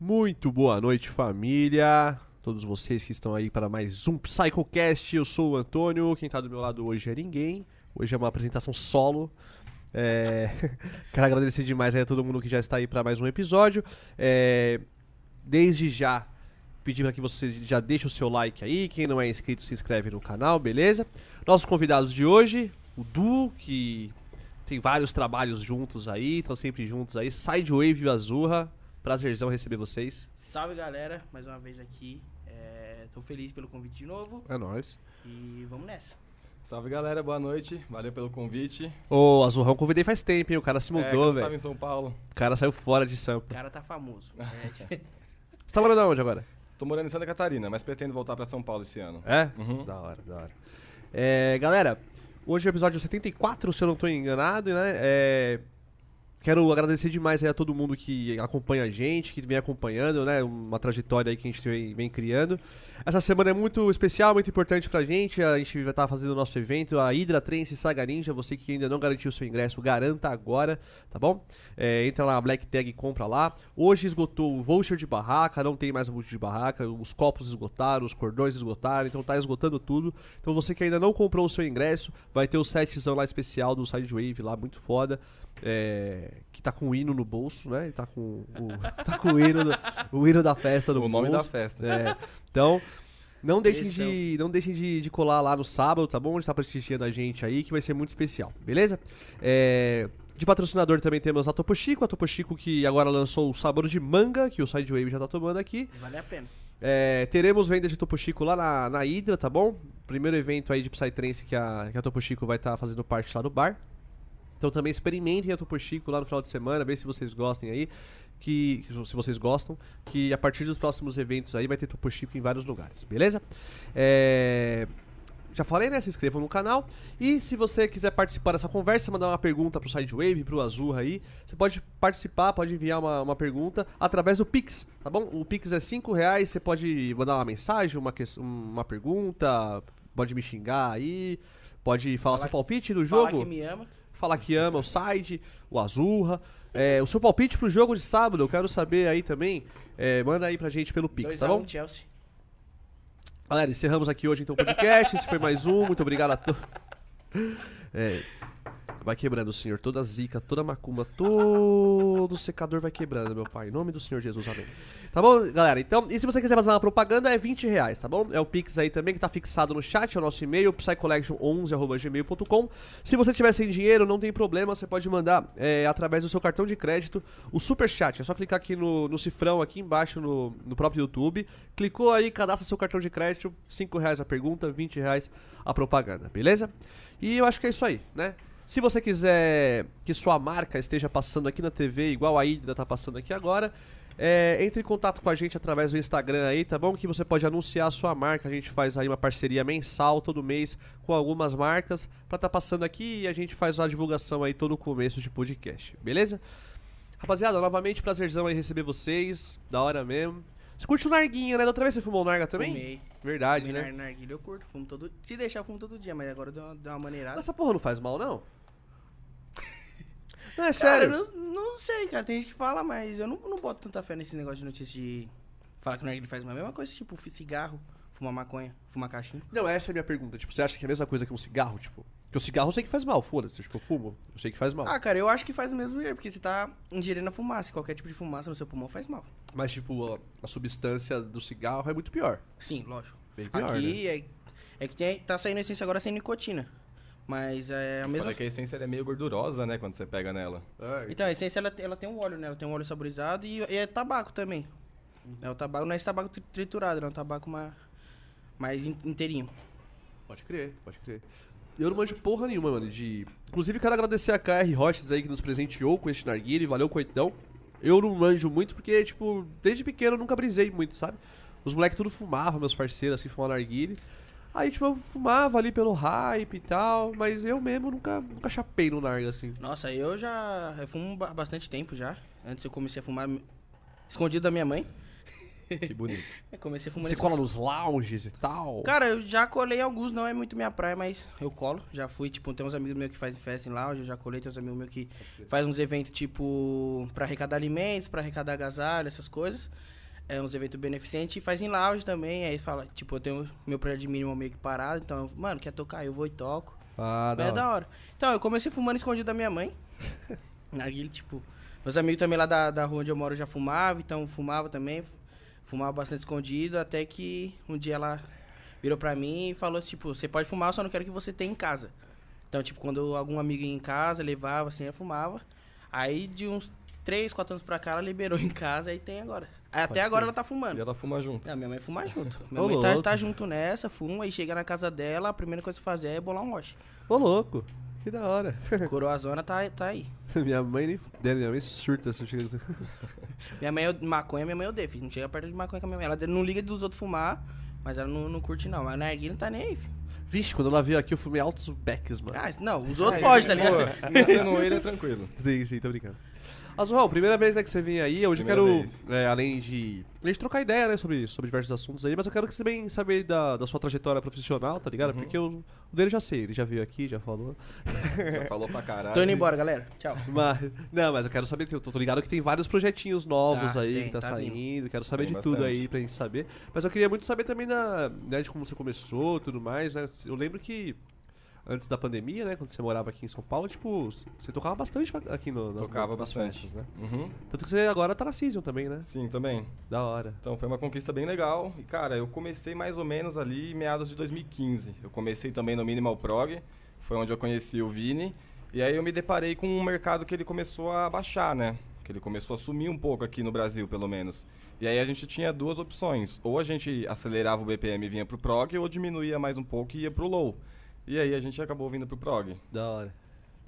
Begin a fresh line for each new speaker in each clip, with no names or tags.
Muito boa noite, família. Todos vocês que estão aí para mais um PsychoCast. Eu sou o Antônio. Quem tá do meu lado hoje é ninguém. Hoje é uma apresentação solo. É, Quero agradecer demais aí a todo mundo que já está aí para mais um episódio. É, Desde já, pedir para que você já deixe o seu like aí. Quem não é inscrito, se inscreve no canal, beleza? Nossos convidados de hoje, o Du, que tem vários trabalhos juntos aí, estão sempre juntos aí. Sidewave Azurra, prazerzão receber vocês.
Salve galera, mais uma vez aqui. É, tô feliz pelo convite de novo
É nóis.
e vamos nessa.
Salve galera, boa noite. Valeu pelo convite.
Ô, Azurrão, convidei faz tempo, hein? O cara se
É, quando
mudou,
eu Tava
velho.
em São Paulo.
O cara saiu fora de
O
Sampa.
cara tá famoso. É, tipo,
Você tá morando onde agora?
Tô morando em Santa Catarina, mas pretendo voltar pra São Paulo esse ano.
É?
Uhum.
Da hora, da hora. É, galera, hoje é o episódio 74, se eu não tô enganado, né? É, quero agradecer demais aí a todo mundo que acompanha a gente, que vem acompanhando, né? Uma trajetória aí que a gente vem, vem criando. Essa semana é muito especial, muito importante pra gente. A gente vai estar fazendo o nosso evento, a Hydra Trance Saga Ninja. Você que ainda não garantiu seu ingresso, garanta agora, tá bom? É, entra lá na Black Tag e compra lá. Hoje esgotou o voucher de barraca, não tem mais voucher de barraca, os copos esgotaram, os cordões esgotaram, então tá esgotando tudo. Então você que ainda não comprou o seu ingresso, vai ter o setzão lá especial do Sidewave lá, muito foda. é, que tá com o hino no bolso, né? Ele Tá com o, tá com o, hino, do- o hino da festa no
O nome
bolso.
da festa.
É. Então, não deixem,
Esse é o-
de, não deixem de, de colar lá no sábado, tá bom? A gente tá prestigiando a gente aí, que vai ser muito especial, beleza? É, De patrocinador também temos a Topo Chico, a Topo Chico que agora lançou o sabor de manga, que o Sidewave já tá tomando aqui.
vale a pena.
É, teremos venda de Topo Chico lá na, na Hydra, tá bom? Primeiro evento aí de Psytrance que a, que a Topo Chico vai estar fazendo parte lá no bar. Então também experimentem a Topo Chico lá no final de semana, vê se vocês gostem aí. Que, que- se vocês gostam, que a partir dos próximos eventos aí vai ter Topo Chico em vários lugares, beleza? É, Já falei, né? Se inscrevam no canal. E se você quiser participar dessa conversa, mandar uma pergunta pro Sidewave, pro Azurra aí, você pode participar, pode enviar uma, uma pergunta através do Pix, tá bom? O Pix é 5 reais, você pode mandar uma mensagem, uma, ques- uma pergunta, pode me xingar aí, pode falar,
Falar
seu palpite do
Falar
jogo
que me ama.
falar que ama o side, o Azurra. É, o seu palpite pro jogo de sábado, eu quero saber aí também. É, manda aí pra gente pelo Pix,
2
tá
a
bom?
1 Chelsea.
Galera, encerramos aqui hoje então o podcast. Esse foi mais um. Muito obrigado a todos. É, vai quebrando, Senhor, toda zica, toda macumba, todo secador vai quebrando, meu pai. Em nome do Senhor Jesus, amém. Tá bom, galera? Então, e se você quiser fazer uma propaganda, é 20 reais, tá bom? É o Pix aí também que tá fixado no chat, é o nosso e-mail, psycollection11.gmail.com. Se você tiver sem dinheiro, não tem problema, você pode mandar é, através do seu cartão de crédito o super chat. É só clicar aqui no, no cifrão, aqui embaixo no, no próprio YouTube. Clicou aí, cadastra seu cartão de crédito, 5 reais a pergunta, 20 reais a propaganda, beleza? E eu acho que é isso aí, né? Se você quiser que sua marca esteja passando aqui na TV, igual a Hydra tá passando aqui agora, é, entre em contato com a gente através do Instagram aí, tá bom? Que você pode anunciar a sua marca. A gente faz aí uma parceria mensal todo mês com algumas marcas pra tá passando aqui e a gente faz a divulgação aí todo começo de podcast, beleza? Rapaziada, novamente prazerzão aí receber vocês, da hora mesmo. Você curte o Narguinha, né? Da outra vez você fumou o Narga também?
Fumei.
Verdade,
Fumei
né?
nar- narguilha eu curto. Fumo todo... Se deixar, eu fumo todo dia, mas agora deu uma, deu uma maneirada.
Essa porra não faz mal, não? Não, é
Cara,
sério.
eu não, não sei, cara. Tem gente que fala, mas eu não, não boto tanta fé nesse negócio de notícia de... Falar que o narguilha faz a mesma coisa, tipo fi- cigarro, fumar maconha, fumar caixinha.
Não, essa é a minha pergunta. Tipo, você acha que é a mesma coisa que um cigarro, tipo? Porque o cigarro eu sei que faz mal, foda-se. Tipo, eu fumo, eu sei que faz mal.
Ah, cara, eu acho que faz o mesmo jeito, porque você tá ingerindo a fumaça. Qualquer tipo de fumaça no seu pulmão faz mal.
Mas, tipo, a, a substância do cigarro é muito pior.
Sim, lógico.
Bem pior, né?
Aqui é, é que tem- tá saindo essência agora sem nicotina. Mas é a
Eu
mesma.
Falei que a essência ela é meio gordurosa, né, quando você pega nela.
É,
Então, a essência ela, ela tem um óleo, né? Ela tem um óleo saborizado e, e é tabaco também. É o tabaco, não é esse tabaco tri- triturado, não é um tabaco mais, mais in- inteirinho.
pode crer, pode crer. Eu não manjo porra nenhuma, mano, de... Inclusive, quero agradecer a KR Roches aí que nos presenteou com este narguile. Valeu, coitão. Eu não manjo muito porque, tipo, desde pequeno eu nunca brisei muito, sabe? Os moleques tudo fumavam, meus parceiros, assim, fumavam narguile. Aí, tipo, eu fumava ali pelo hype e tal, mas eu mesmo nunca, nunca chapei no narga, assim.
Nossa, eu já. Eu fumo há bastante tempo já. Antes eu comecei a fumar escondido da minha mãe.
Que bonito.
Eu comecei a fumar
Você
nesse-
cola nos lounges e tal?
Cara, eu já colei alguns, não é muito minha praia, mas eu colo. Já fui, tipo, tem uns amigos meus que fazem festa em lounge, eu já colei, tem uns amigos meus que faz uns eventos, tipo, pra arrecadar alimentos, pra arrecadar agasalho, essas coisas. É uns eventos beneficentes e faz em lounge também. Aí fala, tipo, eu tenho meu projeto de mínimo meio que parado, então, mano, quer tocar? Eu vou e toco.
Ah,
é
da hora.
da hora. Então, eu comecei fumando escondido da minha mãe. Narguilha, tipo. Meus amigos também lá da, da rua onde eu moro já fumavam, então fumava também. Fumava bastante escondido, até que um dia ela virou pra mim e falou, tipo, você pode fumar, eu só não quero que você tenha em casa. Então, tipo, quando algum amigo ia em casa, levava, assim, eu fumava. Aí de uns 3, 4 anos pra cá, ela liberou em casa, aí tem agora. Aí, até agora ela tá fumando.
E ela fuma junto.
Ah, minha mãe fuma junto. Minha
Ô,
mãe tá,
louco.
tá junto nessa, fuma e chega na casa dela, a primeira coisa que fazer é bolar um moche.
Ô, louco. Que da hora.
Coroazona tá, tá aí.
minha mãe nem. fudendo, Minha mãe surta assim, se eu chegar.
Minha mãe, eu- maconha, minha mãe odeia, filho. Não chega perto de maconha com a minha mãe. Ela não liga dos outros fumar, mas ela não, não curte, não. Mas na narguilha não tá nem aí, filho.
Vixe, quando ela veio aqui, eu fumei altos becks, mano.
Ah, não, os outros podem, tá ligado?
Pô, se não sendo ele, é tranquilo.
Sim, sim, tô brincando. Azurral, primeira vez né, que você vem aí, hoje
Primeira
eu quero, é, além de. A gente trocar ideia, né, sobre, sobre diversos assuntos aí, mas eu quero que você também saber da, da sua trajetória profissional, tá ligado? Porque eu- o dele eu já sei, ele já veio aqui, já falou.
Já falou pra caralho.
Tô indo embora, galera. Tchau.
Mas, não, mas eu quero saber, eu tô tô ligado que tem vários projetinhos novos
Tá,
aí
tem,
que tá,
tá vindo.
saindo, quero saber
Tem
de tudo
bastante.
aí pra gente saber. Mas eu queria muito saber também da, né, de como você começou tudo mais, né? Eu lembro que antes da pandemia, né, quando você morava aqui em São Paulo, tipo, você tocava bastante aqui no, nas,
Tocava
nas
bastante.
festas, né?
Uhum.
Tanto que você agora tá na Season também, né?
Sim, também.
Da hora.
Então, foi uma conquista bem legal. E, cara, eu comecei mais ou menos ali em meados de 2015. Eu comecei também no Minimal Prog, foi onde eu conheci o Vini. E aí eu me deparei com um mercado que ele começou a baixar, né? Que ele começou a sumir um pouco aqui no Brasil, pelo menos. E aí a gente tinha duas opções. Ou a gente acelerava o BPM e vinha pro prog, ou diminuía mais um pouco e ia pro low. E aí a gente acabou vindo pro prog.
Da hora.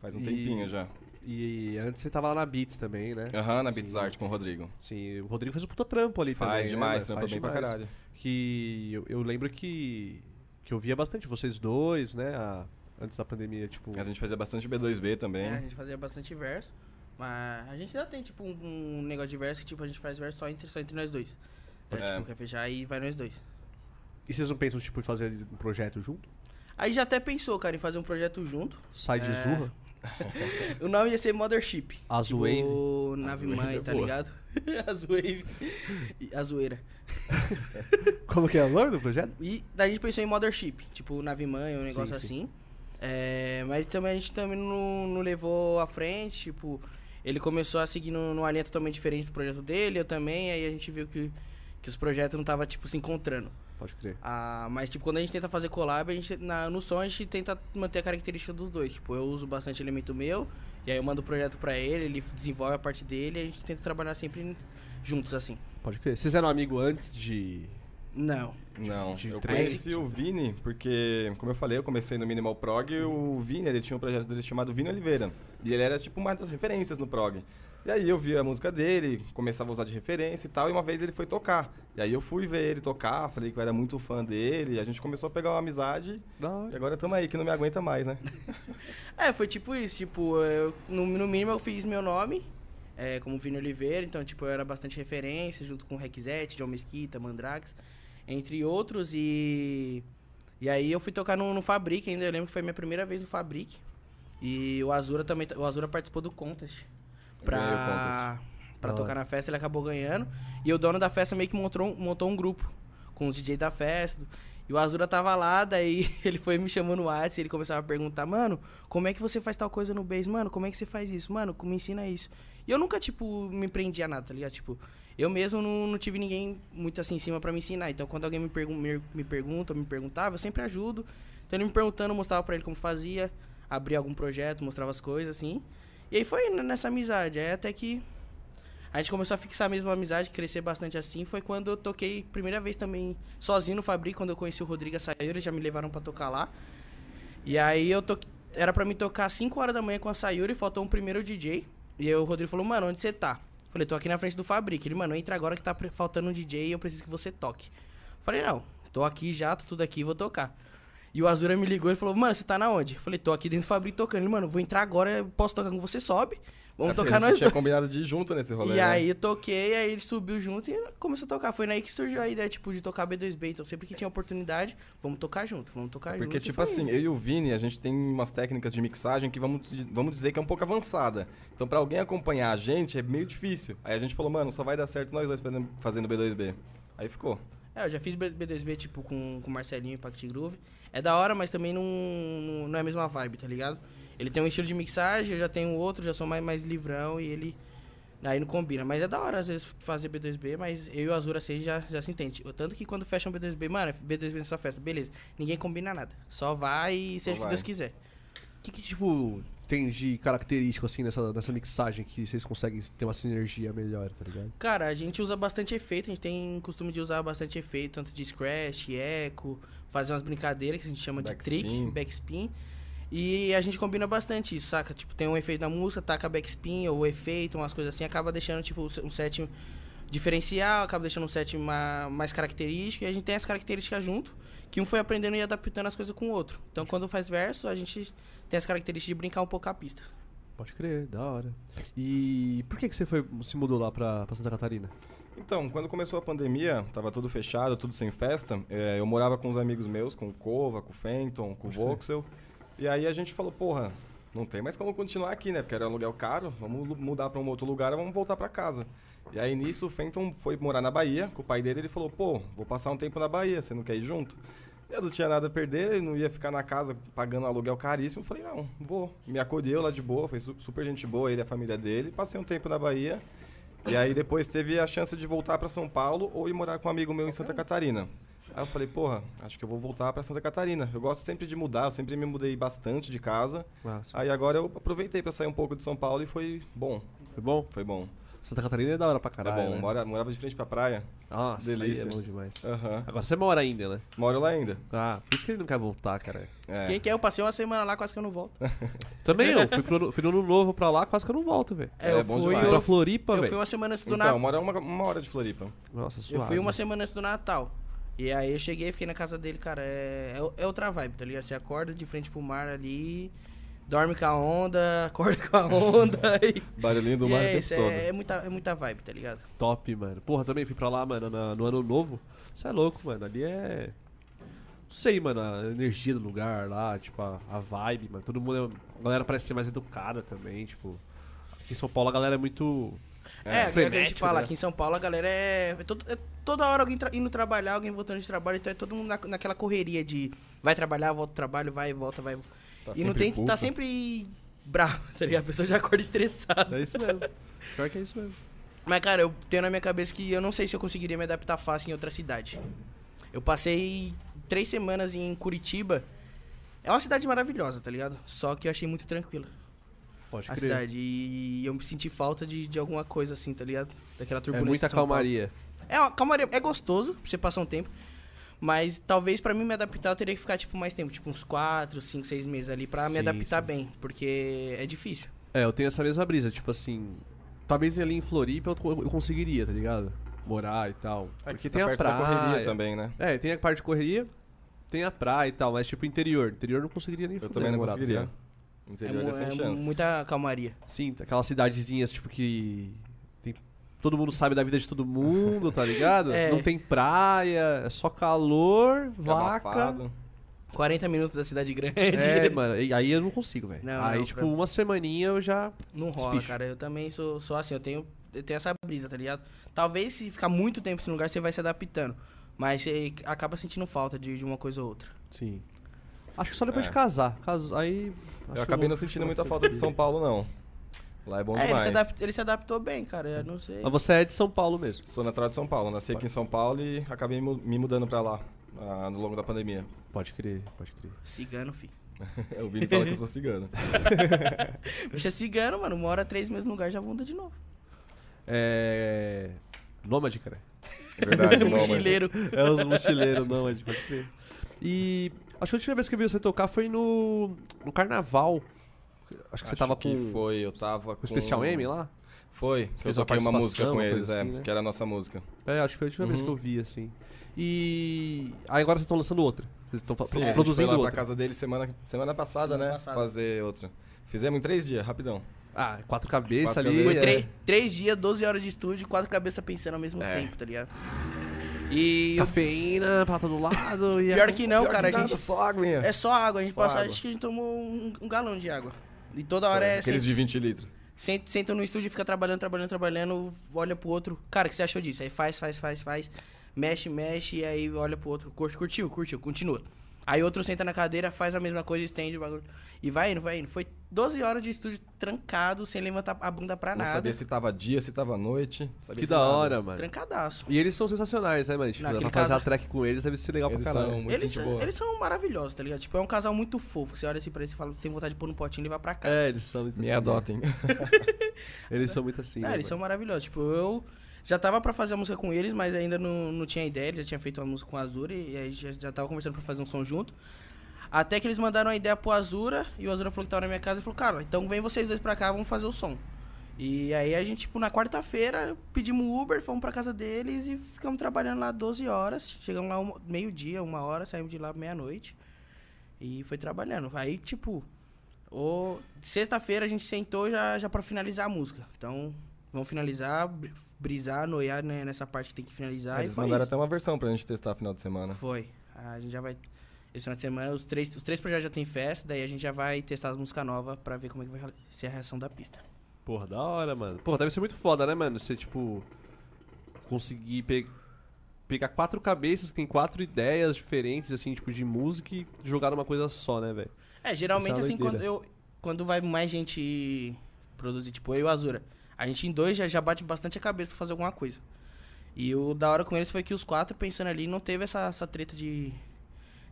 Faz um
E-
tempinho já.
E antes você tava lá na Beats também, né?
Aham, na
Sim.
Beats Art com o Rodrigo.
Sim, o Rodrigo fez um puta trampo ali também.
Faz
né,
demais,
mano?
trampa
Faz
bem pra
demais.
caralho.
Que eu, eu lembro que, que eu via bastante vocês dois, né? a- antes da pandemia, tipo.
A gente fazia bastante B2B também.
É, a gente fazia bastante verso. Mas a gente ainda tem, tipo, um, um negócio de verso que, tipo, a gente faz verso só entre, só entre nós dois. Então,
É.
tipo, quer fechar e vai nós dois.
E vocês não pensam, tipo, em fazer um projeto junto?
Aí já até pensou, cara, em fazer um projeto junto.
Sai de
É.
Zurra?
O nome ia ser Mothership.
Azul Wave?
Tipo, nave
Azul Wave
mãe,
é
tá
boa.
ligado? As wave. E A zoeira.
Como que é o nome do projeto?
E daí a gente pensou em Mothership, tipo nave mãe, um negócio
sim.
assim. É, mas também a gente também não, não levou à frente, tipo, ele começou a seguir num- numa linha totalmente diferente do projeto dele, eu também, aí a gente viu que, que os projetos não tava, tipo, se encontrando.
Pode crer.
Ah, mas, tipo, quando a gente tenta fazer collab, a gente, na, no som a gente tenta manter a característica dos dois. Tipo, eu uso bastante elemento meu, e aí eu mando o projeto pra ele, ele desenvolve a parte dele, e a gente tenta trabalhar sempre juntos, assim.
Pode crer. Vocês eram amigos antes de.
Não.
Não,
de
eu
três.
conheci o Vini porque, como eu falei, eu comecei no Minimal Prog e o Vini, ele tinha um projeto dele chamado Vini Oliveira. E ele era tipo uma das referências no prog. E aí eu via a música dele, começava a usar de referência e tal, e uma vez ele foi tocar. E aí eu fui ver ele tocar, falei que eu era muito fã dele, e a gente começou a pegar uma amizade,
Da
e
hora.
agora estamos aí, que não me aguenta mais, né?
É, foi tipo isso, tipo, eu, no, no mínimo eu fiz meu nome, é, como Vini Oliveira, então, tipo, eu era bastante referência, junto com o Rexete, John Mesquita, Mandrax, entre outros, e... E aí eu fui tocar no, no Fabric ainda, eu lembro que foi minha primeira vez no Fabric, e o Azura também, o Azura participou do contest,
Ganhei
pra,
o contest.
pra
Da
tocar na festa, ele acabou ganhando, e o dono da festa meio que montou, um- montou um grupo, com os DJ da festa, e o Azura tava lá, daí ele foi me chamando no WhatsApp, ele começava a perguntar, mano, como é que você faz tal coisa no bass? Mano, como é que você faz isso? Mano, como me ensina isso? E eu nunca, tipo, me prendia a nada, tá ligado? Tipo, eu mesmo não, não tive ninguém muito assim em cima pra me ensinar. Então, quando alguém me, pergun me, me pergunta, me perguntava, eu sempre ajudo. Então, ele me perguntando, eu mostrava pra ele como fazia, abria algum projeto, mostrava as coisas, assim. E aí foi indo nessa amizade, aí até que a gente começou a fixar mesmo a amizade, crescer bastante assim. Foi quando eu toquei, primeira vez também, sozinho no Fabri, quando eu conheci o Rodrigo Sayuri, já me levaram pra tocar lá. E aí eu toquei. Era pra me tocar às 5 horas da manhã com a Sayuri, faltou um primeiro DJ. E aí o Rodrigo falou, mano, onde você tá? Falei, tô aqui na frente do Fabric. Ele, mano, entra agora que tá pre- faltando um DJ e eu preciso que você toque. Falei, não, tô aqui já, tô tudo aqui, vou tocar. E o Azura me ligou e falou, mano, você tá na onde? Falei, tô aqui dentro do Fabric tocando. Ele, mano, eu vou entrar agora, eu posso tocar com você, sobe. Vamos
É porque
tocar
a gente
nós
tinha
dois.
combinado de ir junto nesse rolê.
E
né?
aí eu toquei, aí ele subiu junto e começou a tocar. Foi daí que surgiu a ideia, tipo, de tocar B2B. Então sempre que tinha oportunidade, vamos tocar junto, vamos tocar junto.
Porque,
e
tipo
foi
assim,
indo.
eu e o Vini, a gente tem umas técnicas de mixagem que vamos, di- vamos dizer que é um pouco avançada. Então, pra alguém acompanhar a gente, é meio difícil. Aí a gente falou, mano, só vai dar certo nós dois fazendo- fazendo B2B. Aí ficou.
É, eu já fiz B- B2B, tipo, com com o Marcelinho e Pact Groove. É da hora, mas também não, não é a mesma vibe, tá ligado? Ele tem um estilo de mixagem, eu já tenho outro, já sou mais, mais livrão e ele. Aí não combina. Mas é da hora, às vezes, fazer B2B, mas eu e o Azura 6 já, já se entende. O Tanto que quando fecham B2B, mano, é B2B nessa festa, beleza. Ninguém combina nada. Só vai e seja o que
vai.
Deus quiser.
O que, que, tipo, tem de característico, assim, nessa, nessa mixagem que vocês conseguem ter uma sinergia melhor, tá ligado?
Cara, a gente usa bastante efeito, a gente tem costume de usar bastante efeito, tanto de scratch, eco, fazer umas brincadeiras que a gente chama
Backspin.
de trick, backspin. E a gente combina bastante isso, saca? Tipo, tem um efeito na música, taca backspin ou efeito, umas coisas assim, acaba deixando, tipo, um set diferencial, acaba deixando um set ma- mais característico, e a gente tem as características junto, que um foi aprendendo e adaptando as coisas com o outro. Então, quando faz verso, a gente tem as características de brincar um pouco a pista.
Pode crer, da hora. E por que, que você foi, se mudou lá pra, pra Santa Catarina?
Então, quando começou a pandemia, tava tudo fechado, tudo sem festa. é, eu morava com os amigos meus, com o Cova, com o Fenton, com o
Pode crer.
Voxel. E aí a gente falou, porra, não tem mais como continuar aqui, né? Porque era aluguel caro, vamos lu- mudar pra um outro lugar, vamos voltar pra casa. E aí nisso o Fenton foi morar na Bahia com o pai dele, ele falou, pô, vou passar um tempo na Bahia, você não quer ir junto? Eu não tinha nada a perder, eu não ia ficar na casa pagando aluguel caríssimo. Falei, não, vou. Me acolheu lá de boa, foi su- super gente boa, ele e a família dele. Passei um tempo na Bahia. E aí depois teve a chance de voltar pra São Paulo ou ir morar com um amigo meu em Santa Catarina. Aí eu falei, porra, acho que eu vou voltar pra Santa Catarina. Eu gosto sempre de mudar, eu sempre me mudei bastante de casa.
Massa.
Aí agora eu aproveitei pra sair um pouco de São Paulo e foi bom,
Foi bom?
foi bom.
Santa Catarina é da hora pra
Era
caralho.
bom,
né?
mora, morava de frente pra praia.
Nossa, aí
Delícia.
é bom demais.
Aham.
Agora você mora ainda, né?
Moro lá ainda.
Ah, por isso que ele não quer voltar, cara.
É.
Quem quer, eu passei uma semana lá, quase que eu não volto.
Também eu, fui, pro, fui no ano novo pra lá, quase que eu não volto, velho.
É,
eu
bom
fui,
Fui
demais.
pra Floripa,
Eu fui
velho.
uma semana antes do
Então,
Natal.
mora uma, uma hora de Floripa.
Nossa,
Eu
suave.
fui uma semana antes do Natal. E aí eu cheguei, fiquei na casa dele, cara. É, é o- é outra vibe, tá ligado? Você acorda de frente pro mar ali, dorme com a onda, acorda com a onda. e,
Barulhinho do
e
mar
é,
o tempo
isso,
todo.
é, é muita, é muita vibe, tá ligado?
Top, mano. Porra, também fui pra lá, mano, na- no ano novo. Você é louco, mano. Ali é. Não sei, mano, a energia do lugar lá, tipo, a, a vibe, mano. Todo mundo é. A galera parece ser mais educada também, tipo. Aqui em São Paulo a galera é muito.
É, é, o que a gente
frenético,
fala,
né?
aqui em São Paulo a galera é. é todo- é toda hora alguém tra- indo trabalhar, alguém voltando de trabalho, então é todo mundo na- naquela correria de vai trabalhar, volta do trabalho, vai, volta, vai.
Tá
e não
sempre
tem. Tá
puto.
sempre bravo, tá ligado? A pessoa já acorda
Tá
estressada.
É isso mesmo. Pior que é isso mesmo.
Mas, cara, eu tenho na minha cabeça que eu não sei se eu conseguiria me adaptar fácil em outra cidade. Eu passei três semanas em Curitiba. É uma cidade maravilhosa, tá ligado? Só que eu achei muito tranquila
Pode
a
crer.
cidade. E eu me senti falta de, de alguma coisa assim, tá ligado? Daquela
é
turbulência.
muita
de São Paulo.
calmaria.
É, uma calmaria. É gostoso pra você passar um tempo. Mas talvez pra mim me adaptar eu teria que ficar, tipo, mais tempo. Tipo, uns quatro, cinco, seis meses ali pra
Sim,
me adaptar
sim.
bem. Porque é difícil.
É, eu tenho essa mesma brisa, tipo assim. Talvez ali em Floripa eu, eu conseguiria, tá ligado? Morar e tal. Porque
Aqui
tem
tá
a
perto da correria
praia.
também, né?
É, tem a parte de correria, tem a praia e tal, mas tipo interior. Interior eu não conseguiria nem
Eu
fudendo
também não
morar, tá
conseguiria.
ligado?
No
É,
Interior
mu-
é sem
é
chance.
muita calmaria.
Sim, aquelas cidadezinhas, tipo, que. tem- Todo mundo sabe da vida de todo mundo, tá ligado?
É.
Não tem praia, é só calor, vaca.
Abafado.
40 minutos da cidade grande.
É, mano, e- aí eu não consigo, velho.
Não,
Aí,
não,
tipo,
pra-
uma semaninha eu já.
Não
Esse
rola,
bicho.
cara. Eu também sou, sou assim, eu tenho, eu tenho essa brisa, tá ligado? Talvez se ficar muito tempo nesse lugar, você vai se adaptando. Mas você acaba sentindo falta de, de uma coisa ou outra.
Sim. Acho que só depois
É.
de casar. Cas- Aí. acho
Eu acabei
que
não
eu-
sentindo muita falta de São Paulo, não. Lá é bom
é, ele se,
demais.
adap- ele se adaptou bem, cara. Eu não sei.
Mas você é de São Paulo mesmo.
Sou natural de São Paulo, nasci aqui em São Paulo e acabei mu- me mudando pra lá ah, no longo da pandemia.
Pode crer, pode crer.
Cigano, filho.
O Vini fala que eu sou cigano.
Bicho é cigano, mano. Mora três meses no lugar já muda de novo.
É. Nômade, cara.
Verdade,
Mochileiro.
É os mochileiros, não, mas pode crer. E acho que a última vez que eu vi você tocar foi no, no carnaval. Acho que você tava com
Que foi, eu tava
o Especial M lá?
Foi, que eu
Fez uma
toquei uma música
participação,
com
uma
eles,
coisa
é,
assim, né?
que era a nossa música.
É, acho que foi a última vez
Uhum.
que eu vi, assim. E. Aí agora vocês estão lançando outra. Vocês estão fa-
Sim, a gente foi
produzindo
lá pra
outra.
casa deles semana, semana passada,
Semana
né?
passada.
Fazer outra. Fizemos em três dias, rapidão.
Ah, quatro cabeças
Quatro
ali.
Foi
cabeças.
é.
três, três dias, 12 horas de estúdio, quatro cabeças pensando ao mesmo
É.
tempo, tá ligado? E
Tá.
o
Cafeína pra todo lado. E é
pior que não, É, cara, a
nada,
gente.
Só aguinha.
É só água, a gente
Só
passa.
água.
Acho que a gente tomou um, um galão de água. E toda hora é.
Aqueles
senta-
de 20 litros.
senta, senta no estúdio, fica trabalhando, trabalhando, trabalhando, olha pro outro. Cara, o que você achou disso? Aí faz, faz, faz, faz. Mexe, mexe, e aí olha pro outro. Curte, curtiu, curtiu, continua. Aí outro senta na cadeira, faz a mesma coisa, estende o bagulho. E vai indo, vai indo. Foi 12 horas de estúdio trancado, sem levantar a bunda pra
Não
nada.
sabia se tava dia, se tava noite. sabia
Que
de
da
nada.
hora, mano.
Trancadaço.
E eles são sensacionais, né, mano? Tipo, dá pra
Naquele
fazer
caso-
a track com eles deve ser legal
Eles
pra caralho.
são muito
Eles,
gente boa.
eles são maravilhosos, tá ligado? Tipo, é um casal muito fofo. Você olha assim pra eles e fala, tem vontade de pôr no potinho e levar pra casa.
É, eles são muito
Me
assim.
adotem.
Eles são muito assim.
Ah,
né,
eles são
mano?
maravilhosos. Tipo, eu já tava pra fazer a música com eles, mas ainda não, não tinha ideia. Ele já tinha feito uma música com a Azura e aí já, já tava conversando pra fazer um som junto. Até que eles mandaram a ideia pro Azura e o Azura falou que tava na minha casa e falou: Cara, então vem vocês dois pra cá, vamos fazer o som. E aí a gente, tipo, na quarta-feira pedimos Uber, fomos pra casa deles e ficamos trabalhando lá 12 horas. Chegamos lá uma- meio-dia, uma hora, saímos de lá meia-noite. E foi trabalhando. Aí, tipo, o... sexta-feira a gente sentou já, já pra finalizar a música. Então, vamos finalizar, br- brisar, noiar né, nessa parte que tem que finalizar. e
Eles
foi
mandaram
isso.
até uma versão pra gente testar final de semana.
Foi. A gente já vai. Esse final de semana, os três, os três projetos já tem festa, daí a gente já vai testar as músicas novas pra ver como é que vai ser a reação da pista.
Porra, da hora, mano. Porra, deve ser muito foda, né, mano? Você, tipo, conseguir pe- pegar quatro cabeças que tem quatro ideias diferentes, assim, tipo, de música e jogar numa coisa só, né, velho?
É, geralmente
Essa é uma
assim, quando,
doideira.
eu, quando vai mais gente produzir, tipo eu e o Azura, a gente em dois já, já bate bastante a cabeça pra fazer alguma coisa. E o da hora com eles foi que os quatro pensando ali não teve essa, essa treta de,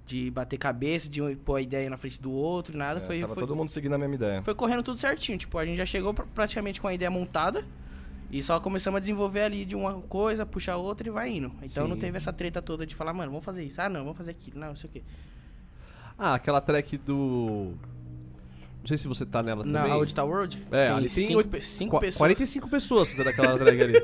de bater cabeça, de um pôr a ideia na frente do outro, nada.
É,
foi,
tava
foi,
todo mundo seguindo a mesma ideia.
foi correndo tudo certinho. Tipo, a gente já chegou pra- praticamente com a ideia montada e só começamos a desenvolver ali de uma coisa, puxar outra e vai indo. Então não
Sim.
teve essa treta toda de falar, mano, vamos fazer isso. Ah, não, vamos fazer aquilo. Não, não sei o quê.
Ah, aquela track do. Não sei se você tá nela também.
Na Old Town World?
É, ali tem
cinco,
oito-
pe- cinco
Qua-
pessoas.
45 pessoas fizeram aquela track ali.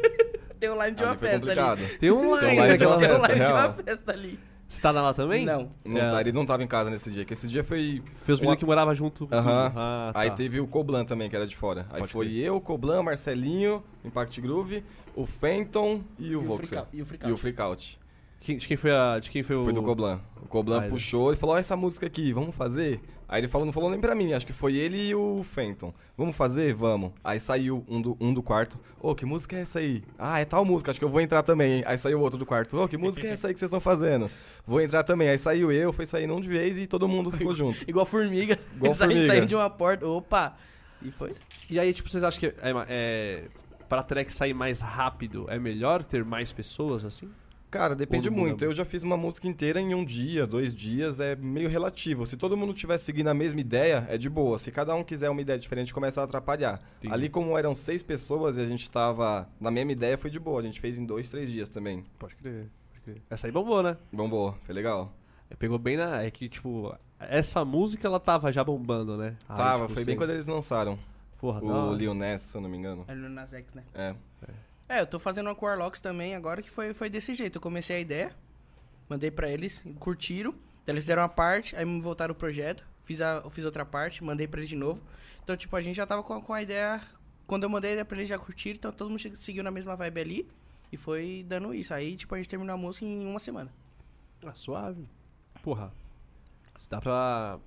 Tem um line de
Ah, Ali
uma
foi
festa
complicado.
ali.
Tem um
Tem um
line
line de uma
naquela festa.
Tem um
festa.
line de uma
real.
festa ali.
Você tá lá também?
Não.
Não,
É.
tá, Ele não tava em casa nesse dia, que esse dia foi.
Foi os
uma-
meninos que moravam junto com
Aham.
tudo. Ah, tá.
Aí teve o Coblan também, que era de fora. Aí
Pode
foi
crer.
eu, Coblan, Marcelinho, Impact Groove, o Fenton e o
E o
Voxel.
Freakout- e o Freakout.
E o Freakout.
Quem- de quem foi a. De quem foi, o.
Foi do Coblan. O Coblan
Ah, ele-
puxou e falou: Ó, essa música aqui, vamos fazer? Aí ele falou, não falou nem pra mim, acho que foi ele e o Fenton. Vamos fazer? Vamos. Aí saiu um do, um do quarto. Ô, que música é essa aí? Ah, é tal música, acho que eu vou entrar também. hein? Aí saiu outro do quarto. Ô, que música é essa aí que vocês estão fazendo? Vou entrar também. Aí saiu eu, foi saindo um de vez e todo mundo ficou junto.
Igual formiga.
Igual
Eles saem-
formiga.
saem de uma porta. Opa! E foi.
E aí, tipo, vocês acham que é, ma- é, pra track sair mais rápido, é melhor ter mais pessoas assim?
Cara, depende
Ou não muda
muito. Eu já fiz uma música inteira em um dia, dois dias, é meio relativo. Se todo mundo tiver seguindo a mesma ideia, é de boa. Se cada um quiser uma ideia diferente, começa a atrapalhar.
Entendi.
Ali, como eram seis pessoas e a gente tava na mesma ideia, foi de boa. A gente fez em dois, três dias também.
Pode crer, pode crer. Essa aí bombou, né?
Bombou, foi legal.
É, Pegou bem na. É que, tipo, essa música ela tava já bombando, né? Aí,
Tava,
tipo,
foi bem
vocês-
quando eles lançaram.
Porra, da
O
hora.
Lil Ness, se eu não me engano.
É no Nas X, né?
É.
É, eu tô fazendo uma com o Arlox também agora que foi, foi desse jeito. Eu comecei a ideia, mandei pra eles, curtiram. Daí eles fizeram uma parte, aí me voltaram o projeto. Fiz, a, eu fiz outra parte, mandei pra eles de novo. Então, tipo, a gente já tava com a, com a ideia. Quando eu mandei a ideia pra eles, já curtiram. Então todo mundo che- seguiu na mesma vibe ali. E foi dando isso. Aí, tipo, a gente terminou a música em uma semana.
Ah, suave. Porra. Se dá pra.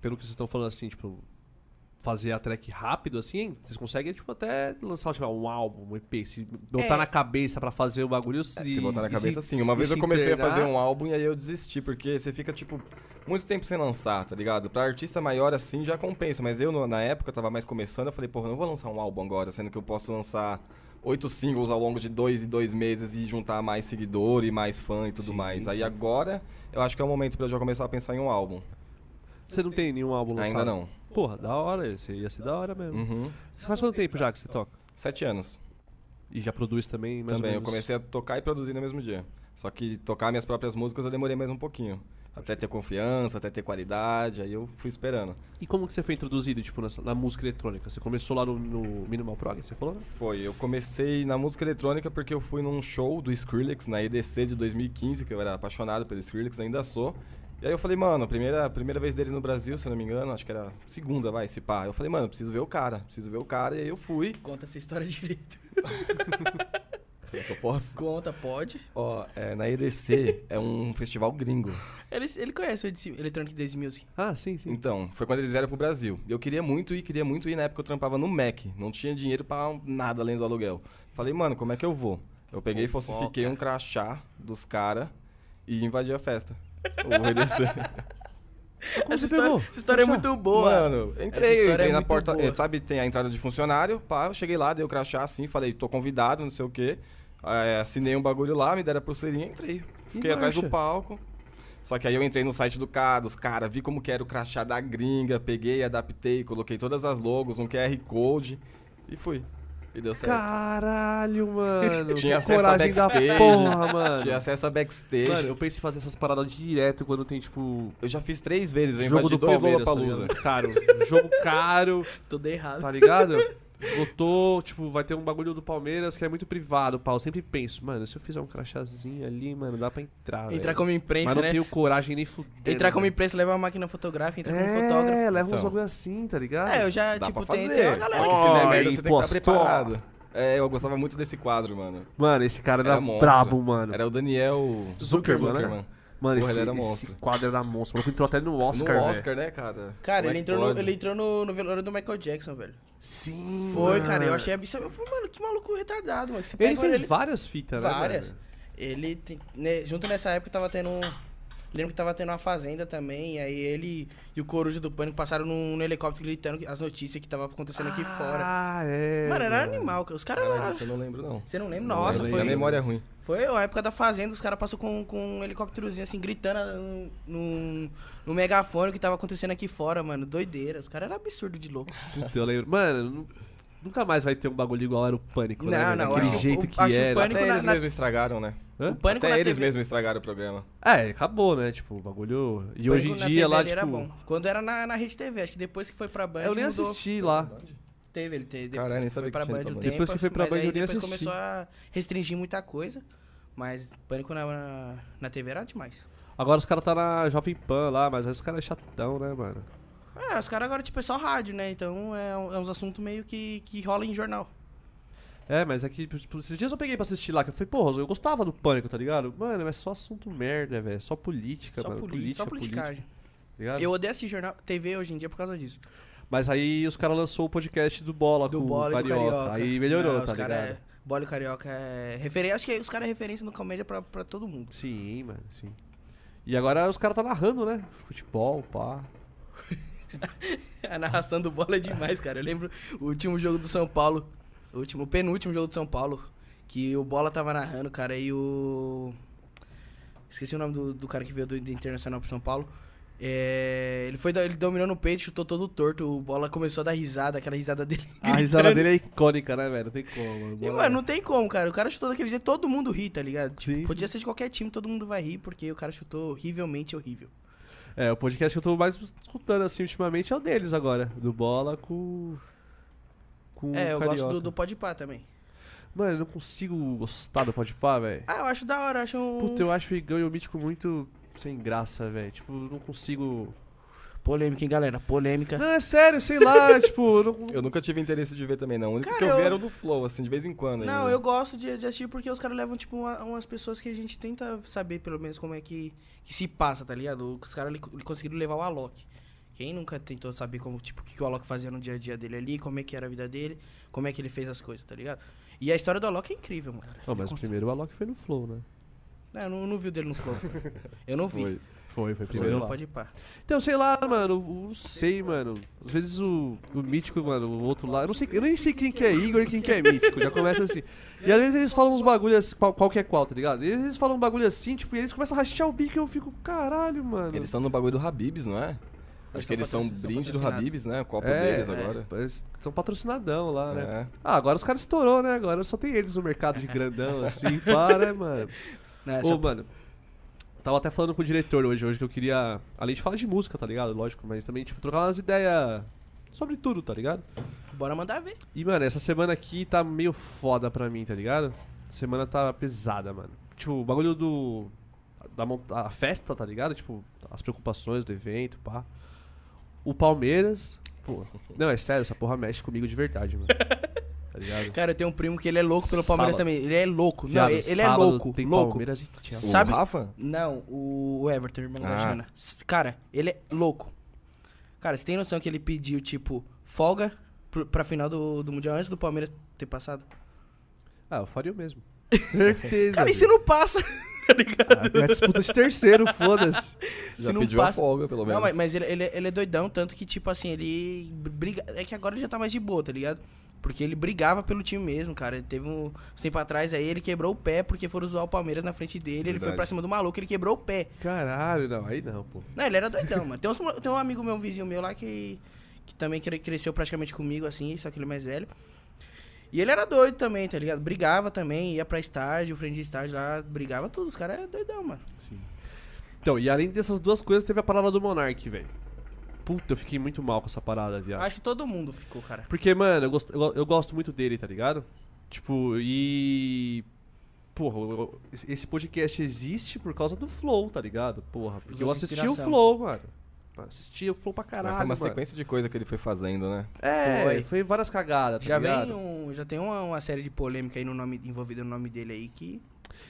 Pelo que vocês estão falando assim, tipo. Fazer a track rápido assim, vocês conseguem, tipo, até lançar tipo, um álbum, um EP. Se botar
É.
na cabeça pra fazer o bagulho.
É, Se botar na
e
cabeça,
se-
sim. Uma
e
vez
se
eu comecei
internar-
a fazer um álbum e aí eu desisti, porque você fica, tipo, muito tempo sem lançar, tá ligado? Pra artista maior, assim, já compensa. Mas eu, no- na época, tava mais começando, eu falei, porra, eu não vou lançar um álbum agora, sendo que eu posso lançar oito singles ao longo de dois e dois meses e juntar mais seguidor e mais fã e tudo
Sim,
mais.
sim.
Aí agora, eu acho que é o momento pra eu já começar a pensar em um álbum.
Você não tem nenhum álbum lançado?
Ainda não.
Porra, da hora, esse- ia ser da hora mesmo.
Uhum.
Você faz quanto tempo já que você toca?
Sete anos.
E já produz também, mais
Também,
ou
eu
menos?
comecei a tocar e produzir no mesmo dia. Só que tocar minhas próprias músicas eu demorei mais um pouquinho. Até ter confiança, até ter qualidade, aí eu fui esperando.
E como que você foi introduzido, tipo, nessa- na música eletrônica? Você começou lá no, no Minimal Prog, você falou, né?
Foi, eu comecei na música eletrônica porque eu fui num show do Skrillex na EDC de 2015, que eu era apaixonado pelo Skrillex, ainda sou. E aí eu falei, mano, a primeira, a primeira vez dele no Brasil, se eu não me engano, acho que era segunda, vai, se pá. Eu falei, mano, preciso ver o cara, preciso ver o cara. E aí eu fui.
Conta essa história direito.
Será que eu posso?
Conta, pode.
Ó, é, na EDC é um festival gringo.
Ele, ele conhece o EDC Electronic Dance Music.
Ah, sim, sim.
Então, foi quando eles vieram pro Brasil. Eu queria muito ir, queria muito ir. Na época eu trampava no Mac. Não tinha dinheiro pra nada além do aluguel. Falei, mano, como é que eu vou? Eu peguei
Fofoca.
e falsifiquei um crachá dos caras e invadi a festa. O EDC.
Como
essa
você
história,
pegou?
essa história é
Poxa.
muito boa.
Mano,
Essa
entrei, eu
história
entrei
é
na
muito
porta.
boa.
eh, Sabe, tem a entrada de funcionário. Pá, eu cheguei lá, dei o crachá assim, falei, tô convidado, não sei o quê. Eh, assinei um bagulho lá, me deram a pulseirinha e entrei. Fiquei atrás do
marcha.
palco. Só que aí eu entrei no site do cara, dos cara, vi como que era o crachá da gringa, peguei, adaptei, coloquei todas as logos, um QR Code e fui. E deu certo.
Caralho, mano.
Tinha
que
acesso a
coragem da
backstage.
porra, mano.
Tinha acesso a backstage.
Mano, eu penso em fazer essas paradas direto quando tem, tipo,
eu já fiz três vezes, eu
jogo
invadi
do
dois
Palmeiras, tá
Lollapalooza.
ligado? Caro. Jogo caro,
Tudo errado.
tá ligado? Esgotou, tipo, vai ter um bagulho do Palmeiras que é muito privado, pau. Eu sempre penso, mano, se eu fizer um crachazinho ali, mano, dá pra entrar,
entrar
velho.
como
Mas
imprensa,
não
né?
tenho coragem nem fuder.
Entrar como imprensa, levar uma máquina fotográfica, entrar como fotógrafo.
É, leva uns
Então.
bagulho assim, tá ligado?
É, eu já,
Dá
tipo,
pra
tem,
fazer.
tem uma galera que
Só que
se
Oh,
esse
mete.
merda você tem que estar
impostor.
preparado. É, eu gostava muito desse quadro, mano.
Mano, esse cara era,
Era monstro.
brabo, mano.
Era o Daniel
Zuckerman, né? Mano,
Porra,
esse,
ele era
esse
monstro.
quadro era monstro. O maluco entrou até no Oscar,
no
velho.
Oscar, né, cara?
Cara, ele
Como é que
entrou, no,
pode?
ele entrou no, no velório do Michael Jackson, velho.
Sim,
Foi,
mano.
cara, eu achei absurdo. Eu falei, mano, que maluco retardado, mano. Você
Ele
pega
fez várias fitas, né?
várias.
mano?
Ele, tem- né, junto nessa época, tava tendo. um- Lembro que tava tendo uma fazenda também, e aí ele e o Coruja do Pânico passaram num, num helicóptero gritando as notícias que tava acontecendo aqui fora.
Ah, é.
Mano, era animal, cara. Os caras
Caralho,
lá.
essa eu não lembro, não.
Você não lembra? Nossa,
Não
foi.
lembro. é A memória é ruim.
Foi a época da fazenda, os caras passaram com, com um helicópterozinho assim, gritando no, no, no megafone o que tava acontecendo aqui fora, mano. Doideira. Os caras eram absurdo de louco.
Puta, eu lembro. Mano, nu- nunca mais vai ter um bagulho igual era o Pânico, né?
Não,
velho?
não,
Daquele
acho que o-
jeito
o-
que
acho que o
era.
Pânico
Até
na-
eles
na-
mesmos estragaram, né?
Hã?
O pânico
Até
na
eles
TV.
mesmos estragaram o programa.
É, acabou, né? Tipo, o bagulho... E
o
hoje em
Pânico na
dia
TV
lá,
ele era
tipo...
bom. Quando era na, na Rede TV, acho que depois que foi pra Band,
Eu nem
mudou.
assisti lá.
Teve, ele teve.
Caralho, nem sabia
foi pra
que tinha
Band
ido
o
pra
tempo.
Band. Depois que foi pra
mas
Band,
aí
eu nem
depois
assisti.
começou a restringir muita coisa. Mas Pânico na, na, na TV era demais.
Agora os caras tá na Jovem Pan lá, mas aí os caras é chatão, né, mano?
Ah, os caras agora, tipo, é só rádio, né? Então é, um- é uns assuntos meio que, que rola em jornal.
É, mas é que, tipo, esses dias eu peguei pra assistir lá, que eu falei, porra, eu gostava do Pânico, tá ligado? Mano, mas só assunto merda, velho. Só política,
Só,
mano.
poli-
política,
só politicagem.
política, tá ligado?
Eu odeio assistir jornal, TV hoje em dia por causa disso.
Mas aí os caras lançou o podcast do Bola
Do
com
bola
o
e do
Carioca.
carioca.
Aí melhorou,
Não,
tá
os cara
ligado?
É, bola e carioca é referência. Acho que os caras é referência no comédia pra, pra todo mundo.
Sim, mano, sim. E agora os caras tá narrando, né? Futebol, pá.
A narração do bola é demais, cara. Eu lembro o último jogo do São Paulo. O último, o penúltimo jogo do São Paulo. Que o Bola tava narrando, cara, e o. Esqueci o nome do, do cara que veio do, do Internacional pro São Paulo. É, ele foi, da- ele dominou no peito, chutou todo torto. O Bola começou a dar risada, aquela risada dele.
A risada dele é icônica, né, velho? Não tem como.
E,
Bola-
mano, não tem como, cara. O cara chutou daquele jeito, todo mundo ri, tá ligado? Tipo,
Sim,
podia ser de qualquer time, todo mundo vai rir, porque o cara chutou horrivelmente horrível.
É, o podcast que eu tô mais escutando, assim, ultimamente é o deles agora. Do Bola com... Com
é, eu
o Carioca.
gosto do, do Podpah também.
Mano, eu não consigo gostar do Podpah, velho.
Ah, eu acho da hora, eu acho um...
Puta, eu acho o Igão e o Mítico muito sem graça, velho. Tipo, eu não consigo...
Polêmica, hein, galera? Polêmica.
Não, é sério, sei lá, tipo... Eu, não...
Eu nunca tive interesse de ver também, não. O único
Cara,
que eu, vi
eu-
era o do Flow, assim, de vez em quando.
Não,
ainda.
eu gosto de, de assistir porque os caras levam, tipo, uma- umas pessoas que a gente tenta saber, pelo menos, como é que, que se passa, tá ligado? Os caras li- conseguiram levar o Alok. Quem nunca tentou saber como, tipo, o que, que o Alok fazia no dia a dia dele ali, como é que era a vida dele, como é que ele fez as coisas, tá ligado? E a história do Alok é incrível, mano.
Ah, mas o primeiro o Alok foi no Flow, né?
Não, É, eu não, não vi o dele no Flow. cara. eu não vi.
Foi.
Foi, foi
Você
primeiro
não
lá.
pode ir pá.
Então, sei lá, mano, eu não sei, mano. Às vezes o, o mítico, mano, o outro lá, eu não sei, eu nem sei quem que é Igor e quem que é mítico, já começa assim. E às vezes eles falam uns bagulhos assim, qual, qual que é qual, tá ligado? E às vezes eles falam um bagulho assim, tipo, e eles começam a rachar o bico e eu fico, caralho, mano.
Eles estão no bagulho do Habibs, não é?
Eles
Acho que eles
são
são
patrocin-
brinde
são
do
patrocinados.
Habibs, né? O copo
É,
deles
é.
agora.
Eles são patrocinadão lá, né?
É.
Ah, agora os caras estourou, né? Agora só tem eles no mercado de grandão, assim, para, né, mano?
Não, essa-
é
é
Ô, mano, tava até falando com o diretor hoje, hoje que eu queria, além de falar de música, tá ligado? Lógico, mas também, tipo, trocar umas ideias sobre tudo, tá ligado?
Bora mandar ver.
E, mano, essa semana aqui tá meio foda pra mim, tá ligado? Semana tá pesada, mano. Tipo, o bagulho do. da monta- a festa, tá ligado? Tipo, as preocupações do evento, pá. O Palmeiras, pô. Não, é sério, essa porra mexe comigo de verdade, mano. Tá ligado?
Cara, eu tenho um primo que ele é louco pelo Palmeiras
Sábado.
também. Ele é louco.
Viado,
não, ele é
sábado
louco.
Tem
louco.
Palmeiras e Chelsea.
Sabe-
O Rafa?
Não, o Everton, irmão da
Ah.
Jana. S- Cara, ele é louco. Cara, você tem noção que ele pediu, tipo, folga pro, pra final do, do Mundial antes do Palmeiras ter passado?
Ah, eu faria o mesmo. Certeza.
Cara, e
bicho.
se não passa? tá ligado?
Ah, é a disputa de terceiro, foda-se.
Se
Já
não
pediu
passa-
a folga, pelo menos.
Não, mas, mas ele, ele, ele é doidão, tanto que, tipo assim, ele briga. É que agora ele já tá mais de boa, tá ligado? Porque ele brigava pelo time mesmo, cara. Ele teve um. Uns tempo atrás aí, ele quebrou o pé porque foram zoar o Palmeiras na frente dele. Ele foi
Verdade.
pra cima do maluco, ele quebrou o pé.
Caralho, não, aí não, pô.
Não, ele era doidão, mano. Tem, uns mo- tem um amigo meu, um vizinho meu lá que, que também cre- cresceu praticamente comigo, assim, só que ele é mais velho. E ele era doido também, tá ligado? Brigava também, ia pra estágio, frente de estágio lá, brigava tudo. Os caras é doidão, mano.
Então, e além dessas duas coisas, teve a parada do Monark, velho. Puta, eu fiquei muito mal com essa parada,
Tá.
viado.
Acho que todo mundo ficou, cara.
Porque, mano, eu gosto, eu, go- eu gosto muito dele, tá ligado? Tipo, e. Porra, eu- eu- esse esse podcast existe por causa do Flow, tá ligado? Porra, porque eu
Usou de
assisti o
inspiração.
Flow, mano. Mano, Assisti o Flow pra
Mas
caralho.
Foi uma
mano.
sequência de coisa que ele foi fazendo, né?
É, foi.
Foi.
várias cagadas, tá
Já
ligado?
vem um, já tem uma, uma série de polêmica aí no nome envolvida no nome dele aí que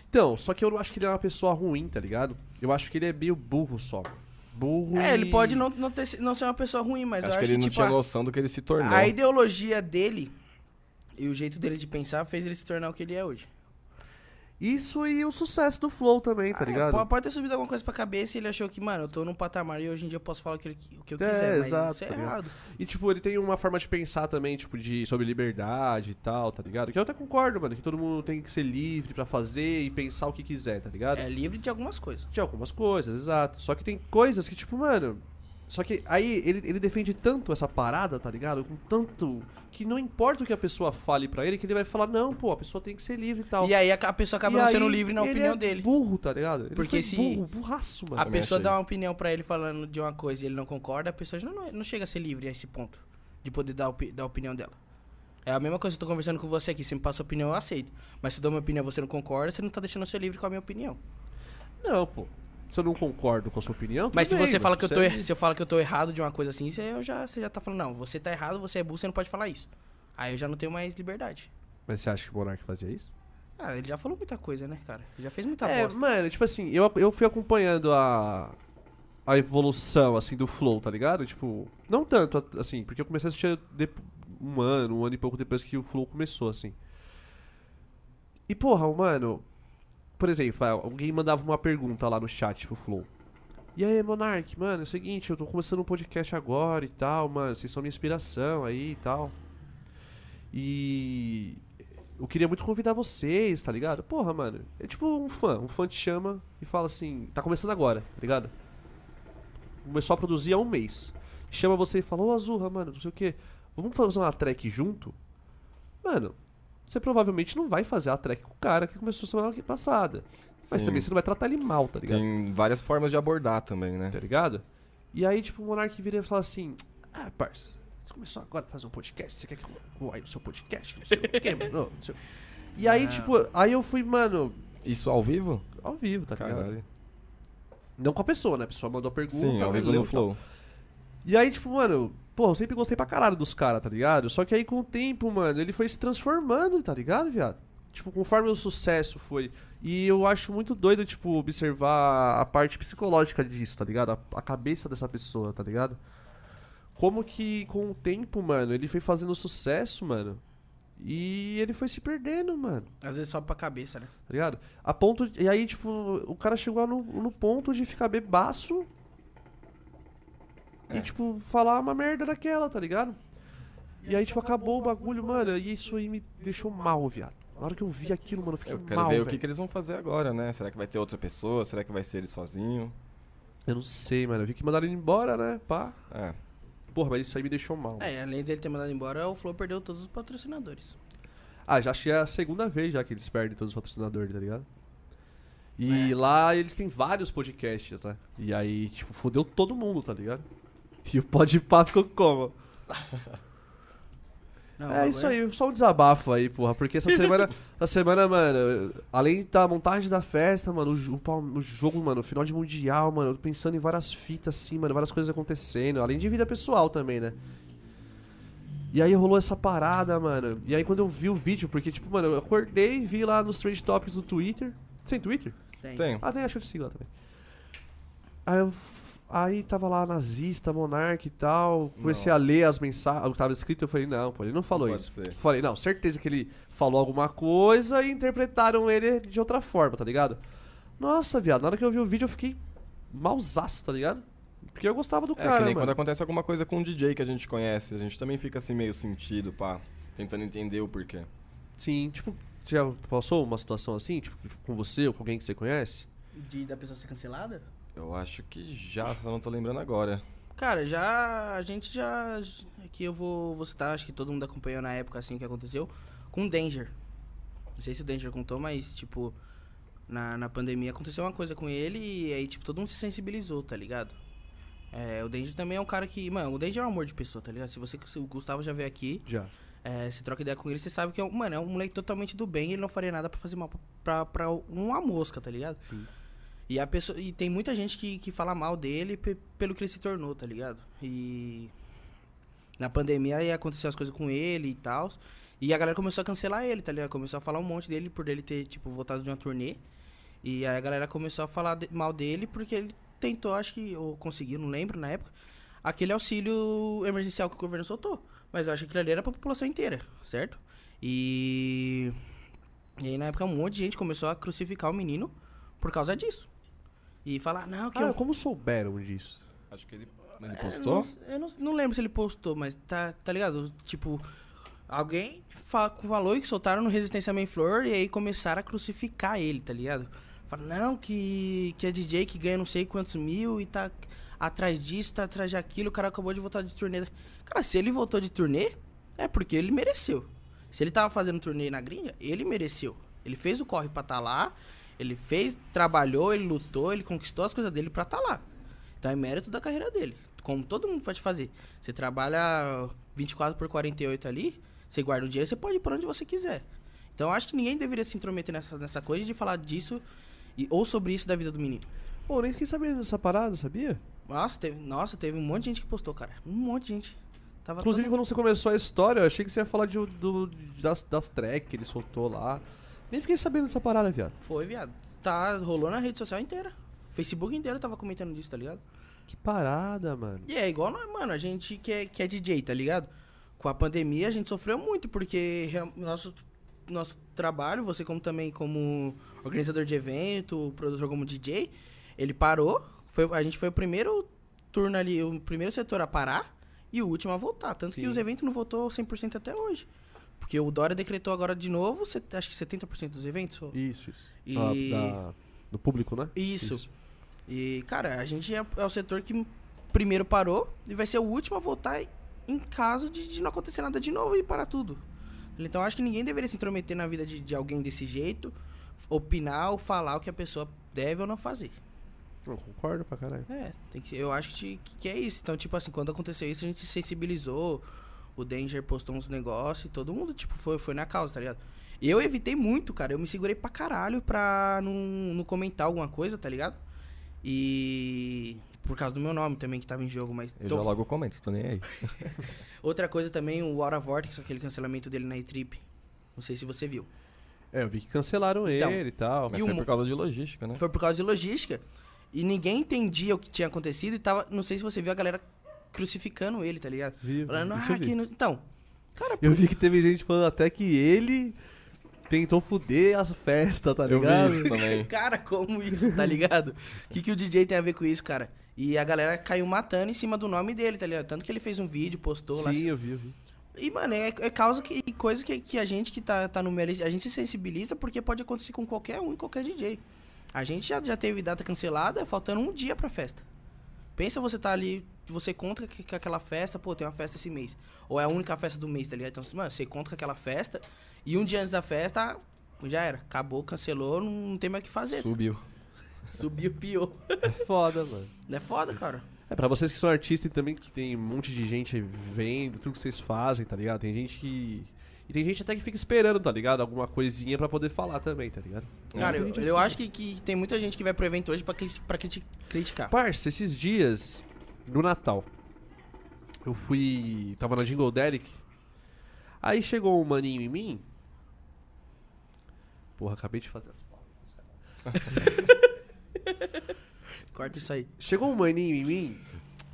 Então, só que eu não acho que ele é uma pessoa ruim, tá ligado? Eu acho que ele é meio burro só. Burro
é, ele
e-
pode não, não, ter, não ser uma pessoa ruim, mas
acho
eu acho
que ele
que,
não
tipo,
tinha
a-
noção do que ele se tornou.
a, ideologia dele e o jeito dele de pensar fez ele se tornar o que ele é hoje.
Isso e o sucesso do Flow também, tá
Ah, é,
ligado?
po- pode ter subido alguma coisa pra cabeça e ele achou que, mano, eu tô num patamar e hoje em dia eu posso falar o que, ele- o que eu
É,
quiser, mas
exato,
isso é
tá ligado?
errado.
E, tipo, ele tem uma forma de pensar também, tipo, de, sobre liberdade e tal, tá ligado? Que eu até concordo, mano, que todo mundo tem que ser livre pra fazer e pensar o que quiser, tá ligado?
É livre de algumas coisas.
De algumas coisas, exato. Só que tem coisas que, tipo, mano. Só que aí ele, ele defende tanto essa parada, tá ligado? Com tanto. Que não importa o que a pessoa fale pra ele, que ele vai falar, não, pô, a pessoa tem que ser livre e tal.
E aí a, a pessoa acaba
E
não
aí
sendo livre na
ele
opinião
é
dele.
burro, tá ligado? Ele
Porque
Porque
se-
se. Burro, burraço, mano.
A
Também
pessoa
achei.
dá uma opinião pra ele falando de uma coisa e ele não concorda, a pessoa já não, não chega a ser livre a esse ponto de poder dar opi- dar a opinião dela. É a mesma coisa que eu tô conversando com você aqui. Você me passa a opinião, eu aceito. Mas se eu dou minha opinião e você não concorda, você não tá deixando eu ser livre com a minha opinião.
Não, pô. Se eu não concordo com a sua opinião, tudo
Mas se
bem,
você fala que eu tô,
é-
er- se eu falo que eu tô errado de uma coisa assim, você eu já você já tá falando, não, você tá errado, você é burro, você não pode falar isso. Aí eu já não tenho mais liberdade.
Mas você acha que o Monark fazia isso?
Ah, ele já falou muita coisa, né, cara? Ele já fez muita
é,
bosta.
mano, tipo assim, eu, eu fui acompanhando a, a evolução, assim, do Flow, tá ligado? Tipo, não tanto, a- assim, porque eu comecei a assistir dep- um ano, um ano e pouco depois que o Flow começou, assim. E, porra, mano, por exemplo, ah, alguém mandava uma pergunta lá no chat pro Flow. E aí, Monark, mano, é o seguinte, eu tô começando um podcast agora e tal, mano, vocês são minha inspiração aí e tal. E eu queria muito convidar vocês, tá ligado? Porra, mano. É tipo um fã. Um fã te chama e fala assim: tá começando agora, tá ligado? Começou a produzir há um mês. Chama você e fala: Ô Azurra, mano, não sei o quê. Vamos fazer uma track junto? Mano, você provavelmente não vai fazer a track com o cara que começou semana passada. Mas
Sim.
também você não vai tratar ele mal, tá ligado?
Tem várias formas de abordar também, né?
Tá ligado? E aí, tipo, o Monark vira e fala assim: Ah, parça, você começou agora a fazer um podcast? Você quer que eu vou aí no seu podcast? Não sei o quê, mano. não sei o- E aí, tipo, aí eu fui, mano,
Isso ao vivo?
ao vivo, tá ligado?
Caralho.
Não com a pessoa, né? A pessoa mandou a pergunta.
Sim, ao vivo
leu
no
e tal.
Flow.
E aí, tipo, mano, porra, eu sempre gostei pra caralho dos caras, tá ligado? Só que aí com o tempo, mano, ele foi se transformando, tá ligado, viado? Tipo, conforme o sucesso foi. E eu acho muito doido, tipo, observar a parte psicológica disso, tá ligado? A, a cabeça dessa pessoa, tá ligado? Como que com o tempo, mano, ele foi fazendo sucesso, mano. E ele foi se perdendo, mano
Às vezes sobe pra cabeça, né?
tá ligado? A ponto. E aí, tipo, o cara chegou no, no ponto de ficar bebaço
É.
e, tipo, falar uma merda daquela, tá ligado? E aí, tipo, acabou o bagulho, mano. E isso aí me deixou mal, viado. Na hora que eu vi aquilo, mano, eu fiquei
Eu quero
mal,
ver o
velho.
que, que eles vão fazer agora, né? Será que vai ter outra pessoa? Será que vai ser ele sozinho?
Eu não sei, mano. Eu vi que mandaram ele embora, né? Pá.
É.
Porra, mas isso aí me deixou mal.
É, além dele ter mandado embora, o Flow perdeu todos os patrocinadores.
Ah, já acho que é a segunda vez já que eles perdem todos os patrocinadores, tá ligado? E lá eles têm vários podcasts, tá? E aí, tipo, fodeu todo mundo, tá ligado? E o Podpah ficou como?
Não,
é isso aí, só um desabafo aí, porra. Porque essa semana, essa semana, mano, além da montagem da festa, mano, o, jo- o pau- o jogo, mano, o final de mundial, mano, eu tô pensando em várias fitas assim, mano, várias coisas acontecendo, além de vida pessoal também, né? E aí rolou essa parada, mano. E aí quando eu vi o vídeo, porque, tipo, mano, eu acordei e vi lá nos trend topics do Twitter. Sem Twitter?
Tem.
Tem.
Ah, tem, acho que eu te sigo lá também. Aí eu f- Aí tava lá nazista, monarca e tal. Comecei
Não.
a ler as mensagens, o que tava escrito. Eu falei, não, pô, ele não falou
Pode
isso.
ser.
Falei, não, certeza que ele falou alguma coisa e interpretaram ele de outra forma, tá ligado? Nossa, viado, na hora que eu vi o vídeo eu fiquei mausaço, tá ligado? Porque eu gostava do
É
cara,
que nem
mano.
quando acontece alguma coisa com um DJ que a gente conhece, a gente também fica assim meio sentido, pá, tentando entender o porquê.
Sim, tipo, já passou uma situação assim, tipo, tipo, com você ou com alguém que você conhece?
De, da pessoa ser cancelada?
Eu acho que já, só não tô lembrando agora.
Cara, já. A gente já. Aqui eu vou, vou citar, acho que todo mundo acompanhou na época assim o que aconteceu. Com o Danger. Não sei se o Danger contou, mas, tipo, na, na pandemia aconteceu uma coisa com ele e aí, tipo, todo mundo se sensibilizou, tá ligado? É, o Danger também é um cara que. Mano, o Danger é um amor de pessoa, tá ligado? Se você. se o Gustavo já veio aqui,
Já.
é, se troca ideia com ele, você sabe que é um. Mano, é um moleque totalmente do bem e ele não faria nada pra fazer mal pra, pra um, uma mosca, tá ligado?
Sim.
E, a pessoa, e tem muita gente que, que fala mal dele pe- pelo que ele se tornou, tá ligado? E na pandemia aí aconteceu as coisas com ele e tal. E a galera começou a cancelar ele, tá ligado? Começou a falar um monte dele por ele ter, tipo, voltado de uma turnê. E aí a galera começou a falar de- mal dele porque ele tentou, acho que, ou conseguiu, não lembro na época, aquele auxílio emergencial que o governo soltou. Mas eu acho que aquilo ali era pra população inteira, certo? E. E aí na época um monte de gente começou a crucificar o menino por causa disso. E falar, não, que
Cara,
eu.
como souberam disso?
Acho que ele, ele
É,
postou?
Eu, não, eu não- não lembro se ele postou, mas tá, tá ligado? Tipo, alguém fa- falou e que soltaram no Resistência Main Flor e aí começaram a crucificar ele, tá ligado? Falaram, não, que, que é DJ que ganha não sei quantos mil e tá atrás disso, tá atrás daquilo, o cara acabou de voltar de turnê. Cara, se ele voltou de turnê, é porque ele mereceu. Se ele tava fazendo turnê na gringa, ele mereceu. Ele fez o corre pra tá lá, ele fez, trabalhou, ele lutou, ele conquistou as coisas dele pra tá lá. Então é mérito da carreira dele. Como todo mundo pode fazer. Você trabalha 24 por 48 ali, você guarda o dinheiro, você pode ir pra onde você quiser. Então eu acho que ninguém deveria se intrometer nessa, nessa coisa de falar disso e- ou sobre isso da vida do menino.
Pô, eu nem fiquei sabendo dessa parada, sabia?
Nossa teve, nossa, teve um monte de gente que postou, cara. Um monte de gente. Tava
Inclusive,
todo...
quando você começou a história, eu achei que você ia falar de, do, das, das tracks que ele soltou lá. Nem fiquei sabendo dessa parada, viado.
Foi, viado. Tá, rolou na rede social inteira. Facebook inteiro tava comentando disso, tá ligado?
Que parada, mano.
E é igual nós, mano, a gente que é, que é DJ, tá ligado? Com a pandemia a gente sofreu muito, porque real- nosso, nosso trabalho, você como também como organizador de evento, produtor como DJ, ele parou. Foi, a gente foi o primeiro turno ali, o primeiro setor a parar e o último a voltar. Tanto que
Sim.
os eventos não voltou 100% até hoje. Porque o Dória decretou agora de novo, set- acho que 70% dos eventos. ou-
Isso, isso.
E-
Da- da- do público, né?
Isso. E, cara, a gente é, é o setor que primeiro parou e vai ser o último a voltar em caso de, de não acontecer nada de novo e parar tudo. Então acho que ninguém deveria se intrometer na vida de, de alguém desse jeito, opinar ou falar o que a pessoa deve ou não fazer.
Eu concordo pra caralho.
É, tem que, eu acho que, que é isso. Então, tipo assim, quando aconteceu isso, a gente se sensibilizou. O Danger postou uns negócios e todo mundo, tipo, foi, foi na causa, tá ligado? Eu evitei muito, cara. Eu me segurei pra caralho pra não, não comentar alguma coisa, tá ligado? E. Por causa do meu nome também, que tava em jogo, mas.
Eu
tô-
já logo comento, tô nem aí.
Outra coisa também, o Aura Vortex, é aquele cancelamento dele na E-Trip. Não sei se você viu.
É, eu vi que cancelaram
Então,
ele e tal.
Mas
E
foi
o mo-
por causa de logística, né?
Foi por causa de logística. E ninguém entendia o que tinha acontecido e tava. Não sei se você viu a galera crucificando ele, tá ligado?
Vi,
Falando,
isso
ah,
eu, vi.
que não... Então, cara,
eu vi que teve gente falando até que ele tentou fuder as festas, tá
eu
ligado?
vi isso também.
cara, como isso, tá ligado? O que, que o DJ tem a ver com isso, cara? E a galera caiu matando em cima do nome dele, tá ligado? Tanto que ele fez um vídeo, postou lá.
Sim, eu vi, eu vi.
E, mano, é, é causa que, e coisa que, que a gente que tá, tá no meio, ali, a gente se sensibiliza porque pode acontecer com qualquer um e qualquer DJ. A gente já, já teve data cancelada, faltando um dia pra festa. Pensa você tá ali, você conta que, que aquela festa, pô, tem uma festa esse mês. Ou é a única festa do mês, tá ligado? Então, mano, você conta com aquela festa e um dia antes da festa, já era. Acabou, cancelou, tá não, não tem mais o que fazer.
Subiu.
Subiu, pior.
É foda, mano.
É foda, cara.
É, pra vocês que são artistas e também que tem um monte de gente vendo tudo que vocês fazem, tá ligado? Tem gente que. E tem gente até que fica esperando, tá ligado? Alguma coisinha pra poder falar também, tá ligado?
Cara,
Tem
eu,
gente
eu
assim.
acho que, que tem muita gente que vai pro evento hoje pra, criti- pra criti- criticar.
Parça, esses dias, no Natal, eu fui. Tava na Jingle Derek. Aí chegou um maninho em mim. Porra, acabei de fazer as pausas.
Corta isso aí.
Chegou um maninho em mim.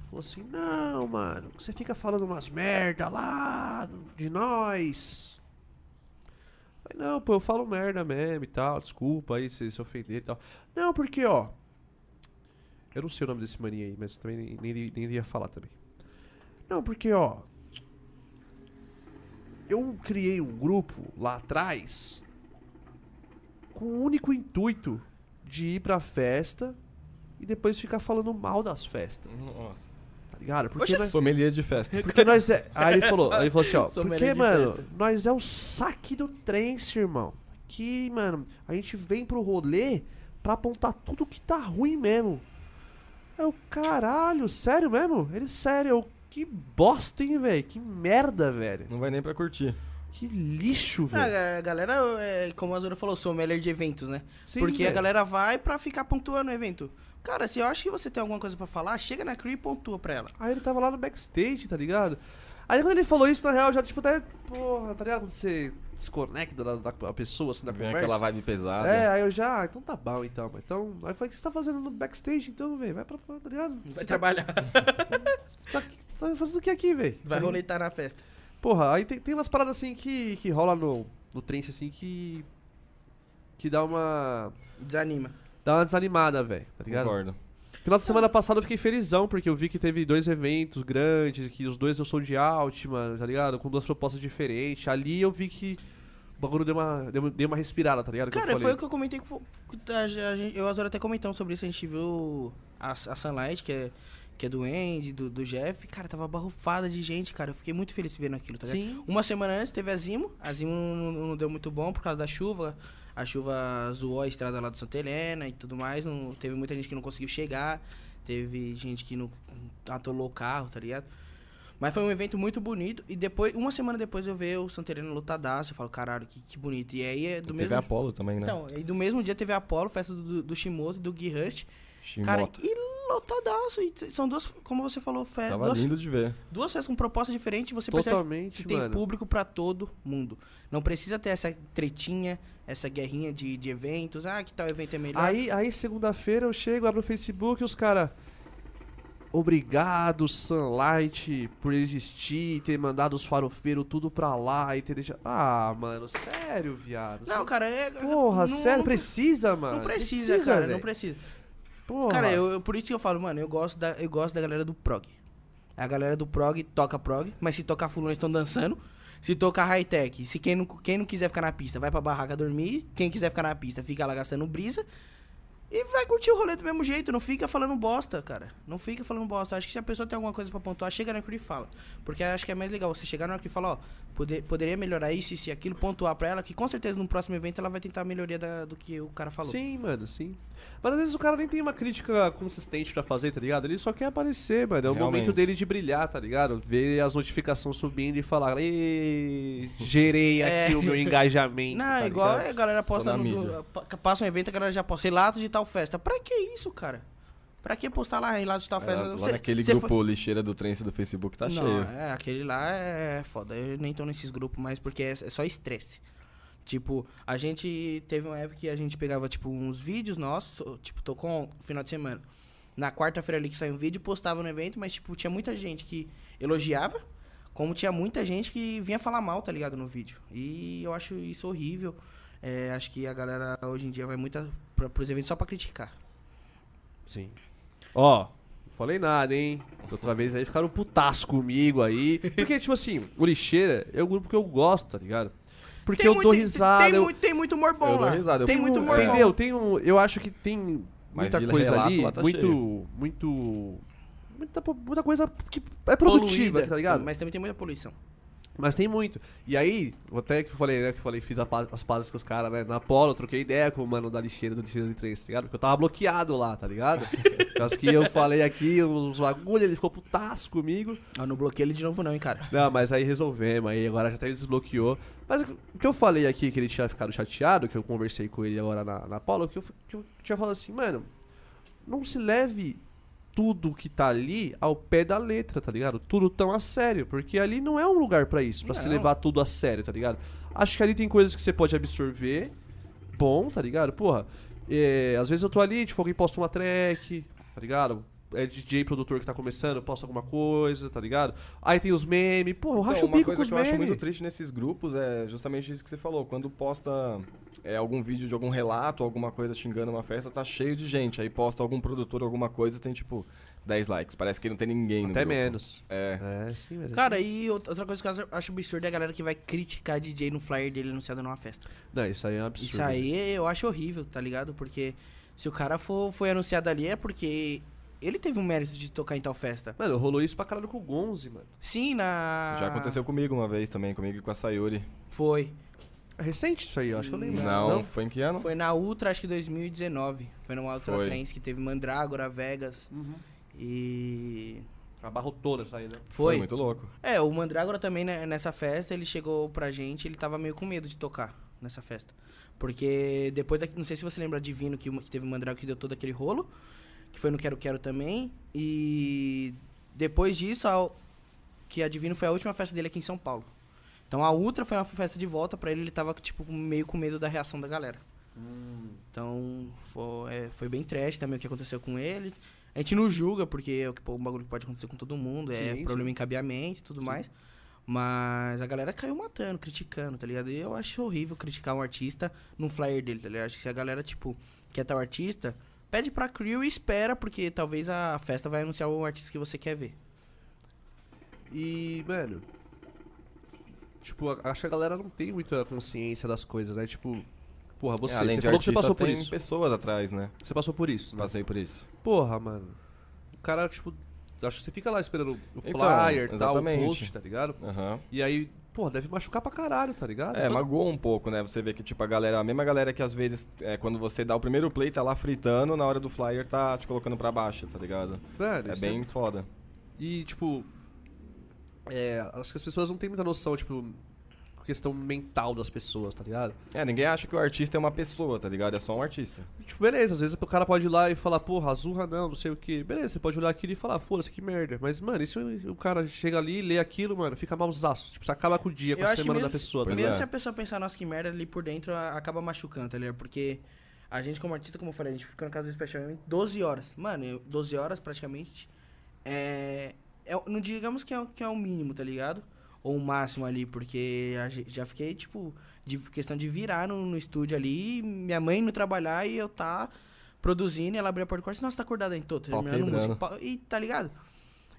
Falou assim: Não, mano, você fica falando umas merda lá de nós. Falei, não, pô, eu falo merda mesmo e tal. Desculpa aí se se ofender e tal. Não, porque, ó. Eu não sei o nome desse maninho aí, mas também nem, nem, nem iria falar também. Não, porque, ó. Eu criei um grupo lá atrás com o único intuito de ir pra festa e depois ficar falando mal das festas,
Nossa.
tá ligado? Porque nós-
Sommelier de festa.
porque nós é. Aí ele falou, aí ele falou assim, ó.
Sou
Porque,
melhor de
mano,
festa."
nós é o saque do trance, irmão. Aqui, mano, a gente vem pro rolê pra apontar tudo que tá ruim mesmo. É o caralho, sério mesmo? Ele, sério, eu- que bosta, hein, velho? Que merda, velho.
Não vai nem pra curtir.
Que lixo, velho.
Ah, a galera, é, como a Azura falou, sou melhor de eventos, né?
Sim, é.
Porque a
velho.
galera vai pra ficar pontuando o evento. Cara, se eu acho que você tem alguma coisa pra falar, chega na crew e pontua pra ela.
Aí ele tava lá no backstage, tá ligado? Aí quando ele falou isso, na real, já, tipo, até. Porra, tá ligado? Quando você desconecta da, da- da pessoa, assim, da
Vem
conversa.
aquela vibe pesada.
É, aí eu já, ah, então tá bom então, mas então. Aí eu falei, o que você tá fazendo no backstage então, velho? Vai pra. pra- Tá ligado? Você tá,
trabalhar,
você tá, tá fazendo o que aqui, velho?
vai
Aí-
roletar na festa.
Porra, aí tem, tem umas paradas assim que, que rola no, no trance assim que. que dá uma.
Desanima.
dá uma desanimada, velho, tá ligado?
Concordo.
Final de semana passado eu fiquei felizão, porque eu vi que teve dois eventos grandes, que os dois eu sou de out, mano, tá ligado? Com duas propostas diferentes. Ali eu vi que o bagulho deu uma, deu, uma- deu uma respirada, tá ligado? Que eu
Cara, foi
falei.
o que eu comentei com. com- A, gen- a, gente- eu e a Azura até comentamos sobre isso, a gente viu a, a Sunlight, que é, que é do Andy, do, do Jeff. Cara, tava barrufada de gente, cara. Eu fiquei muito feliz vendo aquilo, tá ligado?
Sim.
Uma semana antes teve a Zimo. A Zimo não, não- não deu muito bom por causa da chuva. A chuva zoou a estrada lá do Santa Helena e tudo mais. Não, teve muita gente que não conseguiu chegar. Teve gente que não atolou o carro, tá ligado? Mas foi um evento muito bonito. E depois, uma semana depois eu vejo o Santa Helena lotadaço. Eu falo, caralho, que, que bonito. E aí é do
Teve
mesmo.
Apollo também, né?
Então, e do mesmo dia teve a Apollo, festa do, do Shimoto e do Gui Rust. Cara,
Shimoto.
e lotadaço. E t- são duas, como você falou, fe-
Tava
duas,
lindo de ver.
duas festas com propostas diferentes. Você percebe
Totalmente,
que tem
mano.
público pra todo mundo. Não precisa ter essa tretinha, essa guerrinha de, de eventos. Ah, que tal evento é melhor?
Aí, aí segunda-feira eu chego, abro o Facebook e os caras. Obrigado, Sunlight, por existir, ter mandado os farofeiros tudo pra lá e ter deixado. Ah, mano, sério, viado.
não, cara, é.
Porra,
não-
sério,
não,
precisa, mano.
Não precisa, cara,
velho.
não precisa.
Porra.
Cara, eu, eu- por isso que eu falo, mano, eu gosto da, eu gosto da galera do prog. A galera do prog toca prog, mas se tocar fulano eles estão dançando. Se tocar high-tech, se quem não, quem não quiser ficar na pista, vai pra barraca dormir. Quem quiser ficar na pista, fica lá gastando brisa. E vai curtir o rolê do mesmo jeito, não fica falando bosta, cara. Não fica falando bosta. Acho que se a pessoa tem alguma coisa pra pontuar, chega na crew e fala. Porque acho que é mais legal você chegar na crew e falar, ó, poder- poderia melhorar isso, isso e aquilo, pontuar pra ela, que com certeza no próximo evento ela vai tentar a melhoria da- do que o cara falou.
Sim, mano, sim. Mas às vezes o cara nem tem uma crítica consistente pra fazer, tá ligado? Ele só quer aparecer, mano. É o
Realmente.
momento dele de brilhar, tá ligado? Ver as notificações subindo e falar, "Ê, gerei aqui
É.
o meu engajamento.
Não,
tá
igual
ligado?
a galera posta
na
no,
mídia.
do, pa- passa um evento, a galera já posta relatos de tal festa. Pra que isso, cara? Pra que postar lá relatos de tal
Era
festa?
É, lá
Você-
naquele
você
grupo
foi-
lixeira do trance do Facebook tá
não,
cheio.
É, aquele lá é foda. Eu nem tô nesses grupos mais porque é, é só estresse. Tipo, a gente teve uma época que a gente pegava, tipo, uns vídeos nossos, ou, tipo, tô com final de semana. Na quarta-feira ali que saiu um vídeo, postava no evento, mas, tipo, tinha muita gente que elogiava, como tinha muita gente que vinha falar mal, tá ligado, no vídeo. E eu acho isso horrível. É, acho que a galera hoje em dia vai muito pra, pros eventos só pra criticar.
Sim. Ó, não falei nada, hein? Outra vez aí ficaram putas comigo aí. Porque, tipo assim, o lixeira é o grupo que eu gosto, tá ligado? Porque
Tem
eu
muito-
dou
tem-
risada.
Tem,
eu-
muito, tem muito humor bom
eu dou
lá.
risada, eu
tem
fico-
muito humor bom.
Entendeu? Tem um, eu acho que tem
Mas
muita
de
coisa
relato
ali,
lá tá
muito,
cheio.
muito, muita, po- muita coisa que é produtiva,
Poluída,
tá ligado?
Mas também tem muita poluição.
Mas tem muito. E aí, até que eu falei, né? Que eu falei, fiz a paz- as pazes com os caras, né? Na Polo, eu troquei ideia com o mano da lixeira do lixeira de três, tá ligado? Porque eu tava bloqueado lá, tá ligado? Por causa que eu falei aqui uns bagulho, ele ficou putaço comigo.
Eu Ah, não bloqueei ele de novo, não, hein, cara.
Não, mas aí resolvemos, aí agora já até ele desbloqueou. Mas o que eu falei aqui, que ele tinha ficado chateado, que eu conversei com ele agora na, na Paula, que eu, que eu tinha falado assim, mano, não se leve tudo que tá ali ao pé da letra, tá ligado? Tudo tão a sério, porque ali não é um lugar pra isso, pra se
Não.
levar tudo a sério, tá ligado? Acho que ali tem coisas que você pode absorver, bom, tá ligado? Porra, é, às vezes eu tô ali, tipo, alguém posta uma track, tá ligado? É DJ produtor que tá começando, posta alguma coisa, tá ligado? Aí tem os memes, porra, eu racho
Então,
o
uma
bico com
coisa
os
que eu acho muito
memes.
triste nesses grupos é justamente isso que você falou. Quando posta é, algum vídeo de algum relato, alguma coisa xingando uma festa, tá cheio de gente. Aí posta algum produtor, alguma coisa, tem tipo 10 likes. Parece que não tem ninguém no
Até
grupo.
menos.
É.
É, sim, mas é
Cara, e out- outra coisa que eu acho absurda é a galera que vai criticar DJ no flyer dele anunciado numa festa.
assim. Não, isso aí é um absurdo.
Isso aí eu acho horrível, tá ligado? Porque se o cara for, foi anunciado ali é porque ele teve um mérito de tocar em tal festa.
Mano, rolou isso pra caralho com o Gonzi, mano.
Sim, na.
Já aconteceu comigo uma vez também, comigo e com a Sayuri.
Foi.
É recente isso aí, eu acho que eu lembro.
Não, foi em que ano?
Foi na Ultra, acho que 2019. Foi numa Ultra
Foi.
Trends que teve Mandrágora, Vegas
Uhum.
e.
Abarrotou isso aí, né?
Foi.
muito louco.
É, o Mandrágora também né, nessa festa, ele chegou pra gente, ele tava meio com medo de tocar nessa festa. Porque depois, da- não sei se você lembra Divino, que, que teve o Mandrágora que deu todo aquele rolo, que foi no Quero Quero também. E depois disso, a, que a Divino foi a última festa dele aqui em São Paulo. Então a Ultra foi uma festa de volta pra ele, ele tava tipo meio com medo da reação da galera. Então foi, é, foi bem trash também o que aconteceu com ele. A gente não julga, porque é o que- pô, um bagulho que pode acontecer com todo mundo, é
Sim,
problema em cabeamento e tudo mais. Mas a galera caiu matando, criticando, tá ligado? E eu acho horrível criticar um artista num flyer dele, tá ligado? Acho que se a galera, tipo, quer tal artista, pede pra crew e espera, porque talvez a festa vai anunciar o artista que você quer ver.
E, mano. Tipo, a- acho que a galera não tem muita consciência das coisas, né? Tipo, porra, você,
É, além
você
de
falou que você
artista,
passou por
tem
isso.
pessoas atrás, né?
Você passou por isso. né?
Passei por isso.
Porra, mano. O cara, tipo, acho que você fica lá esperando o
Então,
flyer, tal, o
exatamente.
post, tá ligado?
Aham.
E aí, porra, deve machucar pra caralho, tá ligado?
É,
Todo-
magoou um pouco, né? Você vê que, tipo, a galera, a mesma galera que às vezes, é, quando você dá o primeiro play, tá lá fritando, na hora do flyer tá te colocando pra baixo, tá ligado?
Mano,
É
isso
bem foda.
E, tipo. É, acho que as pessoas não têm muita noção, tipo, questão mental das pessoas, tá ligado?
É, ninguém acha que o artista é uma pessoa, tá ligado? É só um artista.
Tipo, beleza, às vezes o cara pode ir lá e falar, porra, azurra não, não sei o que. Beleza, você pode olhar aquilo e falar, foda-se, que merda. Mas, mano, e se o o cara chega ali, lê aquilo, mano, fica malzaço. Tipo, você acaba com o dia, com
Eu
a
acho que
semana da
mesmo-
pessoa, tá
Pois
ligado?
Mesmo
é.
se a pessoa pensar, nossa, que merda, ali por dentro a- acaba machucando, tá ligado? Porque a gente, como artista, como eu falei, a gente fica na casa do especialmente 12 horas. Mano, eu- 12 horas praticamente é. é o- não digamos que é, o- que é o mínimo, tá ligado? Ou o máximo ali, porque a gen- já fiquei, tipo, de questão de virar no, no estúdio ali, minha mãe não trabalhar e eu tá produzindo, e ela abriu a porta do quarto, nossa, tá acordada aí, tô terminando
quebrando.
música. um pau- E tá ligado?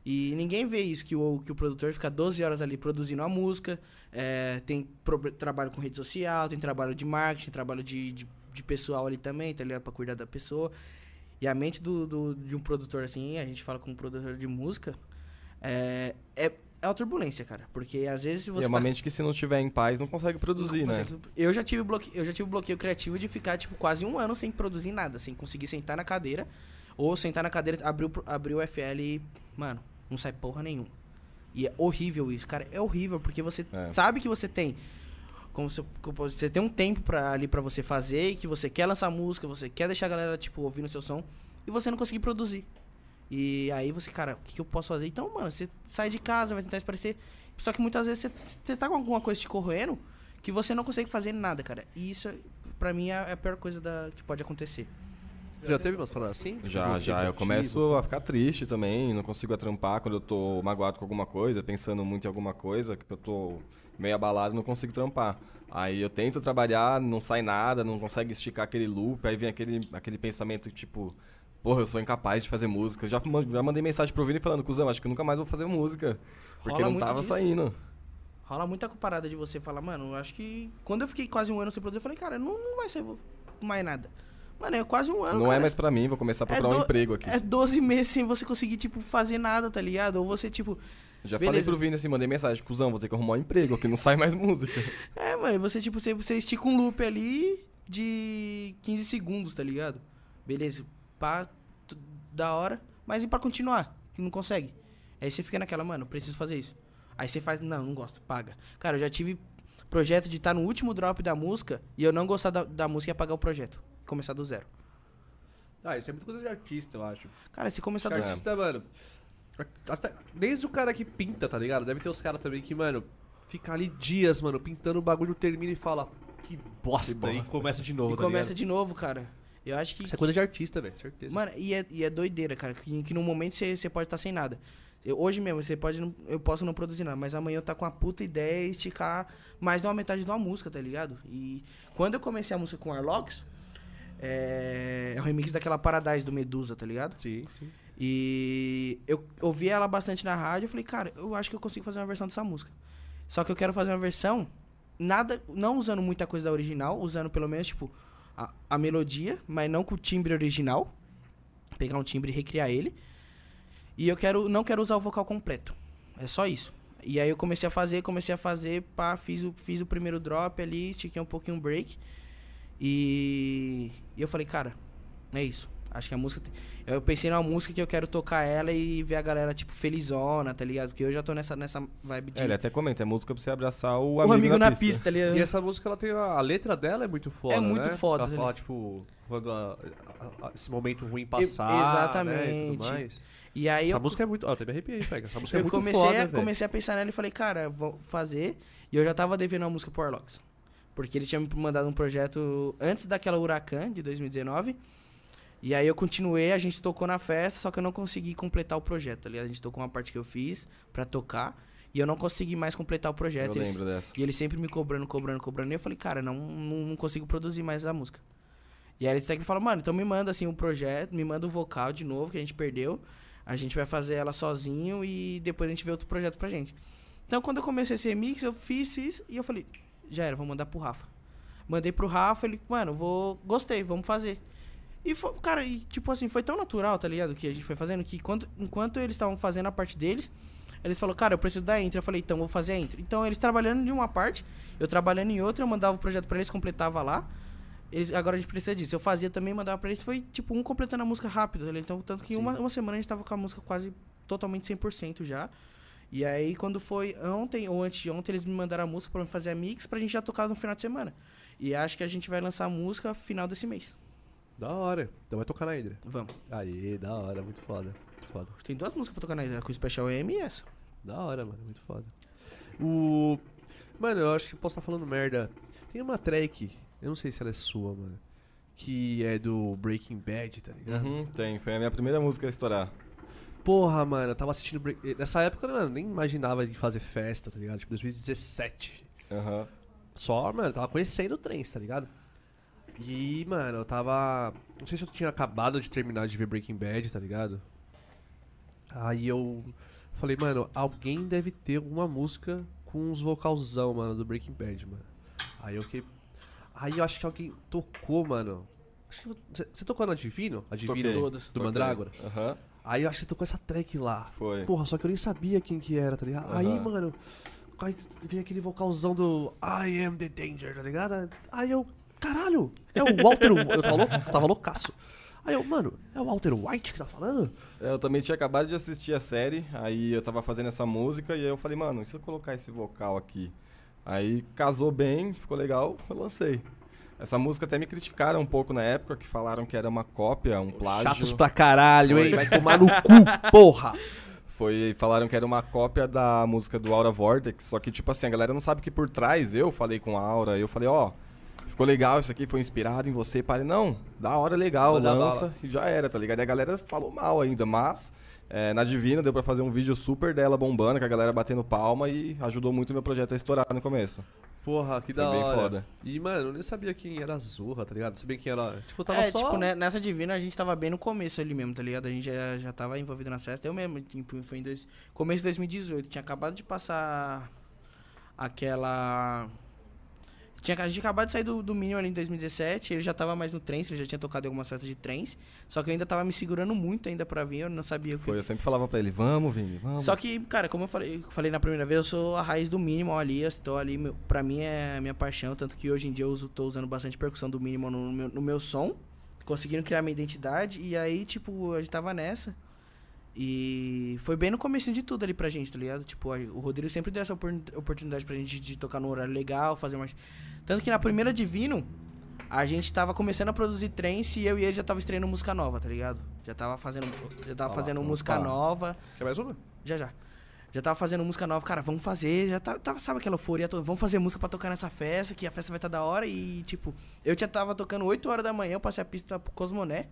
E ninguém vê isso, que o, que o produtor fica 12 horas ali produzindo a música, é, tem prob- trabalho com rede social, tem trabalho de marketing, trabalho de, de, de pessoal ali também, tá ligado? Pra cuidar da pessoa. E a mente do, do- de um produtor, assim, a gente fala como produtor de música, é, é, é uma turbulência, cara. Porque às vezes
E
você.
é uma
tá-
mente que se não estiver em paz não consegue produzir, né?
eu já, tive bloque... eu já tive bloqueio criativo de ficar, tipo, quase um ano sem produzir nada, sem conseguir sentar na cadeira. Ou sentar na cadeira, abrir o, pro- abrir o FL e, mano, não sai porra nenhuma. E é horrível isso, cara. É horrível, porque você
É.
sabe que você tem. Como se, como você tem um tempo pra, ali pra você fazer, e que você quer lançar música, você quer deixar a galera, tipo, ouvindo seu som, e você não conseguir produzir. E aí você, cara, o que, que eu posso fazer? Então, mano, você sai de casa, vai tentar esparecer. Só que muitas vezes você, você tá com alguma coisa te corroendo que você não consegue fazer nada, cara. E isso, pra mim, é a pior coisa da, que pode acontecer.
Já teve umas paradas assim? Tipo,
Já, já. Eu
criativo?
começo a ficar triste também, não consigo atrampar quando eu tô magoado com alguma coisa, pensando muito em alguma coisa, que eu tô meio abalado não consigo trampar. Aí eu tento trabalhar, não sai nada, não consegue esticar aquele loop, aí vem aquele, aquele pensamento tipo, porra, eu sou incapaz de fazer música. Eu já, man- já mandei mensagem pro Vini falando, cuzão, acho que eu nunca mais vou fazer música. Porque
Rola
não
muito
tava
disso.
saindo.
Rola muita parada de você falar, mano, eu acho que. Quando eu fiquei quase um ano sem produzir, eu falei, cara, não, não vai ser mais nada. Mano, é quase um ano.
não é
cara. É
mais pra mim, vou começar a procurar um
do-
emprego aqui.
É 12 meses sem você conseguir, tipo, fazer nada, tá ligado? Ou você, tipo,
Já falei
Beleza.
pro Vini assim, mandei mensagem, cuzão, vou ter que arrumar um emprego, aqui não sai mais música.
É, mano, e você, tipo, você, você estica um loop ali de 15 segundos, tá ligado? Beleza, pá, tu- da hora, mas e pra continuar? E não consegue. Aí você fica naquela, mano, preciso fazer isso. Aí você faz, não, não gosto, paga. Cara, eu já tive projeto de estar no último drop da música e eu não gostar da, da música e apagar o projeto. Começar do zero.
Ah, isso é muito coisa de artista, eu acho.
Cara, se começar
Porque
do
artista, mano. até- desde o cara que pinta, tá ligado? Deve ter os caras também que, mano, fica ali dias, mano, pintando o bagulho, termina e fala, que bosta, e começa de novo,
e
tá
começa
ligado?
de novo, cara. Eu acho que.
Isso é coisa de artista, velho, certeza.
Mano, e é, e é doideira, cara, que, que no momento você você pode estar sem nada. Eu- hoje mesmo, você pode não- eu posso não produzir nada, mas amanhã eu tá com a puta ideia e esticar mais de uma metade de uma música, tá ligado? E quando eu comecei a música com Arlox, é, é o remix daquela Paradise do Medusa, tá ligado?
Sim, sim.
E eu ouvi ela bastante na rádio, eu falei, cara, eu acho que eu consigo fazer uma versão dessa música. Só que eu quero fazer uma versão, nada, não usando muita coisa da original, usando pelo menos, tipo, a, a melodia, mas não com o timbre original. Pegar um timbre e recriar ele. E eu quero, não quero usar o vocal completo. É só isso. E aí eu comecei a fazer, comecei a fazer, pá, fiz o, fiz o primeiro drop ali, estiquei um pouquinho o break. E, e eu falei, cara, é isso. Acho que a música. Tem... Eu pensei numa música que eu quero tocar ela e ver a galera, tipo, felizona, tá ligado? Porque eu já tô nessa, nessa vibe de.
É, ele até comenta, é música pra você abraçar o
o
amigo,
amigo, na, pista.
pista.
tá ligado?
E essa música, ela tem a, a letra dela é muito foda,
É muito
né?
foda,
Ela
né?
fala, tipo, quando a- a- a- esse momento ruim passar, né, e tudo
exatamente.
mais.
E aí
essa
eu
música é muito... Ó, até me arrepiei, pega. Essa música é
eu
muito
comecei,
foda,
a,
velho.
comecei a pensar nela e falei, cara, vou fazer. E eu já tava devendo uma música pro Arlox. Porque ele tinha me mandado um projeto antes daquela Huracan de 2019. E aí eu continuei, a gente tocou na festa, só que eu não consegui completar o projeto, tá ligado? A gente tocou uma parte que eu fiz pra tocar. E eu não consegui mais completar o
Eu
projeto. Eles-
lembro dessa.
e ele sempre me cobrando, cobrando, cobrando. E eu falei, cara, não, não, não consigo produzir mais a música. E aí eles até que falam, mano, então me manda assim um projeto, me manda o vocal de novo que a gente perdeu. A gente vai fazer ela sozinho e depois a gente vê outro projeto pra gente. Então quando eu comecei esse remix, eu fiz isso e eu falei, já era, vou mandar pro Rafa. Mandei pro Rafa, ele, mano, vou. Gostei, vamos fazer. E foi, cara, e tipo assim, foi tão natural, tá ligado? Que a gente foi fazendo, que enquanto, enquanto eles estavam fazendo a parte deles, eles falaram, cara, eu preciso da intro. Eu falei, então vou fazer a intro. Então eles trabalhando de uma parte, eu trabalhando em outra, eu mandava o projeto pra eles, completava lá. Eles, agora a gente precisa disso. Eu fazia também, mandava pra eles. Foi tipo um completando a música rápido. tá ligado? Então, tanto que
Sim.
uma, uma semana a gente tava com a música quase totalmente 100% já. E aí, quando foi ontem ou antes de ontem, eles me mandaram a música pra eu fazer a mix pra gente já tocar no final de semana. E acho que a gente vai lançar a música final desse mês.
Da hora. Então vai tocar na Hydra.
Vamos.
Aí, da hora. Muito foda. Muito foda.
Tem duas músicas pra tocar na ilha, com o Special M e essa.
Da hora, mano. Muito foda. O. Mano, eu acho que posso estar falando merda. Tem uma track, eu não sei se ela é sua, mano. Que é do Breaking Bad, tá ligado?
Uhum, tem, foi a minha primeira música a estourar.
Porra, mano, eu tava assistindo. Break... Nessa época, mano, eu nem imaginava de fazer festa, tá ligado? Tipo, 2017.
Aham.
Só, mano, eu tava conhecendo o trens, tá ligado? E, mano, eu tava. Não sei se eu tinha acabado de terminar de ver Breaking Bad, tá ligado? Aí eu falei, mano, alguém deve ter alguma música com uns vocalzão, mano, do Breaking Bad, mano. Aí eu que. Aí eu acho que alguém tocou, mano. Acho que você- Você tocou no Adivino? Adivino
Toquei.
do,
Todas.
do Mandrágora?
Aham,
Aí eu acho que tocou essa track lá.
foi.
Porra, só que eu nem sabia quem que era, tá ligado? Aí,
Aham.
mano, aí vem aquele vocalzão do I am the danger, tá ligado? Aí eu, caralho, é o Walter. eu tava, lou- tava loucaço. Aí eu, mano, é o Walter White que tá falando?
Eu também tinha acabado de assistir a série, aí eu tava fazendo essa música e aí eu falei, mano, e se eu colocar esse vocal aqui? Aí casou bem, ficou legal, eu lancei. Essa música até me criticaram um pouco na época, que falaram que era uma cópia, um plágio.
Chatos pra caralho, hein?
Foi.
Vai tomar no cu, porra!
Foi, falaram que era uma cópia da música do Aura Vortex, só que tipo assim, a galera não sabe que por trás eu falei com a Aura, eu falei, ó, ficou legal isso aqui, foi inspirado em você, pare não, da hora legal,
Manda
lança
bala.
e já era, tá ligado? E a galera falou mal ainda, mas é, na Divina deu pra fazer um vídeo super dela bombando, com a galera batendo palma e ajudou muito o meu projeto a estourar no começo.
Porra, que
Foi
da
bem
hora.
foda.
E, mano, eu nem sabia quem era a Zorra, tá ligado? Não sabia quem era. Tipo, eu tava
é,
só.
tipo, né, nessa Divina a gente tava bem no começo ali mesmo, tá ligado? A gente já, já tava envolvido nas festas. Eu mesmo, tipo, foi em dois, começo de 2018. Tinha acabado de passar aquela. Tinha, a gente acabado de sair do, do Minion ali em 2017, ele já tava mais no trance, ele já tinha tocado em algumas festas de trance, só que eu ainda tava me segurando muito ainda pra vir, eu não sabia o que
Foi, eu sempre falava pra ele, vamos, Vini, vamos.
só que, cara, como eu falei, eu falei na primeira vez, eu sou a raiz do minimal ali, eu estou ali, meu, pra mim é a minha paixão, tanto que hoje em dia eu uso, tô usando bastante percussão do minimal no, meu, no meu som, conseguindo criar minha identidade, e aí, tipo, a gente tava nessa. E foi bem no começo de tudo ali pra gente, tá ligado? Tipo, a- o Rodrigo sempre deu essa opor- oportunidade pra gente de tocar num horário legal, fazer mais. Tanto que na primeira Divino, a gente tava começando a produzir trance e eu e ele já tava estreando música nova, tá ligado? Já tava fazendo, já tava
Olha lá,
fazendo
opa.
música nova.
Quer mais uma?
Já, já. Já tava fazendo música nova, cara, vamos fazer, já tá, tava, tava- sabe aquela euforia, toda, vamos fazer música pra tocar nessa festa, que a festa vai estar da hora e, tipo, eu já tava tocando 8 horas da manhã, eu passei a pista pro Cosmoné,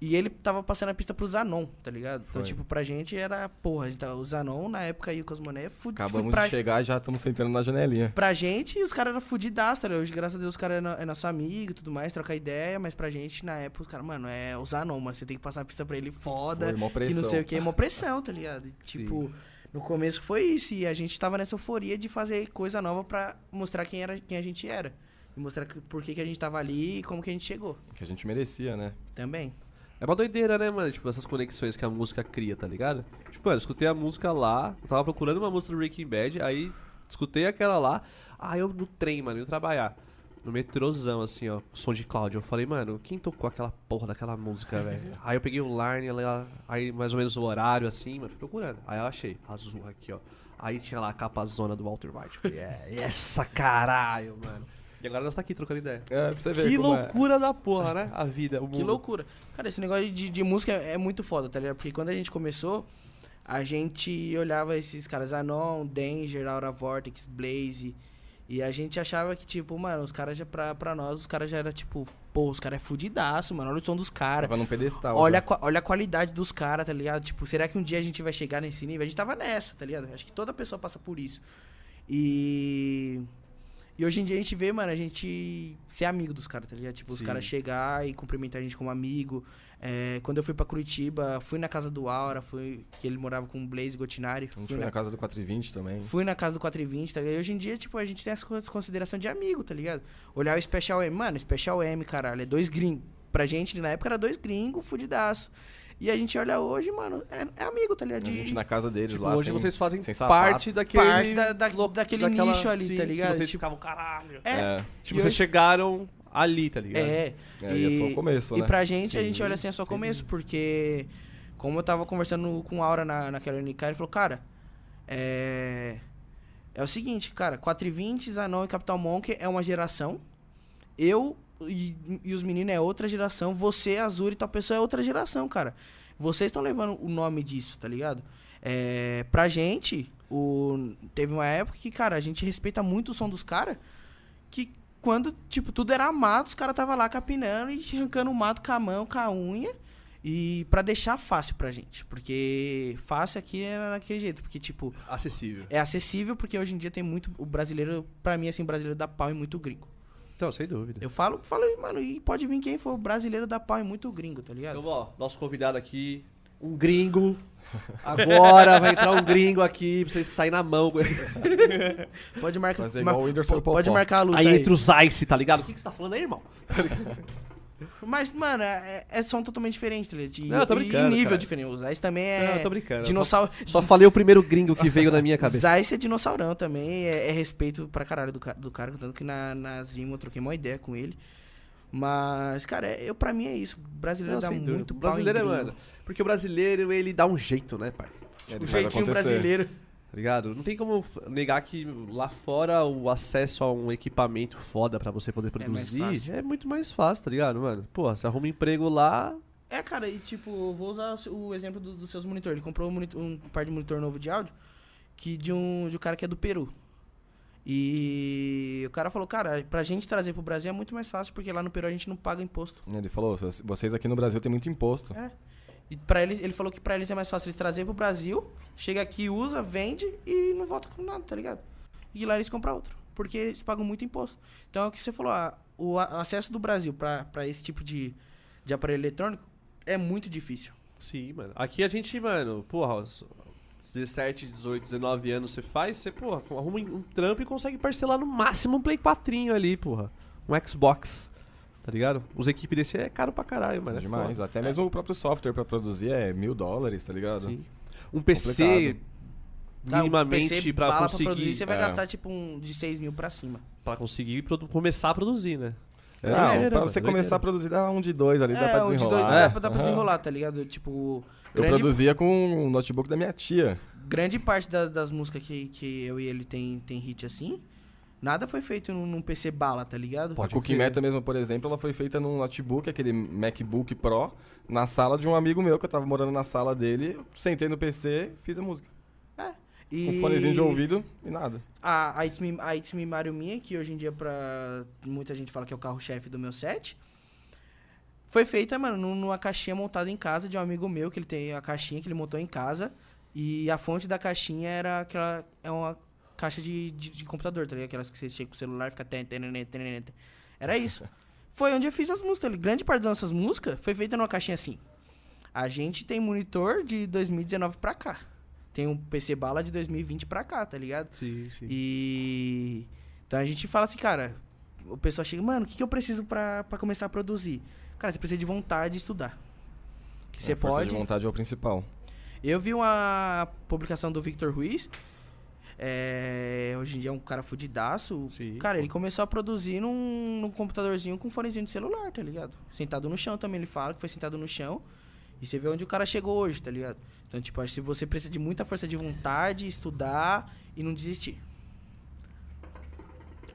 e ele tava passando a pista pro Zanon, tá ligado? Então,
Foi.
tipo, pra gente era, porra, a gente tava- o Zanon na época e o Cosmoné, fudido.
Acabamos
pra,
de chegar e já estamos sentando na janelinha.
pra gente, e os caras eram fudidaços, tá ligado? Hoje, graças a Deus, os caras é, no- é nosso amigo e tudo mais, troca ideia, mas pra gente, na época, os caras, mano, é o Zanon, mas você tem que passar a pista pra ele foda,
Foi, mó
que não
pressão.
sei o que, é uma pressão, tá ligado? E, tipo, no começo foi isso, e a gente tava nessa euforia de fazer coisa nova pra mostrar quem, era, quem a gente era. E mostrar que- por que, que a gente tava ali e como que a gente chegou
Que a gente merecia, né?
também.
É uma doideira, né, mano? Tipo, essas conexões que a música cria, tá ligado? Tipo, mano, eu escutei a música lá, eu tava procurando uma música do Breaking Bad, aí escutei aquela lá, aí eu no trem, mano, indo trabalhar. No metrôzão, assim, ó, som de Cláudio. Eu falei, mano, quem tocou aquela porra daquela música, velho? aí eu peguei o Line, ela- aí mais ou menos o horário, assim, mano, fui procurando. Aí eu achei, azul aqui, ó. Aí tinha lá a capa zona do Walter White. Eu Falei, é, essa caralho, mano. E agora nós tá aqui trocando ideia.
É, pra você ver
Que
como é.
loucura da porra, né? A vida, o mundo.
Que loucura. Cara, esse negócio de, de música é muito foda, tá ligado? Porque quando a gente começou, a gente olhava esses caras, Anon, Danger, Aura Vortex, Blaze. E a gente achava que, tipo, mano, os caras já, pra, pra nós, os caras já era tipo, pô, os caras é fudidaço, mano. Olha o som dos caras.
Tava num pedestal.
Olha, a
já.
qua- olha a qualidade dos caras, tá ligado? Tipo, será que um dia a gente vai chegar nesse nível? A gente tava nessa, tá ligado? Acho que toda pessoa passa por isso. E. E hoje em dia a gente vê, mano, a gente ser amigo dos caras, tá ligado? Tipo, os
Sim.
caras chegar e cumprimentar a gente como amigo. É, quando eu fui pra Curitiba, fui na casa do Aura, fui, que ele morava com o Blaze Gotinari.
A gente
Fui
foi
na
na casa do 420 também.
Fui na casa do 420, tá ligado? E hoje em dia, tipo, a gente tem essa cons- consideração de amigo, tá ligado? Olhar o Special M. Mano, Special M, caralho, é dois gringos. Pra gente, na época, era dois gringos, fudidaço. E a gente olha hoje, mano, é, é amigo, tá
A
ligado? De-
gente na casa deles
Tipo,
lá.
hoje
sem-
vocês fazem
sem sapato.
parte daquele,
Parte da- da-
lo-
daquele nicho ali,
sim,
tá
que
ligado?
vocês
Tipo-
ficavam, caralho.
É,
É.
Tipo, vocês chegaram ali, tá ligado?
é.
É, e é só o começo,
e
né?
pra gente, a
Sim,
gente olha assim, é só o
sim.
começo, porque... Como eu tava conversando com o Aura na, naquela UNK, ele falou, cara, é... É o seguinte, cara, 420, Zanon e Capital Monk é uma geração. Eu e, e os meninos é outra geração. Você, Azul e tal pessoa é outra geração, cara. Vocês estão levando o nome disso, tá ligado? É, pra gente, o, teve uma época que, cara, a gente respeita muito o som dos caras. Que quando, tipo, tudo era mato, os caras tava lá capinando e arrancando o mato com a mão, com a unha. E pra deixar fácil pra gente. Porque fácil aqui é daquele jeito. Porque, tipo,
Acessível.
é acessível porque hoje em dia tem muito. O brasileiro, pra mim, assim, brasileiro dá pau e muito gringo.
Então, sem dúvida.
Eu falo, falo, mano, e pode vir quem for. O brasileiro dá pau e muito gringo, tá ligado?
Então, ó, nosso convidado aqui, um gringo. Agora vai entrar um gringo aqui pra vocês saírem na mão.
Pode marcar.
Fazer é igual o Whindersson
po- pode
Popó.
marcar a luta.
Aí
Aí
entra os Ice, tá ligado? O que, que você tá falando aí, irmão?
Mas, mano, é, é som totalmente diferente, tá ligado? E,
Não, eu tô
e-
brincando,
e nível
cara.
diferente. O Zeiss também
Não,
é.
eu tô brincando.
Dinossauro.
Só falei o primeiro gringo que veio na minha cabeça.
Zeiss é dinossaurão também, é, é respeito pra caralho do, ca- do cara, tanto que na, na Zima eu troquei uma ideia com ele. Mas, cara, é- eu, pra mim é isso. Brasileiro
Não,
dá
sem dúvida.
muito
O
pau em
brasileiro é,
gringo.
mano. Porque o brasileiro, ele dá um jeito, né, pai?
É, Ele
O
faz
um jeitinho
acontecer.
brasileiro.
Tá ligado? Não tem como f- negar que lá fora o acesso a um equipamento foda pra você poder
mais
produzir
fácil.
é, muito mais fácil, tá ligado, mano? Porra, você arruma um emprego lá.
É, cara, e tipo, eu vou usar o seu- o exemplo do- dos seus monitores. Ele comprou um, monitor- um par de monitor novo de áudio que de um, de um cara que é do Peru. E o cara falou, cara, pra gente trazer pro Brasil é muito mais fácil, porque lá no Peru a gente não paga imposto.
É, Ele falou, vocês aqui no Brasil tem muito imposto.
É. E pra eles, ele falou que pra eles é mais fácil eles trazer pro Brasil, chega aqui, usa, vende e não volta com nada, tá ligado? E lá eles compram outro, porque eles pagam muito imposto. Então é o que você falou, a- o a- acesso do Brasil pra pra esse tipo de, de aparelho eletrônico é muito difícil.
Sim, mano. Aqui a gente, mano, porra, 17, 18, 19 anos você faz, você, porra, arruma um trampo e consegue parcelar no máximo um Play 4 ali, porra. Um Xbox. Tá ligado? Os equipes desse é caro pra caralho, mano. é
Demais.
foda.
Até mesmo o próprio software pra produzir é mil dólares, tá ligado?
Sim. Um PC
Tá, o
minimamente
PC
pra
bala
conseguir. Pra,
produzir, você vai
é.
gastar tipo um de 6 mil pra cima.
conseguir produ- começar a produzir, né?
É,
É, doideira,
não, pra
mano,
você
doideira.
começar a produzir, dá um de dois ali, dá pra
um de
desenrolar.
dois, dá
É.
pra, dá pra
Aham.
desenrolar, tá ligado? Tipo,
Eu
grande,
produzia com o notebook da minha tia.
grande parte da- das músicas que, que eu e ele tem, tem hit assim, nada foi feito num, num PC bala, tá ligado?
Pode
a Cookie
crer.
Meta mesmo, por exemplo, ela foi feita num notebook, aquele MacBook Pro, na sala de um amigo meu, que eu tava morando na sala dele, eu sentei no PC, fiz a música.
E
Um fonezinho de ouvido e nada.
A, a, It's Me, a It's Me Mario Minha, que hoje em dia pra muita gente fala que é o carro-chefe do meu set, foi feita, mano, num- numa caixinha montada em casa de um amigo meu, que ele tem a caixinha que ele montou em casa. E a fonte da caixinha era aquela. É uma caixa de, de, de computador, tá ligado? Aquelas que você chega com o celular e fica. ten, ten, ten, ten, ten, ten. Era isso. Foi onde eu fiz as músicas. tá Grande parte das nossas músicas foi feita numa caixinha assim. A gente tem monitor de 2019 pra cá. Tem um PC bala de 2020 pra cá, tá ligado?
Sim, sim.
E. Então a gente fala assim, cara. O pessoal chega, mano, o que, que eu preciso pra, pra começar a produzir? Cara, você precisa de vontade de estudar. Que você
A força
pode.
de vontade é o principal.
Eu vi uma publicação do Victor Ruiz. é, hoje em dia é um cara fudidaço.
Sim,
cara,
pô.
ele começou a produzir num, num computadorzinho com fonezinho de celular, tá ligado? Sentado no chão também, ele fala que foi sentado no chão. E você vê onde o cara chegou hoje, tá ligado? Então, tipo, acho que você precisa de muita força de vontade, estudar e não desistir.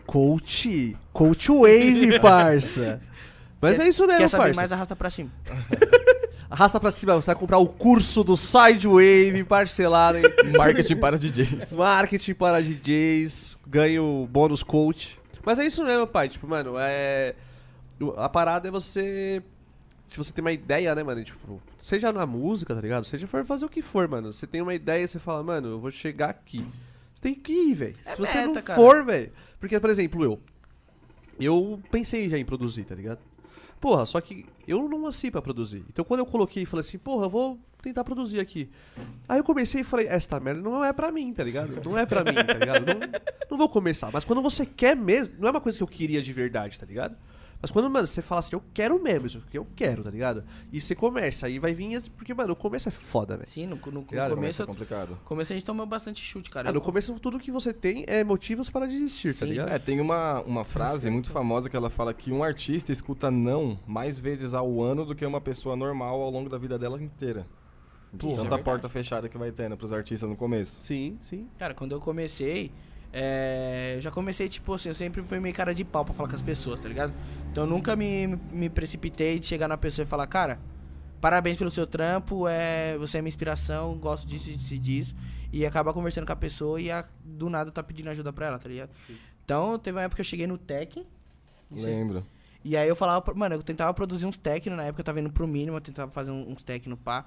Coach. Coach Wave, parça. Mas
Quer-
é isso mesmo,
Quer saber
parça.
mais, arrasta pra cima.
Arrasta pra cima, você vai comprar o curso do Sidewave parcelado em
Marketing para DJs.
marketing para DJs, ganho bônus coach. Mas é isso mesmo, pai. Tipo, mano, é. o- A parada é você. Se você tem uma ideia, né, mano? Tipo, seja na música, tá ligado? Seja for fazer o que for, mano. Você tem uma ideia e você fala, mano, eu vou chegar aqui. Você tem que ir, velho. Se você
É meta,
não
cara.
for, velho. Porque, por exemplo, eu. Eu pensei já em produzir, tá ligado? Porra, só que eu não nasci pra produzir. Então quando eu coloquei e falei assim, porra, eu vou tentar produzir aqui. Aí eu comecei e falei, esta merda não é pra mim, tá ligado? Não é pra mim, tá ligado? Não, não vou começar. Mas quando você quer mesmo, não é uma coisa que eu queria de verdade, tá ligado? Mas quando, mano, você fala assim, eu quero mesmo isso que eu quero, tá ligado? E você começa, aí vai vir, as- porque, mano, o começo é foda, velho.
Sim, no, no- no
Cara,
começo,
é complicado.
começo a gente tomou bastante chute, cara.
Ah, no
Eu-
começo tudo que você tem é motivos para desistir, tá
Sim.
ligado?
É, tem uma, uma frase muito famosa que ela fala que um artista escuta não mais vezes ao ano do que uma pessoa normal ao longo da vida dela inteira. De
Porra.
é
Tanta porta fechada que vai tendo pros artistas no começo.
Sim, sim.
Cara, quando eu comecei, é, eu já comecei, tipo assim, eu sempre fui meio cara de pau pra falar com as pessoas, tá ligado? Então eu nunca me, me precipitei de chegar na pessoa e falar, cara, parabéns pelo seu trampo, é, você é minha inspiração, gosto disso, disso e disso. E acabar conversando com a pessoa e a- do nada tá pedindo ajuda pra ela, tá ligado? Então teve uma época que eu cheguei no Tech. é
Lembro.
E aí eu falava, pro- mano, eu tentava produzir uns techno na época, eu tava indo pro mínimo, eu tentava fazer um- uns techno pá.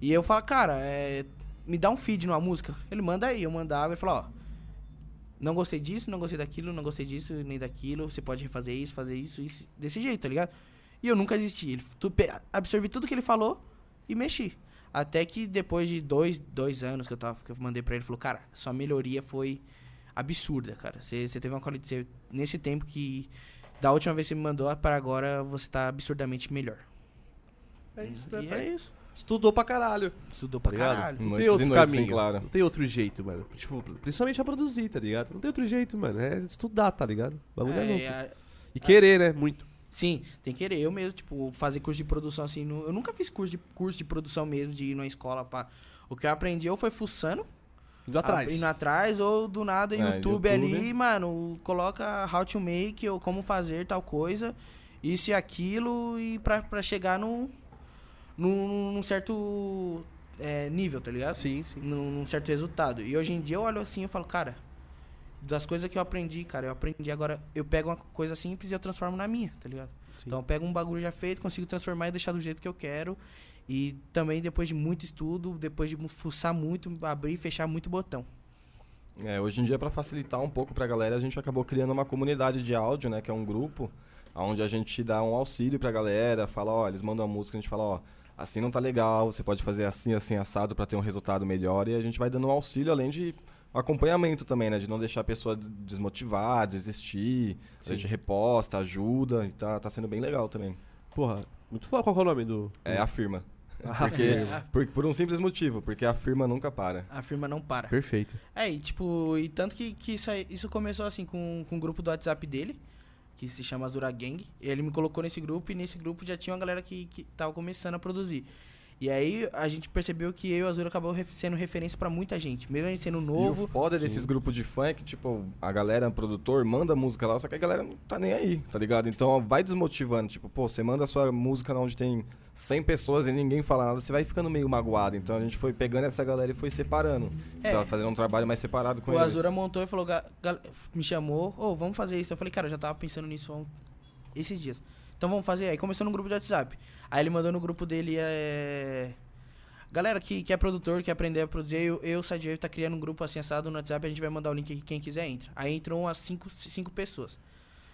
E eu falava, cara, é, me dá um feed numa música. Ele manda aí, eu mandava, ele falava, ó, não gostei disso, não gostei daquilo, não gostei disso, nem daquilo, você pode refazer isso, fazer isso, isso, desse jeito, tá ligado? E eu nunca desisti, ele, tu, pe- absorvi tudo que ele falou e mexi. Até que depois de dois, dois anos que eu, tava, que eu mandei pra ele, ele falou, cara, sua melhoria foi absurda, cara. Você você teve uma qualidade, você- nesse tempo que da última vez que você me mandou para agora, você tá absurdamente melhor.
É isso,
e é isso.
Estudou pra caralho.
Estudou pra
Obrigado.
caralho.
Não
Noites
tem
e
outro
noites
caminho.
sem Clara.
Não tem outro jeito, mano. Tipo, principalmente pra produzir, tá ligado? Não tem outro jeito, mano. É estudar, tá ligado? O bagulho é,
É,
louco.
é,
E querer, né? Muito.
sim, tem que querer. Eu mesmo, tipo, fazer curso de produção assim. nu- Eu nunca fiz curso de, curso de produção mesmo, de ir na escola. Pá. O que eu aprendi ou foi fuçando,
Indo atrás.
a- indo atrás, ou do nada,
É,
YouTube,
YouTube.
ali, mano, coloca how to make ou como fazer tal coisa, isso e aquilo, e pra, pra chegar num, num, num certo é, nível, tá ligado?
Sim, sim.
num, num certo resultado. E hoje em dia eu olho assim e falo, cara, das coisas que eu aprendi, cara, eu aprendi agora, eu pego uma coisa simples e eu transformo na minha, tá ligado?
Sim.
Então eu pego um bagulho já feito, consigo transformar e deixar do jeito que eu quero. E também depois de muito estudo, depois de fuçar muito, abrir e fechar muito botão.
É, hoje em dia, para facilitar um pouco pra galera, a gente acabou criando uma comunidade de áudio, né? Que é um grupo onde a gente dá um auxílio pra galera, fala, ó, eles mandam uma música, a gente fala, ó, assim não tá legal, você pode fazer assim, assim, assado pra ter um resultado melhor. E a gente vai dando um auxílio, além de acompanhamento também, né? De não deixar a pessoa des- desmotivar, desistir. A gente reposta, ajuda, e tá, tá sendo bem legal também.
Porra, muito foda. Qual que é o nome do.
É, afirma.
Ah,
Porque, por, por um simples motivo, porque a firma nunca para.
A firma não para.
Perfeito.
É, e tipo, e tanto que, que isso, aí- isso começou assim com, com o grupo do WhatsApp dele, que se chama Azura Gang. Ele me colocou nesse grupo e nesse grupo já tinha uma galera que, que tava começando a produzir. E aí a gente percebeu que eu e o Azura acabou ref- sendo referência pra muita gente, mesmo a gente sendo
E
novo.
o foda desses grupos de fã é que, tipo, a galera, o produtor, manda música lá, só que a galera não tá nem aí, tá ligado? Então ó, vai desmotivando. Tipo, pô, você manda a sua música lá onde tem 100 pessoas e ninguém fala nada, você vai ficando meio magoado. Então a gente foi pegando essa galera e foi separando.
É.
Tava fazendo um trabalho mais separado com
o
eles.
é
Azura montou e falou, "Ga- gal- me chamou, ô, vamos fazer isso. Eu falei, cara, eu já tava pensando nisso há um- esses dias. Então vamos fazer. Aí começou no grupo de WhatsApp. Aí ele mandou no grupo dele, é... Galera que, que é produtor, que aprender a produzir, eu, eu Sadier, tá criando um grupo assim assado no WhatsApp, a gente vai mandar o link aqui, quem quiser entra. Aí entrou umas cinco, cinco pessoas.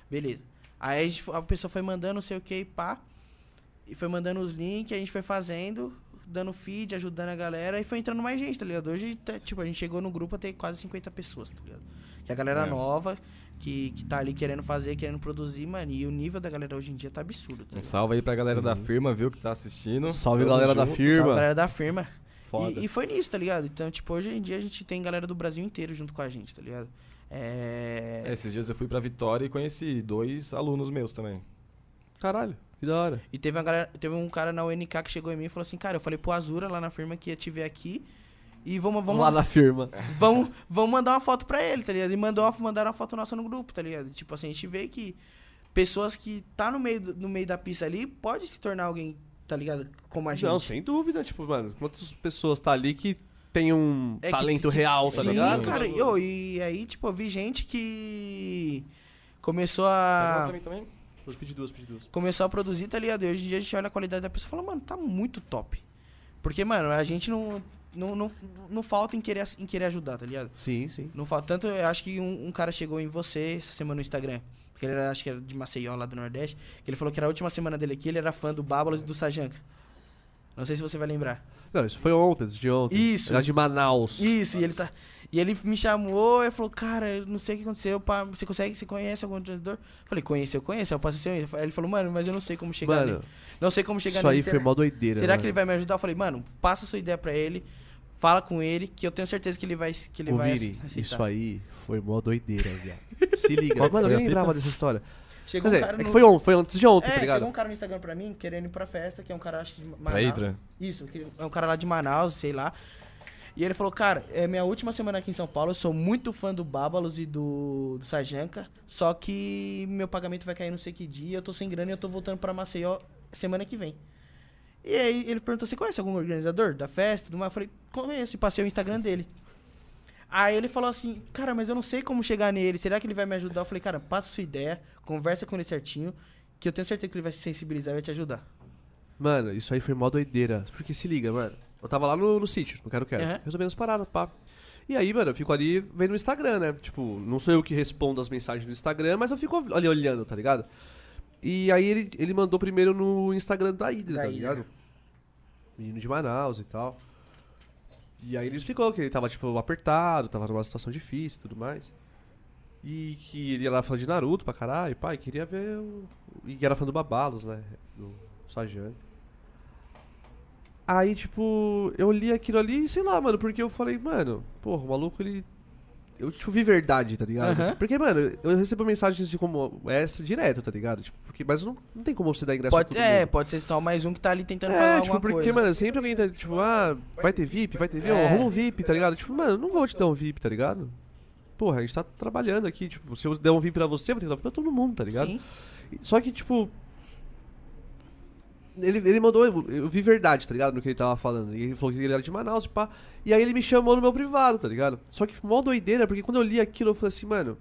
Beleza. Aí a, gente fo- a pessoa foi mandando não sei o que e pá. E foi mandando os links, a gente foi fazendo, dando feed, ajudando a galera e foi entrando mais gente, tá ligado? Hoje, tá- tipo, a gente chegou no grupo a ter quase 50 pessoas, tá ligado? Que é a galera
É.
nova, que, que tá ali querendo fazer, querendo produzir, mano. E o nível da galera hoje em dia tá absurdo, tá
Um
ligado?
salve aí pra galera da firma, viu, que tá assistindo.
Salve,
Tamo
galera da
junto.
firma.
Salve, galera da firma.
Foda.
E, e foi nisso, tá ligado? Então, tipo, hoje em dia a gente tem galera do Brasil inteiro junto com a gente, tá ligado? É.
É, esses dias eu fui pra Vitória e conheci dois alunos meus também.
Caralho, que da hora.
E teve, uma galera- teve um cara na UNK que chegou em mim e falou assim, cara, eu falei pro Azura lá na firma que ia te ver aqui. E vamos,
Vamos
vamos,
lá na firma.
É. vamos, vamos mandar uma foto pra ele, tá ligado? E mandou, uma- mandaram uma foto nossa no grupo, tá ligado? Tipo assim, a gente vê que pessoas que tá no meio, do- no meio da pista ali pode se tornar alguém, tá ligado? Como a gente.
Não, sem dúvida. Tipo, mano, quantas pessoas tá ali que tem um
É que-
talento
que-
real, tá
Sim,
ligado?
cara. E, ô, e aí, tipo, eu vi gente que começou
Ah,
a.
Tá Pra mim também?
Vou pedir duas, pedir duas.
começou a produzir, tá ligado? E hoje em dia a gente olha a qualidade da pessoa e fala, mano, tá muito top. Porque, mano, a gente não, não, não, não falta em querer, em querer ajudar, tá ligado?
Sim, sim.
Não falta. Tanto eu acho que um, um cara chegou em você essa semana no Instagram. Porque ele era, acho que era de Maceió, lá do Nordeste. Que ele falou que era a última semana dele aqui, ele era fã do Bábalos e do Sajanka. Não sei se você vai lembrar.
Não, isso foi ontem, antes de ontem.
Isso.
Era de Manaus.
Isso, e ele tá. E ele me chamou e falou, cara, eu não sei o que aconteceu, pá, você consegue, você conhece algum transdor? Falei, conheço, eu conheço, eu passo seu. e-". Aí Ele falou, mano, mas eu não sei como chegar
Mano,
nele. Não sei como chegar
Isso aí
nele,
foi
será-
mó doideira.
Será
mano.
que ele vai me ajudar? Eu falei, mano, passa sua ideia pra ele, fala com ele, que eu tenho certeza que ele vai, que ele
Ô,
vai
Vini,
aceitar.
isso aí foi mó doideira, viado. Se liga.
Qual que
Mano,
foi
eu nem
a fita?
lembrava dessa história. Quer
Chegou um
dizer,
cara
é que
no-
foi ontem, foi antes de ontem,
É,
tá ligado?
chegou um cara no Instagram pra mim, querendo ir pra festa, que é um cara, acho que de Manaus.
Pra Hydra?
Isso, que é um cara lá de Manaus, sei lá. E ele falou, cara, é minha última semana aqui em São Paulo, eu sou muito fã do Bábalos e do, do Sajanka, só que meu pagamento vai cair não sei que dia, eu tô sem grana e eu tô voltando pra Maceió semana que vem. E aí ele perguntou, você conhece algum organizador da festa? e tudo mais? Eu falei, conheço, e passei o Instagram dele. Aí ele falou assim, cara, mas eu não sei como chegar nele, será que ele vai me ajudar? Eu falei, cara, passa sua ideia, conversa com ele certinho, que eu tenho certeza que ele vai se sensibilizar e vai te ajudar.
Mano, isso aí foi mó doideira. Porque se liga, mano. Eu tava lá no, no sítio, no Quero Quero.
Aham.
Resolvendo as paradas, pá. E aí, mano, eu fico ali vendo o Instagram, né? Tipo, não sou eu que respondo as mensagens do Instagram, mas eu fico ali olhando, tá ligado? E aí ele, ele mandou primeiro no Instagram da Hydra,
Da
tá
Hydra.
ligado? Menino de Manaus e tal. E aí ele explicou que ele tava, tipo, apertado, tava numa situação difícil e tudo mais. E que ele era fã de Naruto pra caralho, pai, queria ver o... E era fã do Babalos, né? Do Sajan. Aí, tipo, eu li aquilo ali e sei lá, mano, porque eu falei, mano, porra, o maluco, ele... Eu, tipo, vi verdade, tá ligado?
Aham.
Porque, mano, eu recebo mensagens de como essa direto, tá ligado? Tipo, porque, mas não, não tem como você dar ingresso
Pode,
pra todo
é,
mundo.
pode ser só mais um que tá ali tentando falar
É, tipo,
alguma
porque,
coisa.
mano, sempre alguém tá, tipo, ah, vai ter VIP, vai ter VIP,
É.
arruma um VIP, tá ligado? Tipo, mano, eu não vou te dar um VIP, tá ligado? Porra, a gente tá trabalhando aqui, tipo, se eu der um VIP pra você, eu vou ter que dar pra todo mundo, tá ligado?
Sim.
Só que, tipo. Ele, ele mandou, eu, eu vi verdade, tá ligado? No que ele tava falando. E ele falou que ele era de Manaus, pá. E aí ele me chamou no meu privado, tá ligado? Só que mó doideira, porque quando eu li aquilo, eu falei assim, mano.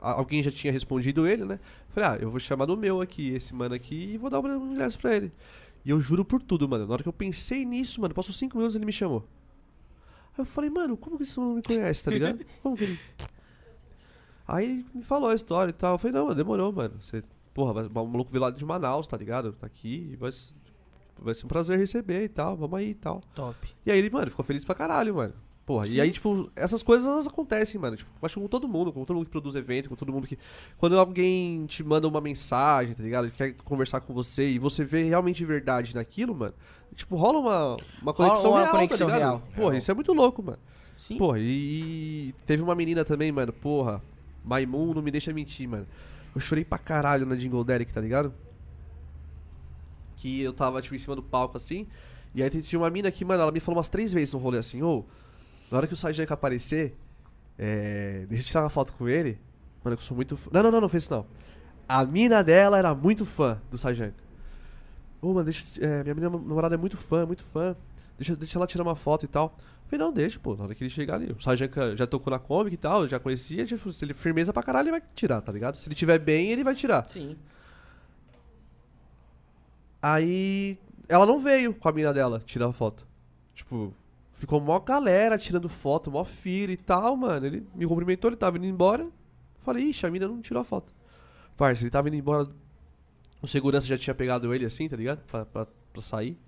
a- Alguém já tinha respondido ele, né? Falei, ah, eu vou chamar do meu aqui, esse mano aqui, e vou dar um ingresso pra ele. E eu juro por tudo, mano. Na hora que eu pensei nisso, mano, passou cinco minutos e ele me chamou. Aí eu falei, mano, como que esse mano não me conhece, tá ligado? Como que ele. Aí ele me falou a história e tal. Eu falei, não, mano, demorou, mano. Você Porra, mas o maluco veio lá de Manaus, tá ligado? Tá aqui, mas vai ser um prazer receber e tal, vamos aí e tal.
Top.
E aí ele, mano, ficou feliz pra caralho, mano. Porra,
Sim.
e aí, tipo, essas coisas elas acontecem, mano. Tipo, eu acho que com todo mundo, com todo mundo que produz evento, com todo mundo que. Quando alguém te manda uma mensagem, tá ligado? Ele quer conversar com você e você vê realmente verdade naquilo, mano. Tipo, rola uma, uma conexão
uma
real, tá
conexão
ligado?
real.
Porra,
Real.
isso é muito louco, mano.
Sim.
Porra, e teve uma menina também, mano. Porra, Maimun, não me deixa mentir, mano. Eu chorei pra caralho na Jingle Derek, tá ligado? Que eu tava, tipo, em cima do palco assim. E aí tinha uma mina que, mano, ela me falou umas três vezes no rolê assim: Ô, na hora que o Sajanka aparecer, é, deixa eu tirar uma foto com ele. Mano, que eu sou muito fã. Não, não, não, não fez isso não. A mina dela era muito fã do Sajanka. Ô, mano, deixa. eu- é, minha mina namorada é muito fã, muito fã. Deixa, deixa ela tirar uma foto e tal. Eu falei, não, deixa, pô, na hora que ele chegar ali. O Sajanka já tocou na Comic e tal, já conhecia. Tipo, se ele firmeza pra caralho, ele vai tirar, tá ligado? Se ele tiver bem, ele vai tirar.
Sim.
Aí ela não veio com a mina dela tirar foto. Tipo, ficou mó galera tirando foto, mó fila e tal, mano. Ele me cumprimentou, ele tava indo embora. Falei, ixi, a mina não tirou a foto. Parça, ele tava indo embora. O segurança já tinha pegado ele assim, tá ligado? Pra, pra, pra sair.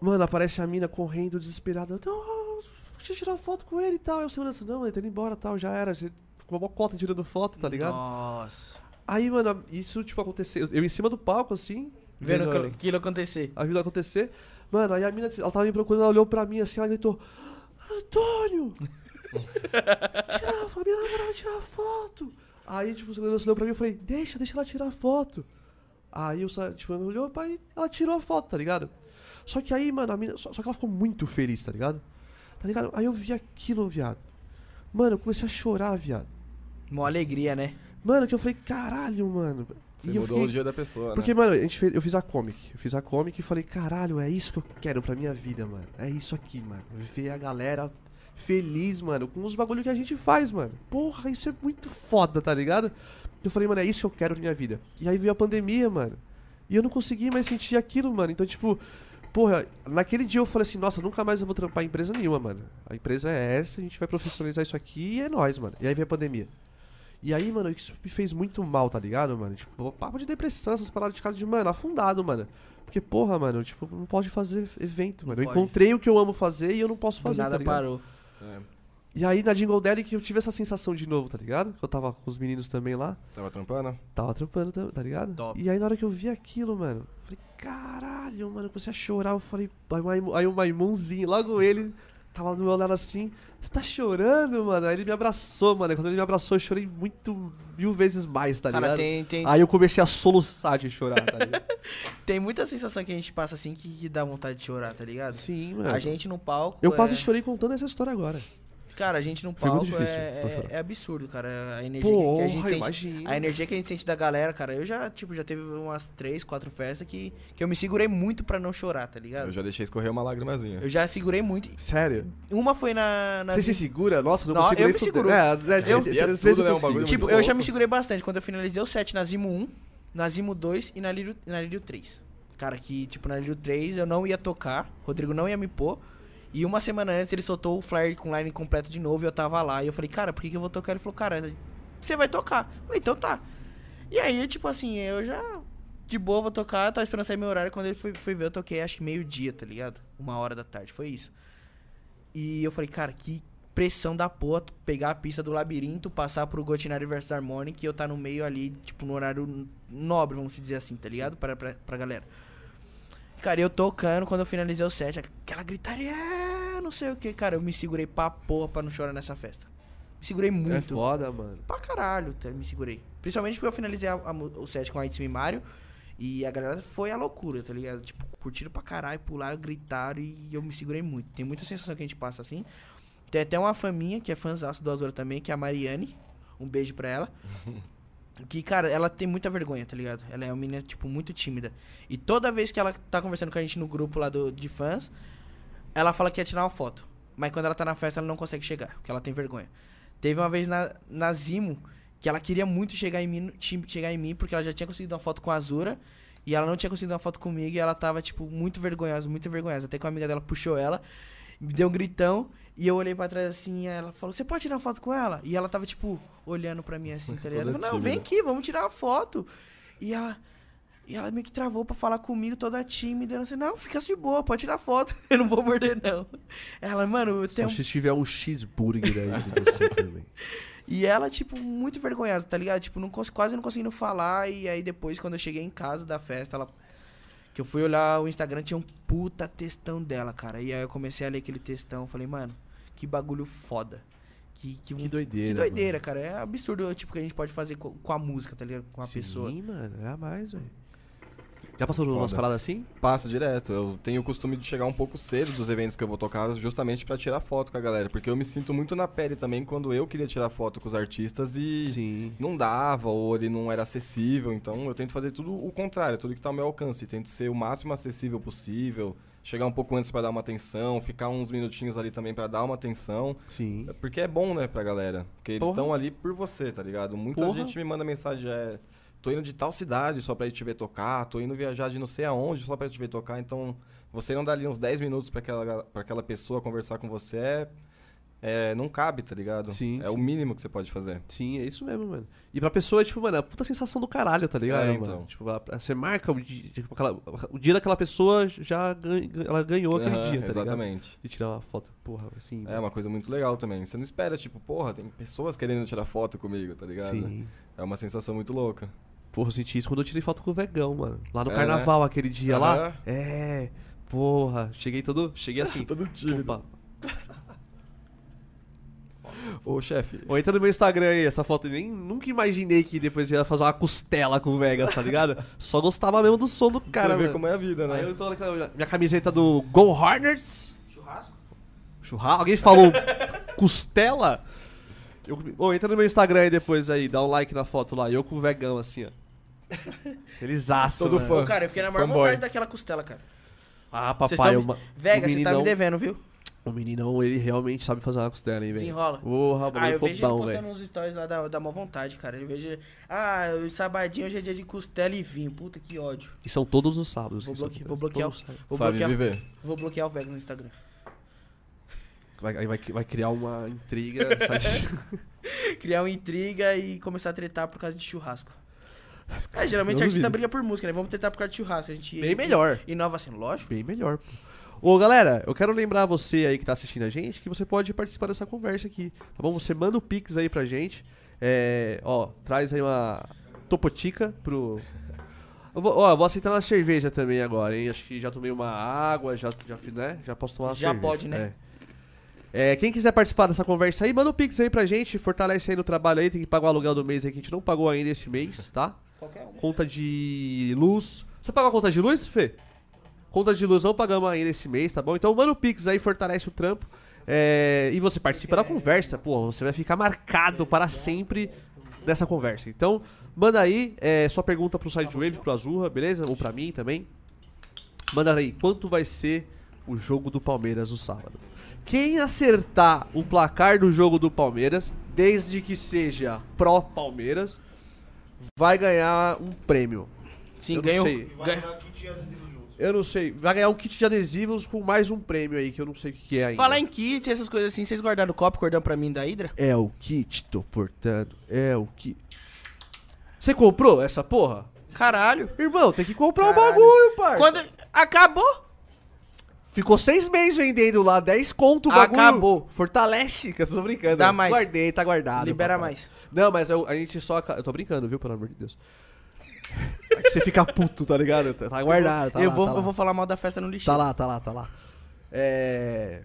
Mano, aparece a mina correndo, desesperada. Não, deixa eu tirar foto com ele e tal. Aí o segurança, não, ele tá indo embora e tal, já era. Você ficou mó cota tirando foto, tá ligado?
Nossa.
Aí, mano, isso, tipo, aconteceu. Eu em cima do palco, assim.
Vendo aquilo- aquilo acontecer.
A vida acontecer. Mano, aí a mina, ela tava me procurando, ela olhou pra mim assim, ela gritou: Antônio! Tirava, minha namorada tirar foto! Aí, tipo, o segurança olhou pra mim e falei: Deixa, deixa ela tirar foto. Aí o sa- tipo, ela olhou pra mim, ela tirou a foto, tá ligado? Só que aí, mano, a mina, só, só que ela ficou muito feliz, tá ligado? Tá ligado? Aí eu vi aquilo, viado. Mano, eu comecei a chorar, viado.
Mó alegria, né?
Mano, que eu falei: Caralho, mano.
Você
E eu
mudou
fiquei-
o dia da pessoa,
porque,
né?
mano, a gente fez- eu fiz a comic. Eu fiz a comic e falei, caralho, é isso que eu quero pra minha vida, mano. É isso aqui, mano. Ver a galera feliz, mano, com os bagulho que a gente faz, mano. Porra, isso é muito foda, tá ligado? Eu falei, mano, é isso que eu quero pra minha vida. E aí veio a pandemia, mano. E eu não consegui mais sentir aquilo, mano. Então, tipo, porra, naquele dia eu falei assim, nossa, nunca mais eu vou trampar em empresa nenhuma, mano. A empresa é essa, a gente vai profissionalizar isso aqui e é nóis, mano. E aí veio a pandemia. E aí, mano, isso me fez muito mal, tá ligado, mano? Tipo, papo de depressão, essas paradas de casa de, mano, afundado, mano. Porque, porra, mano, tipo, não pode fazer evento, mano. Eu
pode.
encontrei o que eu amo fazer e eu não posso
Do
fazer, tá
nada
ligado?
parou.
É,
E aí, na Jingle Daddy, que eu tive essa sensação de novo, tá ligado? Que eu tava com os meninos também lá.
tava trampando?
Tava trampando, tá- tá ligado?
Top.
E aí na hora que eu vi aquilo, mano, eu falei, caralho, mano, eu comecei a chorar, eu falei, aí o Maimu- aí o Maimunzinho, logo ele, tava do meu lado assim, você tá chorando, mano? Aí ele me abraçou, mano, quando ele me abraçou eu chorei muito, mil vezes mais, tá
Cara,
ligado?
tem, tem,
Aí eu comecei a soluçar de chorar, tá ligado?
tem muita sensação que a gente passa assim que, que dá vontade de chorar, tá ligado?
Sim,
A gente no palco.
Eu
é-
quase chorei contando essa história agora.
Cara, a gente no
Foi muito
palco
difícil pra
é,
chorar.
é, é absurdo, cara. A energia que a gente
Porra,
sente.
imagina.
A energia que a gente sente da galera, cara, eu já, tipo, já teve umas três, quatro festas que, que eu me segurei muito pra não chorar, tá
É.
ligado?
Eu já deixei escorrer uma lagrimazinha.
Eu já segurei muito.
Sério?
Uma foi na. na
Você se segura? Nossa, não
Não,
consigo
eu
nem
me
fuder.
seguro.
É, né,
Eu-
às
é
vezes
tudo,
eu
né, um
consigo.
bagulho
Tipo,
muito
eu já
louco.
me segurei bastante quando eu finalizei o set na Zimo 1, na Zimo 2 e na Lírio, na Lírio 3. Cara, que tipo, na Lírio 3 eu não ia tocar, Rodrigo não ia me pôr. E uma semana antes ele soltou o flyer com line completo de novo e eu tava lá. E eu falei, cara, por que, que eu vou tocar? Ele falou, cara, você vai tocar. Eu falei, então tá. E aí, tipo assim, eu já de boa vou tocar, tava esperando sair meu horário. Quando ele foi, foi ver, eu toquei acho que meio-dia, tá ligado? Uma hora da tarde, foi isso. E eu falei, cara, que pressão da porra tu pegar a pista do labirinto, passar pro Gotinari versus Harmonic e eu tá no meio ali, tipo, no horário nobre, vamos dizer assim, tá ligado? Pra, pra, pra galera. Cara, eu tocando, quando eu finalizei o set, aquela gritaria, "Ah", não sei o que, cara, eu me segurei pra porra pra não chorar nessa festa. Me segurei
É
muito
foda, mano.
pra caralho, tá? me segurei. Principalmente porque eu finalizei a- a mu- o set com a It's Me Mario e a galera foi a loucura, tá ligado? Tipo, curtiram pra caralho, pularam, gritaram e eu me segurei muito. Tem muita sensação que a gente passa assim. Tem até uma fã minha, que é fãzaço do Azura também, que é a Mariane. Um beijo pra ela. Que, cara, ela tem muita vergonha, tá ligado? Ela é uma menina, tipo, muito tímida. E toda vez que ela tá conversando com a gente no grupo lá do, de fãs, ela fala que ia tirar uma foto. Mas quando ela tá na festa, ela não consegue chegar, porque ela tem vergonha. Teve uma vez na, na Zimo que ela queria muito chegar em, mim, ti- chegar em mim, porque ela já tinha conseguido uma foto com a Azura. E ela não tinha conseguido uma foto comigo e ela tava, tipo, muito vergonhosa, muito vergonhosa. Até que uma amiga dela puxou ela, me deu um gritão. E eu olhei pra trás assim, e ela falou: Você pode tirar uma foto com ela? E ela tava, tipo, olhando pra mim assim, tá ligado? Eu
Toda
falei, não, vem
tímida.
aqui, vamos tirar uma foto. E ela. E ela meio que travou pra falar comigo, toda tímida. Eu assim, não, fica de boa, pode tirar foto. Eu não vou morder, não. Ela, mano, eu
Só
tenho.
se tiver um cheeseburger aí de você também.
E ela, tipo, muito vergonhosa, tá ligado? Tipo, não, cons- quase não conseguindo falar. E aí depois, quando eu cheguei em casa da festa, ela. Que eu fui olhar o Instagram, tinha um puta textão dela, cara. E aí eu comecei a ler aquele textão. Falei, mano, que bagulho foda. Que, que,
Que doideira,
Que doideira,
mano.
cara. É absurdo, tipo, que a gente pode fazer co- com, a música, tá ligado? Com a
Sim,
pessoa.
mano, é a mais, velho. Já passou por umas
Foda.
paradas assim?
Passo direto. Eu tenho o costume de chegar um pouco cedo dos eventos que eu vou tocar, justamente pra tirar foto com a galera. Porque eu me sinto muito na pele também quando eu queria tirar foto com os artistas e
Sim.
não dava, ou ele não era acessível. Então eu tento fazer tudo o contrário, tudo que tá ao meu alcance. Tento ser o máximo acessível possível, chegar um pouco antes pra dar uma atenção, ficar uns minutinhos ali também pra dar uma atenção.
Sim.
É Porque é bom, né, pra galera. Porque eles
Porra.
estão ali por você, tá ligado? Muita
Porra.
gente me manda mensagem, é. Tô indo de tal cidade só pra ir te ver tocar, tô indo viajar de não sei aonde só pra te ver tocar. Então, você não dá ali uns 10 minutos pra aquela, pra aquela pessoa conversar com você, é, é, não cabe, tá ligado?
Sim,
é
sim.
o mínimo que você pode fazer.
Sim, é isso mesmo, mano. E pra pessoa, é, tipo, mano, é a puta sensação do caralho, tá ligado?
É,
mano?
então.
Tipo, ela- você marca o dia, tipo, aquela- o dia daquela pessoa, já gan- ela ganhou aquele
Aham,
dia, tá ligado?
Exatamente.
E tirar uma foto, porra, assim.
É uma coisa muito legal também. Você não espera, tipo, porra, tem pessoas querendo tirar foto comigo, tá ligado?
Sim.
É uma sensação muito louca.
Porra, eu senti isso quando eu tirei foto com o Vegão, mano. Lá no
É,
carnaval, aquele dia lá.
Aham.
É. Porra, cheguei todo. Cheguei assim.
Todo tímido.
Opa.
Ô, chefe,
Ou entra no meu Instagram aí, essa foto. eu Nem, nunca imaginei que depois ia fazer uma costela com o Vegas, tá ligado? Só gostava mesmo do som do cara,
você vê
mano.
como é a vida, né?
Aí eu tô naquela. Minha camiseta do Go Hornets.
Churrasco?
Churrasco. Alguém falou costela? Eu, ô, entra no meu Instagram aí depois aí, dá um like na foto lá. Eu com o Vegão, assim, ó. Eles açam,
Todo
né?
fã.
Ô, cara, eu fiquei na maior
Fanboy.
vontade daquela costela, cara.
Ah,
Vocês
papai,
tão-
uma-
Vega,
o
você tá
meninão-
me devendo, viu?
O meninão, ele realmente sabe fazer uma costela, hein, velho?
Desenrola.
Porra, o
Ah,
bagulho
eu
ficou
vejo ele
bom,
postando
velho.
uns stories lá da, da má vontade, cara. Eu vejo. ele, Ah, o sabadinho hoje é dia de costela e vinho. Puta que ódio.
E são todos os sábados. que
Vou
isso
bloque-
acontece.
vou bloquear
Todos os sábados.
Vou
Sabe
bloquear,
viver.
vou bloquear o Vega no Instagram.
Vai, aí vai, vai criar uma intriga. sabe?
Criar uma intriga e começar a tretar por causa de churrasco. Cara, geralmente
Eu
a artista
duvido.
briga por música, né? Vamos tretar por causa de churrasco. A gente
Bem melhor.
inova assim, lógico.
Bem melhor. pô. Ô, galera, eu quero lembrar você aí que tá assistindo a gente que você pode participar dessa conversa aqui, tá bom? Você manda o Pix aí pra gente. É, ó, traz aí uma topotica pro. Eu vou, ó, eu vou aceitar uma cerveja também agora, hein? Acho que já tomei uma água, já, já, fiz, né? já posso tomar uma
Já
cerveja.
pode, né?
É. É, quem quiser participar dessa conversa aí, manda o Pix aí pra gente, fortalece aí no trabalho aí, tem que pagar o aluguel do mês aí que a gente não pagou ainda esse mês, tá?
Qualquer um.
Conta de luz. Você pagou a conta de luz, Fê? Conta de luz não pagamos ainda esse mês, tá bom? Então manda o Pix aí, fortalece o trampo. É, e você participa da conversa, pô, você vai ficar marcado para sempre nessa conversa. Então, manda aí é, sua pergunta pro Sidewave, pro Azurra, beleza? Ou pra mim também. Manda aí, quanto vai ser o jogo do Palmeiras no sábado? Quem acertar o placar do jogo do Palmeiras, desde que seja pró-Palmeiras, vai ganhar um prêmio.
Sim,
Eu não
ganhou.
sei.
ganha-
Eu não sei, vai ganhar um kit de adesivos com mais um prêmio aí, que eu não sei o que que é ainda.
Falar em kit, essas coisas assim, vocês guardaram o copo, cordão pra mim da Hydra?
É o kit, tô portando, é o kit. Você comprou essa porra?
Caralho.
Irmão, tem que comprar o
Caralho.
bagulho, parça.
Quando. Acabou!
Ficou seis meses vendendo lá, 10 conto o bagulho.
Acabou.
Fortalece, que eu tô brincando.
Dá mais.
Guardei, tá guardado.
Libera
papai.
mais.
Não, mas eu- a gente só... Eu tô brincando, viu, pelo amor de Deus. É que você fica puto, tá ligado? Tá tá guardado, tá
eu,
lá,
vou,
tá lá.
eu vou falar mal da festa no lixo.
Tá lá, tá lá, tá lá. É.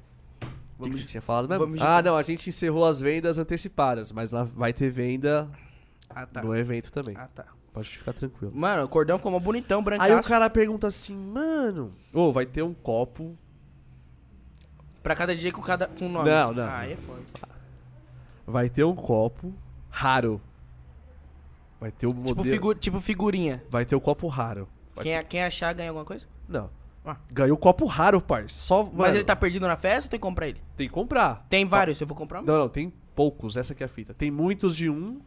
O que, que você tinha falado mesmo?
Vamos de-
Ah, não, a gente encerrou as vendas antecipadas, mas lá vai ter venda
Ah, tá.
no evento também.
Ah, tá.
Pode ficar tranquilo.
Mano, o cordão ficou mó bonitão, brancaço.
Aí o cara pergunta assim, mano. Ô, vai ter um copo.
Pra cada dia com cada com nome.
Não, não.
Ah, aí é foda.
Vai ter um copo raro. Vai ter um modelo.
Tipo, figu- tipo figurinha.
Vai ter o copo raro. Vai
Quem, a- quem achar ganha alguma coisa?
Não.
Ah.
Ganhou o copo raro, parça. Só.
Mas
mano,
ele tá perdido na festa ou tem que comprar ele?
Tem que comprar.
Tem vários, eu vou comprar um.
Não, não, tem poucos, essa que é a fita. Tem muitos de um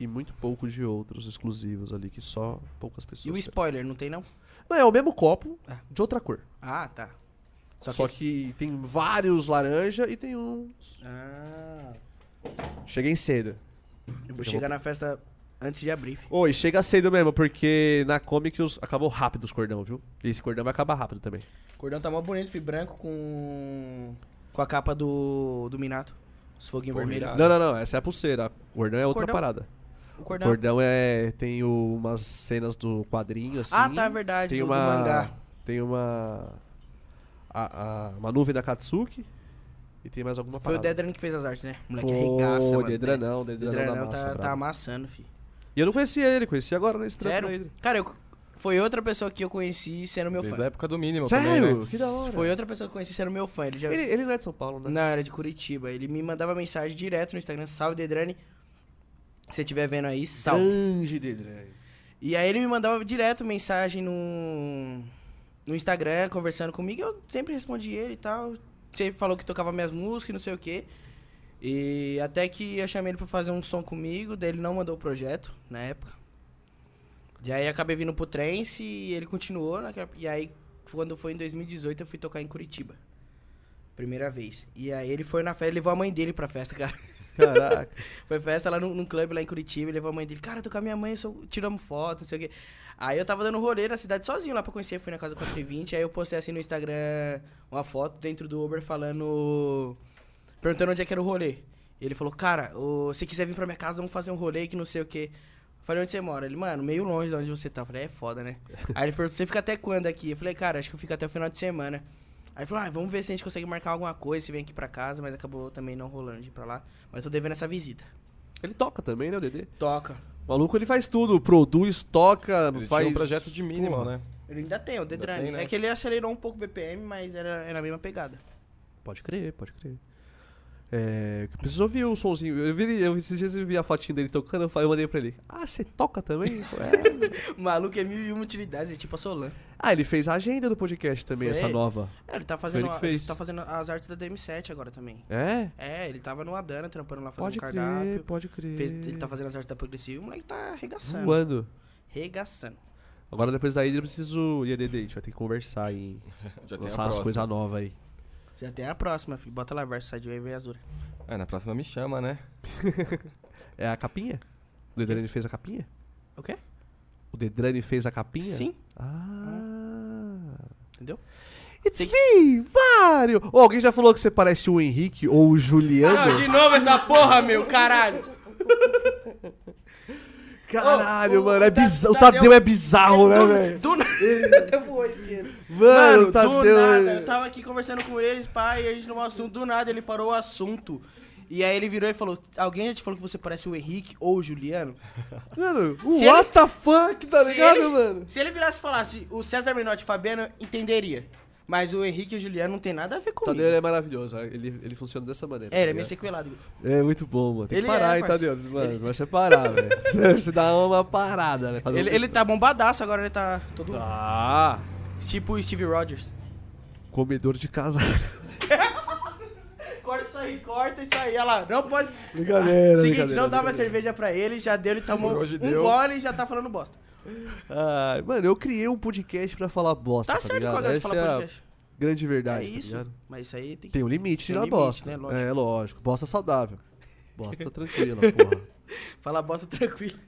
e muito pouco de outros exclusivos ali, que só poucas pessoas.
E o
têm.
spoiler, não tem não?
Não, é o mesmo copo,
É.
de outra cor.
Ah, tá.
Só,
Só
que... tem vários laranja e tem um.
Ah,
Cheguei cedo.
eu vou chegar na festa antes de abrir. fi.
Oi, chega cedo mesmo, porque na Comic os... acabou rápido os cordão, viu? E esse cordão vai acabar rápido também.
O cordão tá mó bonito, fi, branco com. Com a capa do. do Minato. Os foguinhos
Pô,
vermelhos.
irado.
Não, não, não, essa é a pulseira. O cordão é outra
Cordão?
parada.
O
O
cordão.
cordão é. Tem o- umas cenas do quadrinho, assim.
ah, tá, é verdade.
Tem
do, do
uma.
mangá.
Tem uma. a- a- uma nuvem da Katsuki. E tem mais alguma
Foi o
parada.
Dedran que fez as artes, né? O moleque
Pô,
arregaça, mano.
Dedranão, Dedranão,
Dedran
da
não
massa,
tá, tá
brabo.
amassando, fi.
E eu não conhecia ele, conheci agora né, nesse trampo
Sério?
dele.
Cara, eu, foi outra pessoa que eu conheci sendo meu
Desde a
fã.
época do mínimo
Sério?
também, né?
Que da hora.
Foi outra pessoa que eu conheci sendo meu fã. Ele já.
Ele, ele não é de São Paulo, né?
Não, era de Curitiba. Ele me mandava mensagem direto no Instagram. Salve, Dedrani. Se você estiver vendo aí, salve.
Grande Dedran.
E aí ele me mandava direto mensagem no, no Instagram, conversando comigo. Eu sempre respondi ele e tal. Sempre falou que tocava minhas músicas, e não sei o quê. E até que eu chamei ele pra fazer um som comigo, daí ele não mandou o projeto na época. E aí acabei vindo pro Trance e ele continuou. naquela- e aí, quando foi em 2018, eu fui tocar em Curitiba. Primeira vez. E aí ele foi na festa, levou a mãe dele pra festa, cara.
Caraca.
Foi festa lá num, num clube lá em Curitiba, ele levou a mãe dele, cara, tô com a minha mãe, eu sou- tiramos foto, não sei o quê. Aí eu tava dando rolê na cidade sozinho lá pra conhecer, fui na casa 420, aí eu postei assim no Instagram uma foto dentro do Uber falando. Perguntando onde é que era o rolê. Ele falou, cara, ô, se quiser vir pra minha casa, vamos fazer um rolê que não sei o quê. Falei, onde você mora? Ele, mano, meio longe de onde você tá. Eu Falei, é foda, né? Aí ele perguntou, você fica até quando aqui? Eu falei, cara, acho que eu fico até o final de semana. Aí ele falou, ah, vamos ver se a gente consegue marcar alguma coisa, se vem aqui pra casa, mas acabou também não rolando de ir pra lá. Mas tô devendo essa visita.
Ele toca também, né, o Dedê?
Toca.
O maluco ele faz tudo, produz, toca,
Ele
faz.
tinha um projeto de mínimo,
Porra.
né?
Ele ainda tem, o Dedrani.
tem, né?
É que ele acelerou um pouco o BPM, mas era, era a mesma pegada.
Pode crer, pode crer. É, eu preciso ouvir o somzinho. Eu vi, eu, esses dias eu vi a fotinha dele tocando, eu falei- eu mandei pra ele. Ah, você toca também? Ele falou, "É."
O maluco é mil e uma utilidades, é tipo a Solan.
ah, ele fez a agenda do podcast também,
Foi
essa
ele?
nova.
É, ele tá
Foi
fazendo,
ele que
a- ele
fez.
tá fazendo as artes da DM7 agora também.
É?
É, ele tava no Adana, trampando lá, fazendo
Pode crer,
cardápio.
pode crer.
Fez- ele tá fazendo as artes da Progressiva, o moleque tá arregaçando.
voando.
Arregaçando.
Agora depois daí eu preciso. E a Dede, a gente vai ter que conversar e
Já tem a
lançar umas
próxima.
coisas novas aí.
Já tem a próxima, filho. Bota lá, verso, sai de Wave e Azura.
É, na próxima me chama, né?
É a capinha? O Dedrani fez a capinha?
O quê?
O Dedrani fez a capinha?
Sim,
Ah.
entendeu?
It's
Tem
me, Mario! Ô, alguém já falou que você parece o Henrique ou o Juliano?
Ah, novo essa porra, meu, caralho!
Caralho,
Ô, tá-
mano, é
o Ta-
bizarro. O
Tadeu-
Tadeu é bizarro, né,
do,
velho?
Do nada, até voou a esquerda.
Mano, tá o
do
Tadeu. é-
nada, tá- eu tava aqui conversando com eles, pai, e a gente num assunto, do nada ele parou o assunto. E aí ele virou e falou, alguém já te falou que você parece o Henrique ou o Juliano?
Mano, o
Se
what the fuck, tá
Se
ligado,
ele-
mano?
Se ele virasse e falasse o César Menotti e o Fabiano, entenderia. Mas o Henrique e o Juliano não tem nada a ver
O
comigo.
Tadeu é maravilhoso, ele, ele funciona dessa maneira.
É, ele é
tá
meio
ligado?
sequelado.
É muito bom, mano. Tem
Ele
que parar,
é,
hein,
parça.
Tadeu? Mano, vai separar, velho. Você- Você dá uma parada, né? Fazer
Ele,
um-
ele tá bombadaço, agora ele tá todo...
Ah!
Tipo o Steve Rogers.
Comedor de casa.
É, Corta isso aí, corta isso aí, olha lá. Não pode...
brincadeira,
Seguinte,
brincadeira,
não dá
brincadeira.
mais cerveja pra ele, já deu, ele tomou
Hoje
um
deu.
gole e já tá falando bosta.
Ai, mano, eu criei um podcast pra falar bosta.
Tá certo
ligado?
com a galera de
Essa
falar
é
podcast.
Grande verdade.
é
tá
isso.
ligado?
mas isso aí tem que.
Tem um limite
Tem
na
limite,
bosta.
né? Lógico.
É, lógico. Bosta saudável. Bosta tranquila, porra.
Falar bosta tranquilo.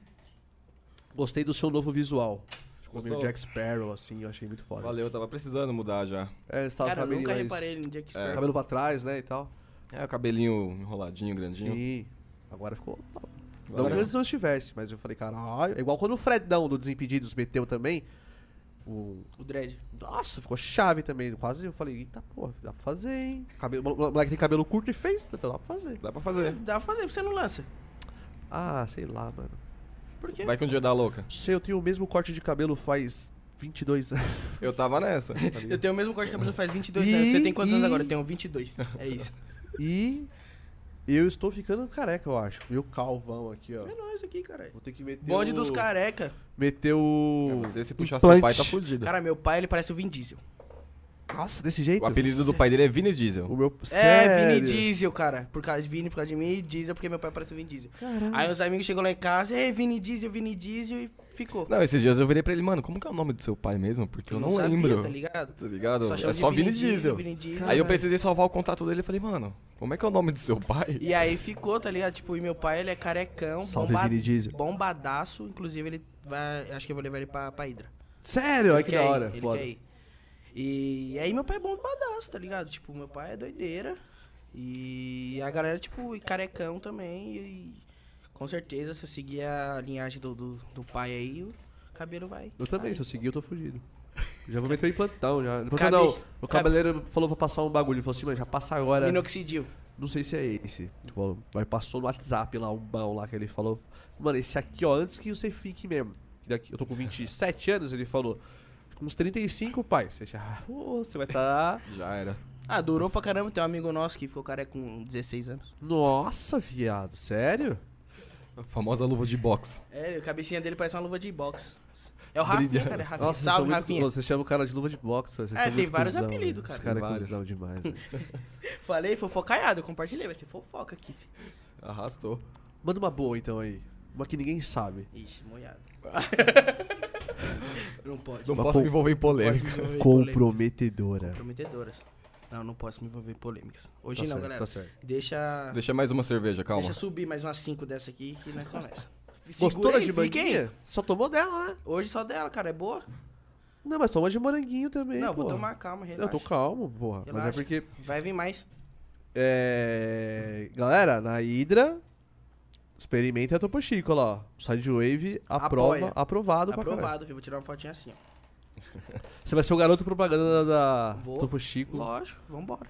Gostei do seu novo visual. Ficou meio
Gostou?
Jack Sparrow, assim, eu achei muito foda.
Valeu, eu tava precisando mudar já.
É, você tava
Cara, eu
com o
nunca
cabelinho mais-
reparei no dia que
É.
é.
Cabelo pra trás, né, e tal.
É, o cabelinho enroladinho, grandinho.
Sim. Agora ficou top. Não
Valeu.
que antes não estivesse, mas eu falei, caralho. É igual quando o Fredão do Desimpedidos meteu também. O...
O dread.
Nossa, ficou chave também. Quase eu falei, eita porra, dá pra fazer, hein? Cabelo... O moleque tem cabelo curto e fez, então dá pra fazer.
Dá pra fazer.
Dá pra fazer, porque você não lança.
Ah, sei lá, mano.
Por quê?
Vai que um dia dá louca.
Sei, eu tenho o mesmo corte de cabelo faz 22 anos. tá
Eu tava nessa. É,
Eu tenho o mesmo corte de cabelo faz 22
E-
anos. Você tem quantos
e-
anos agora? Eu tenho 22. É isso.
E eu estou ficando careca, eu acho. Meu calvão aqui, ó.
É nóis aqui, caralho.
Vou ter que meter
Bonde
o...
dos careca.
Meter o...
É Você se puxar
Implante.
seu pai, tá fudido.
Cara, meu pai, ele parece o Vin Diesel.
Nossa, desse jeito?
O apelido do pai dele é Vini Diesel.
O meu.
É, Vini
Sério?
Diesel, cara. Por causa de Vini, por causa de mim, e Diesel, porque meu pai parece o Vini Diesel.
Caralho.
Aí os amigos chegou lá em casa, ei, Vini Diesel, Vini Diesel, e ficou.
Não, esses dias eu virei pra ele, mano, como que é o nome do seu pai mesmo? Porque eu, não,
sabia,
lembro.
tá ligado?
Tá ligado?
chama
É
de
só Vini Diesel. é.
Vini Diesel.
Aí eu precisei salvar o contato dele e falei, mano, como é que é o nome do seu pai?
E aí ficou, tá ligado? Tipo, e meu pai, ele é carecão,
Salve, Vini Diesel.
bombadaço. Inclusive, ele vai. Acho que eu vou levar ele pra, pra Hydra.
Sério? Olha que
Quer
da
ir,
hora.
ele
Foda.
quer ir. E aí meu pai é bombadaço, tá ligado? Tipo, meu pai é doideira. E a galera, tipo, e carecão também. E com certeza, se eu seguir a linhagem do, do, do pai aí, o cabelo vai.
Eu também, se eu seguir, eu tô fudido. Já vou meter o implantão já. Implantão
tá. Cabe-
não. O
cabe-
cabeleireiro falou pra passar um bagulho. Ele falou assim, mano, já passa agora.
Minoxidil.
Não sei se é esse. Tipo, mas passou no WhatsApp lá, um bão lá que ele falou. Mano, esse aqui, ó, antes que você fique mesmo. que Daqui, eu tô com 27 anos, ele falou. Com uns 35, pai. Você já. Ô, você vai tá estar.
Já era.
Ah, durou pra caramba. Tem um amigo nosso que ficou careca com 16 anos.
Nossa, viado, sério?
A famosa luva de boxe.
É, a cabecinha dele parece uma luva de boxe. É o Rafinha, cara. É Rafinha.
Nossa, vocês são
Salve,
muito
Rafinha.
Você chama o cara de luva de boxe. Vocês
É,
são
tem
muito
vários
cuzão, velho.
apelidos, cara.
Esse cara
Tem
é
vários.
cuzão demais. velho.
Falei, fofocaiado. Compartilhei, vai ser fofoca aqui.
Arrastou.
Manda uma boa então aí. Uma que ninguém sabe.
Ixi, molhado. não pode.
Não
Mas
posso
com-
me envolver em polêmica.
Posso me envolver em polêmicas.
Comprometedora.
Comprometedoras. Não, não posso me envolver em polêmicas. Hoje
Tá
não,
certo,
galera.
tá certo.
Deixa, deixa,
Deixa mais uma cerveja, calma.
subir mais umas 5 dessa aqui que nós começa.
Gostou
Segura
da
aí,
de
fica aí.
manguinha? Só tomou dela, né?
Hoje só dela, cara. É boa?
Não, mas toma de moranguinho também.
não, vou
porra.
tomar calma,
Eu
relaxa.
tô calmo, porra. Mas é
Relaxa.
porque.
Vai vir mais.
É... Galera, na Hydra, experimenta a Topo Chico, olha lá. ó. Sidewave, aprova,
Apoia.
aprovado pra caralho.
Aprovado, filho. Vou tirar uma fotinha assim, ó.
Você vai ser o garoto propaganda da da
Vou.
Topo Chico.
Lógico, vambora.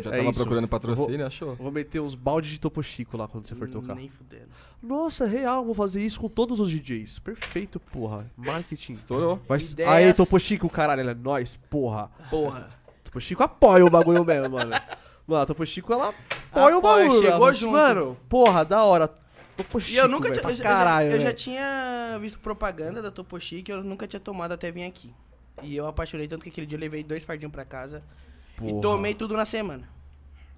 Já
É
tava
isso.
procurando patrocínio, achou?
Vou meter uns baldes de Topo Chico lá quando você for
Hum,
tocar.
Nem fudendo.
Nossa, é real, vou fazer isso com todos os DJs. Perfeito, porra. Marketing.
Estourou.
Vai...
Ideias.
Aí, Topo Chico, caralho, é nóis, porra.
Porra.
Topo Chico apoia o bagulho mesmo, mano. Mano, a Topo Chico, ela apoia o
Apoia,
bagulho.
chegou
ela-
junto.
Mano, porra, da hora. Topo Chico,
E eu nunca
velho,
tinha.
pra
Eu, já-
caralho,
eu já
velho.
tinha visto propaganda da Topo Chic, eu nunca tinha tomado até vir aqui. E eu apaixonei tanto que aquele dia eu levei dois fardinhos pra casa
Porra.
e tomei tudo na semana.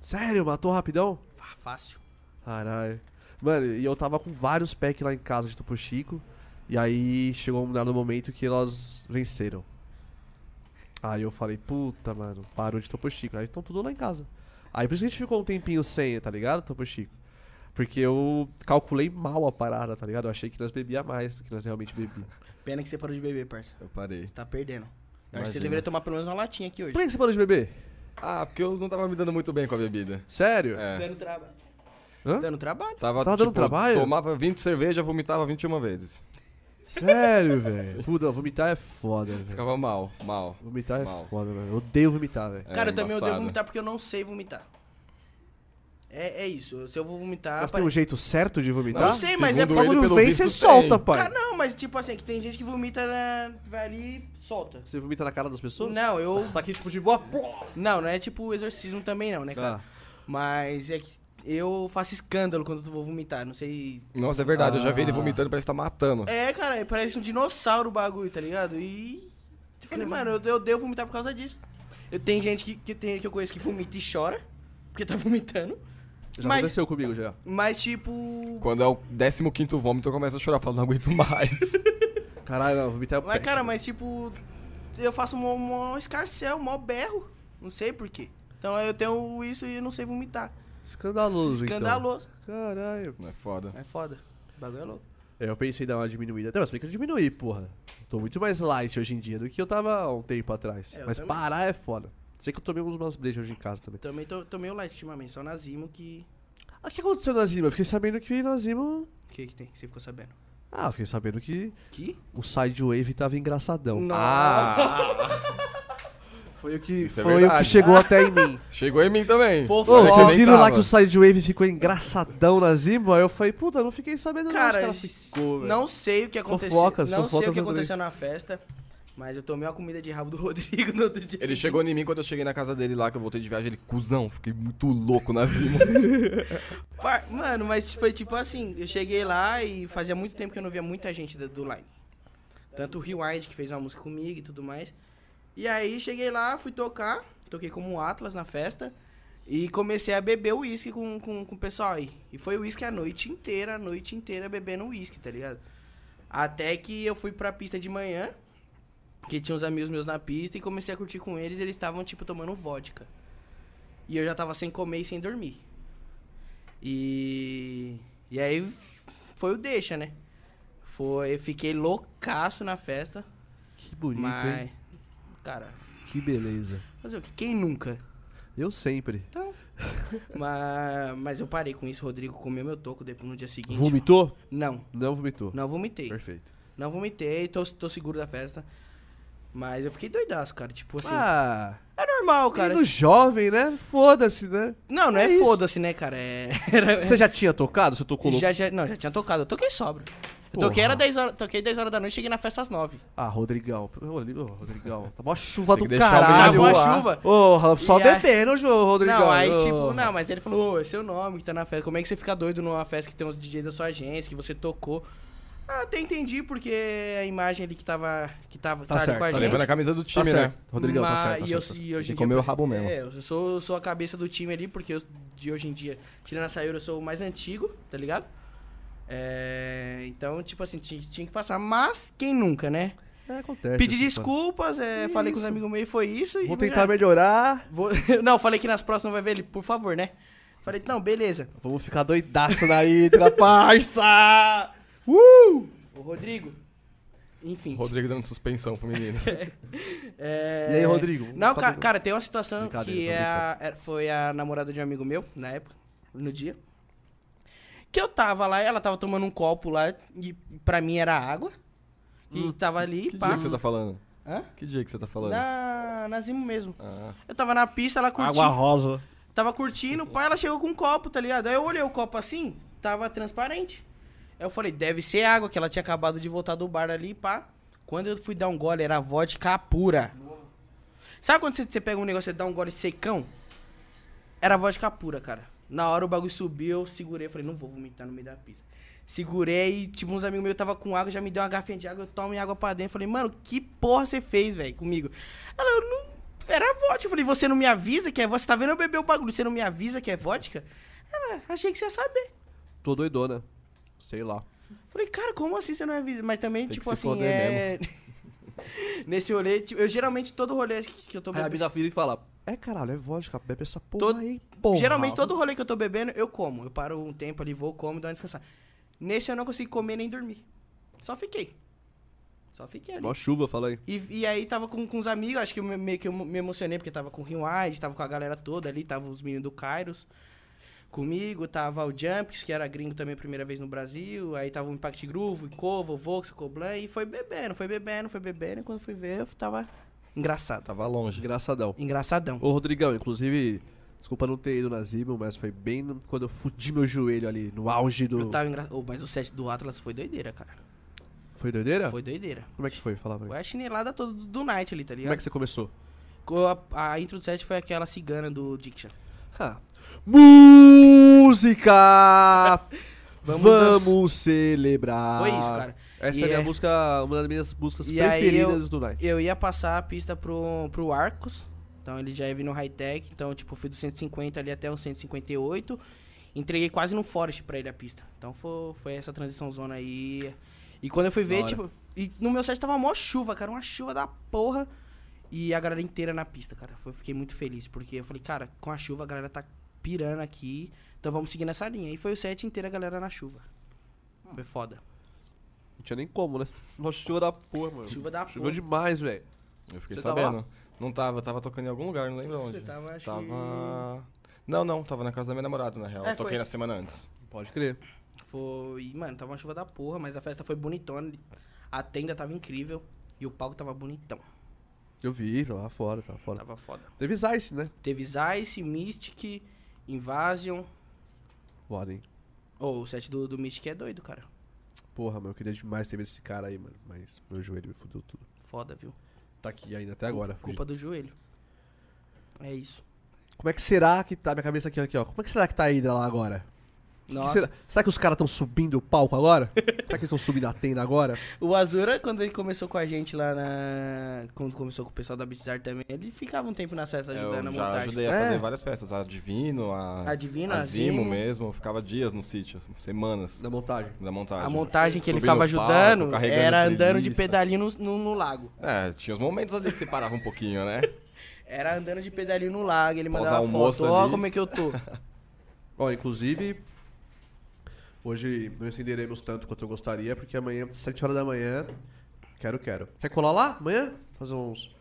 Sério, matou rapidão?
Fá- Fácil.
Caralho. Mano, e eu tava com vários packs lá em casa de Topo Chico. E aí chegou um dado momento que elas venceram. Aí eu falei, puta, mano, parou de Topo Chico. Aí estão tudo lá em casa. Aí por isso que a gente ficou um tempinho sem, tá ligado, Topo Chico? Porque eu calculei mal a parada, tá ligado? Eu achei que nós bebia mais do que nós realmente bebíamos.
Pena que você parou de beber, parça.
Eu parei.
Você tá perdendo. Eu acho que você
Imagina.
deveria tomar pelo menos uma latinha aqui hoje.
Por que você parou de beber?
Ah, porque eu não tava me dando muito bem com a bebida.
Sério?
É.
Dando trabalho.
Hã?
Dando trabalho.
Tava,
Tava dando
tipo,
trabalho?
Tomava 20 cerveja, vomitava 21 vezes.
Sério, velho. Puta, vomitar é foda, velho.
Ficava mal, mal.
Vomitar é
Mal.
foda, velho. Eu odeio vomitar, velho.
É,
Cara, eu também odeio
embaçado.
vomitar porque eu não sei vomitar. É, é isso. Se eu vou vomitar.
Mas tem um
pare-
jeito certo de vomitar?
Tá?
Não sei, mas é
Segundo
O
Doendo
ele,
bagulho
pelo
vem,
visto,
você
tem.
solta, pai.
Cara, não, mas tipo assim, que tem gente que vomita, né, vai ali e solta.
Você vomita na cara das pessoas?
Não, eu
Você tá aqui tipo de boa.
Não, não é tipo exorcismo também não, né, cara?
Ah.
Mas é que eu faço escândalo quando eu vou vomitar, não sei...
Nossa, é verdade, eu já vi ele
Ah.
vomitando, parece que tá matando.
É, cara, parece um dinossauro o bagulho, tá ligado? E... Eu falei, mano, eu, eu devo vomitar por causa disso. Eu, tem gente que, que, tem, que eu conheço que vomita e chora, porque tá vomitando.
Já
mas,
aconteceu comigo já.
mas, tipo...
Quando é o 15 vômito, eu começo a chorar, eu falo, não aguento mais.
Caralho, não, vomitar é
Mas,
péssimo.
cara, mas, tipo... Eu faço mó, mó escarcel, mó berro, não sei porquê. Então eu tenho isso e eu não sei vomitar.
Escandaloso,
Escandaloso.
então. Caralho.
Não é foda.
É foda. O bagulho é louco.
É, Eu pensei em dar uma diminuída. Não, mas bem que eu diminuí, porra. Tô muito mais light hoje em dia do que eu tava há um tempo atrás.
É, eu
mas
também.
parar é foda. Sei que eu tomei uns umas brejas hoje em casa também.
Também tô, tomei o light ultimamente, só na Zimo que...
Ah, o que aconteceu na Zima? Eu fiquei sabendo que na Zima...
O que que tem? Você ficou sabendo?
Ah, eu fiquei sabendo que
Que?
o Sidewave tava engraçadão.
Ah.
Ah.
Ah, Foi o que,
Isso é
foi o que
verdade.
chegou até em mim.
Chegou em mim também.
Ô, vocês viram lá que o Sidewave ficou engraçadão na Zimbo? Aí eu falei, puta, não fiquei sabendo não,
Cara,
os caras ficou, velho.
não sei o que aconteceu.
Fofocas,
não sei o
fofocas
que
no
aconteceu na festa, mas eu tomei uma comida de rabo do Rodrigo no outro dia.
Ele chegou em mim quando eu cheguei na casa dele lá, que eu voltei de viagem, ele, cuzão, fiquei muito louco na zima.
Par- Mano, mas foi tipo assim, eu cheguei lá e fazia muito tempo que eu não via muita gente do, do Line. Tanto o Rewind, que fez uma música comigo e tudo mais. E aí cheguei lá, fui tocar, toquei como um Atlas na festa. E comecei a beber uísque com, com, com o pessoal aí. E foi uísque a noite inteira, a noite inteira bebendo uísque, tá ligado? Até que eu fui pra pista de manhã, que tinha uns amigos meus na pista, e comecei a curtir com eles, e eles estavam, tipo, tomando vodka. E eu já tava sem comer e sem dormir. E. E aí foi o deixa, né? Foi. Fiquei loucaço na festa.
Que bonito,
mas.
hein?
Cara,
Que beleza.
fazer o quê? Quem nunca?
Eu sempre.
Então. mas, mas eu parei com isso, Rodrigo comeu meu toco depois no dia seguinte.
Vomitou?
Não,
Não vomitou.
não vomitei.
Perfeito.
Não vomitei, tô, tô seguro da festa. Mas eu fiquei doidaço, cara. Tipo assim.
Ah,
é normal, cara.
cara, no jovem, né? Foda-se, né?
Não, não é,
é isso.
foda-se, né, cara? É. Era...
Você já tinha tocado? Você tocou louco?
Já, já, não, já tinha tocado. Eu toquei sobra. Eu
Porra.
toquei, era 10 horas, toquei 10 horas da noite, cheguei na festa às 9.
Ah, Rodrigão. Ô, ali, ô, Rodrigão. Tá mó chuva
Tem
do
que deixar o
caralho.
menino
ó.
voar.
Ô, só
E aí-
bebendo, ô, Rodrigão.
não, aí
Ô.
tipo, não, mas ele falou, ô, esse é o nome que tá na festa. Como é que você fica doido numa festa que tem uns DJs da sua agência, que você tocou? Ah, até entendi, porque a imagem ali que tava, que tava,
Tá
ali
certo,
com a
tá
Tá
gente.
levando a camisa do
Tá
time, né?
certo. Rodrigão, tá
Mas-
certo. tá
E, eu,
certo.
e hoje
Tem
em
que comer
dia,
o rabo mesmo.
É, eu sou, eu sou a cabeça do time ali, porque eu, de hoje em dia, tirando a Sayuri, eu sou o mais antigo, tá ligado? É, então, tipo assim, ti- tinha, que passar, mas quem nunca, né?
É, acontece.
Pedi
assim,
desculpas, é, falei com os amigos meus e foi isso.
pô.
e
Vou
já-
tentar melhorar.
Vou- não, falei que nas próximas vai ver ele, por favor, né? Falei, não, beleza.
Vamos ficar doidaço na Hidra, parça!
Uh! Ô, Rodrigo. Enfim.
O Rodrigo dando suspensão pro menino.
é-
E aí, Rodrigo?
Não,
Cadê-
ca- cara, tem uma situação
Brincadeira,
que
tô
é a- era- foi a namorada de um amigo meu, na época, no dia. Que eu tava lá, ela tava tomando um copo lá, e pra mim era água. E tava ali,
Hum, que
pá.
dia que você tá falando?
Hã?
Que dia que você tá falando?
Na, na Zimo mesmo.
Ah,
Eu tava na pista, ela curtindo.
rosa.
Tava curtindo, pá, ela chegou com um copo, tá ligado? Aí eu olhei o copo assim, tava transparente. Aí eu falei, deve ser água, que ela tinha acabado de voltar do bar ali, pá. Quando eu fui dar um gole, era vodka pura. Sabe quando você, você pega um negócio e dá um gole secão? Era vodka pura, cara. Na hora o bagulho subiu, eu segurei, falei, não vou vomitar no meio da pista. Segurei, e, tipo, uns amigos meus tava com água, já me deu uma garfinha de água, eu tomo e água pra dentro. Falei, mano, que porra você fez, velho, comigo? Ela, eu não. Era vodka. Eu falei, você não me avisa que é vodka? Você tá vendo eu beber o bagulho, você não me avisa que é vodka? Ela, achei que você ia saber.
Tô doidona. Sei lá.
Falei, cara, como assim você não avisa? Mas também,
Tem que
tipo
se
assim,
foder
é. Nesse rolê, tipo, eu geralmente todo rolê que que eu tô
Aí a
bebendo.
mina vira e fala: É caralho, é vodka, bebe essa porra
Todo-
aí, porra.
Geralmente todo rolê que eu tô bebendo, eu como. Eu paro um tempo ali, vou, como, dou uma descansada. Nesse eu não consegui comer nem dormir. Só fiquei. Só fiquei ali.
Mó chuva, fala aí.
E, e aí tava com, com os amigos, acho que eu me- meio que eu me emocionei, porque tava com o Rewind, tava com a galera toda ali, tava os meninos do Kairos comigo, tava o Jumps, que era gringo também, primeira vez no Brasil, aí tava o Impact Groove, o Covo, o Vox, o Coblan, e foi bebendo, foi bebendo, foi bebendo, e quando fui ver, eu tava engraçado.
tava longe.
Engraçadão.
Engraçadão.
Ô, Rodrigão, inclusive, desculpa não ter ido na Zibel, mas foi bem no- quando eu fudi meu joelho ali, no auge do.
Eu tava engra... Ô, mas o set do Atlas foi doideira, cara.
Foi doideira?
Foi doideira.
Como é que foi? Fala pra mim.
Foi a chinelada toda do, do Night ali, tá
Como é
ligado?
que você começou?
Co- A, a intro do set foi aquela cigana do Diction.
Ah. Música! Vamos,
Vamos
celebrar!
Foi isso, cara.
Essa
E
é a minha
é-
música, uma das minhas músicas
E aí
preferidas do Night.
Eu ia passar a pista pro, pro Arcos. Então ele já ia vir no high-tech. Então, tipo, fui do 150 ali até o 158. Entreguei quase no Forest pra ele a pista. Então foi, foi essa transição zona aí. E quando eu fui ver,
Da hora.
tipo. E no meu set tava mó chuva, cara. Uma chuva da porra. E a galera inteira na pista, cara. Foi- fiquei muito feliz. Porque eu falei, cara, com a chuva a galera tá pirando aqui. Então vamos seguir nessa linha. E foi o set inteiro a galera na chuva. Foi foda.
Não tinha nem como, né? Nossa, chuva da porra, mano.
Chuva da
Choveu
porra.
demais, velho.
Eu fiquei
Você tava
sabendo. não tava, eu tava tocando em algum lugar, não lembro
Você
onde.
tava, acho
Tava- Não, não, tava na casa da minha namorada, na real.
É,
Eu toquei
foi.
na semana antes.
Pode crer.
Foi. Mano, tava uma chuva da porra, mas a festa foi bonitona. A tenda tava incrível e o palco tava bonitão.
Eu vi, tava lá fora, tava fora.
Tava foda.
Teve Zeiss, né?
Teve Zeiss, Mystic, Invasion.
Foda, hein?
Ô, o set do, do Mystic é doido, cara.
Porra, mano, eu queria demais ter visto esse cara aí, mano. Mas meu joelho me fudeu tudo.
Foda, viu?
Tá aqui ainda até agora.
Culpa do joelho. É isso.
Como é que será que tá? Minha cabeça aqui, aqui, ó. Como é que será que tá a Hydra lá agora? Que
Nossa.
será? será que os caras estão subindo o palco agora? será que eles estão subindo a tenda agora?
O Azura, quando ele começou com a gente lá na. Quando começou com o pessoal da Bizarre também, ele ficava um tempo nas festas
É, Eu
ajudando a
já
montagem.
ajudei a
É.
fazer várias festas, a Divino, a,
A Divino, a
Zimo
Zimo.
mesmo, eu ficava dias no sítio, semanas
Da montagem.
da montagem.
A montagem que ele
Subindo
ficava
no palco,
ajudando
carregando
era andando de
treliça.
pedalinho no, no- no lago.
É, tinha os momentos ali que você parava um pouquinho, né?
Era andando de pedalinho no lago, ele
Pausa
mandava
um almoço
foto, ó
ali.
como é que eu tô.
Ó, inclusive, hoje não estenderemos tanto quanto eu gostaria, porque amanhã, 7 horas da manhã, quero, quero. Quer colar lá amanhã? Fazer uns,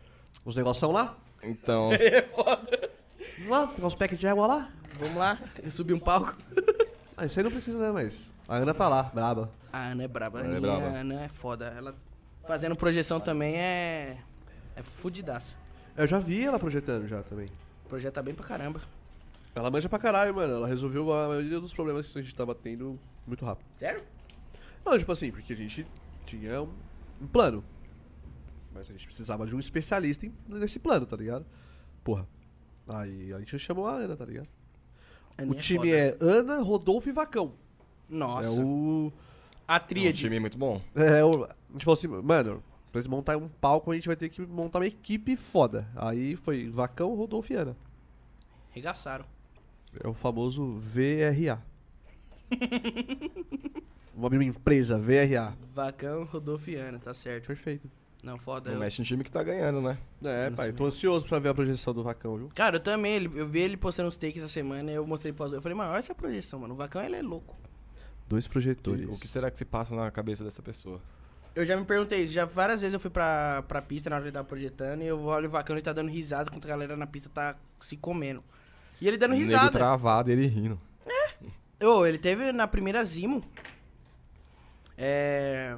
uns negoção lá?
Então,
Vamos lá? Pegar uns packs de água lá?
Vamos lá, subir um palco.
Ah, isso aí não precisa, né? Mas a Ana tá lá, braba.
A Ana é braba, a
Ana é
Aninha,
braba.
a Ana é foda. Ela fazendo projeção também é. É fudidaço.
Eu já vi ela projetando já também.
Projeta bem pra caramba.
Ela manja pra caralho, mano. Ela resolveu a maioria dos problemas que a gente tava tendo muito rápido.
Sério?
Não, tipo assim, porque a gente tinha um, um plano. Mas a gente precisava de um especialista em- nesse plano, tá ligado? Porra. Aí a gente chamou a Ana, tá ligado?
A
O
Aninha
time
foda.
é Ana, Rodolfo e Vacão.
Nossa.
É o.
A
um
tríade.
time muito bom.
É o. A gente falou assim, mano, pra eles montar um palco, a gente vai ter que montar uma equipe foda. Aí foi Vacão, Rodolfo e Ana.
Regaçaram.
É o famoso VRA. uma mesma empresa, VRA.
Vacão Rodolfiana, tá certo.
Perfeito.
Não, foda.
Não
Eu...
mexe em time que tá ganhando, né?
É,
Nossa,
pai, tô ansioso pra ver a projeção do Vacão, viu?
Cara, eu também, ele- eu vi ele postando os takes essa semana, eu mostrei pra Eu falei, mano, olha essa projeção, mano. O Vacão, ele é louco.
Dois
E
projetores.
o que será que se passa na cabeça dessa pessoa?
Eu já me perguntei isso, já várias vezes eu fui pra, pra pista na hora que ele tava projetando e eu olho o Vacão, ele tá dando risada enquanto a galera na pista tá se comendo. E ele dando
O nego
risada.
travado, ele rindo.
Ô, ele teve na primeira Zimo. É.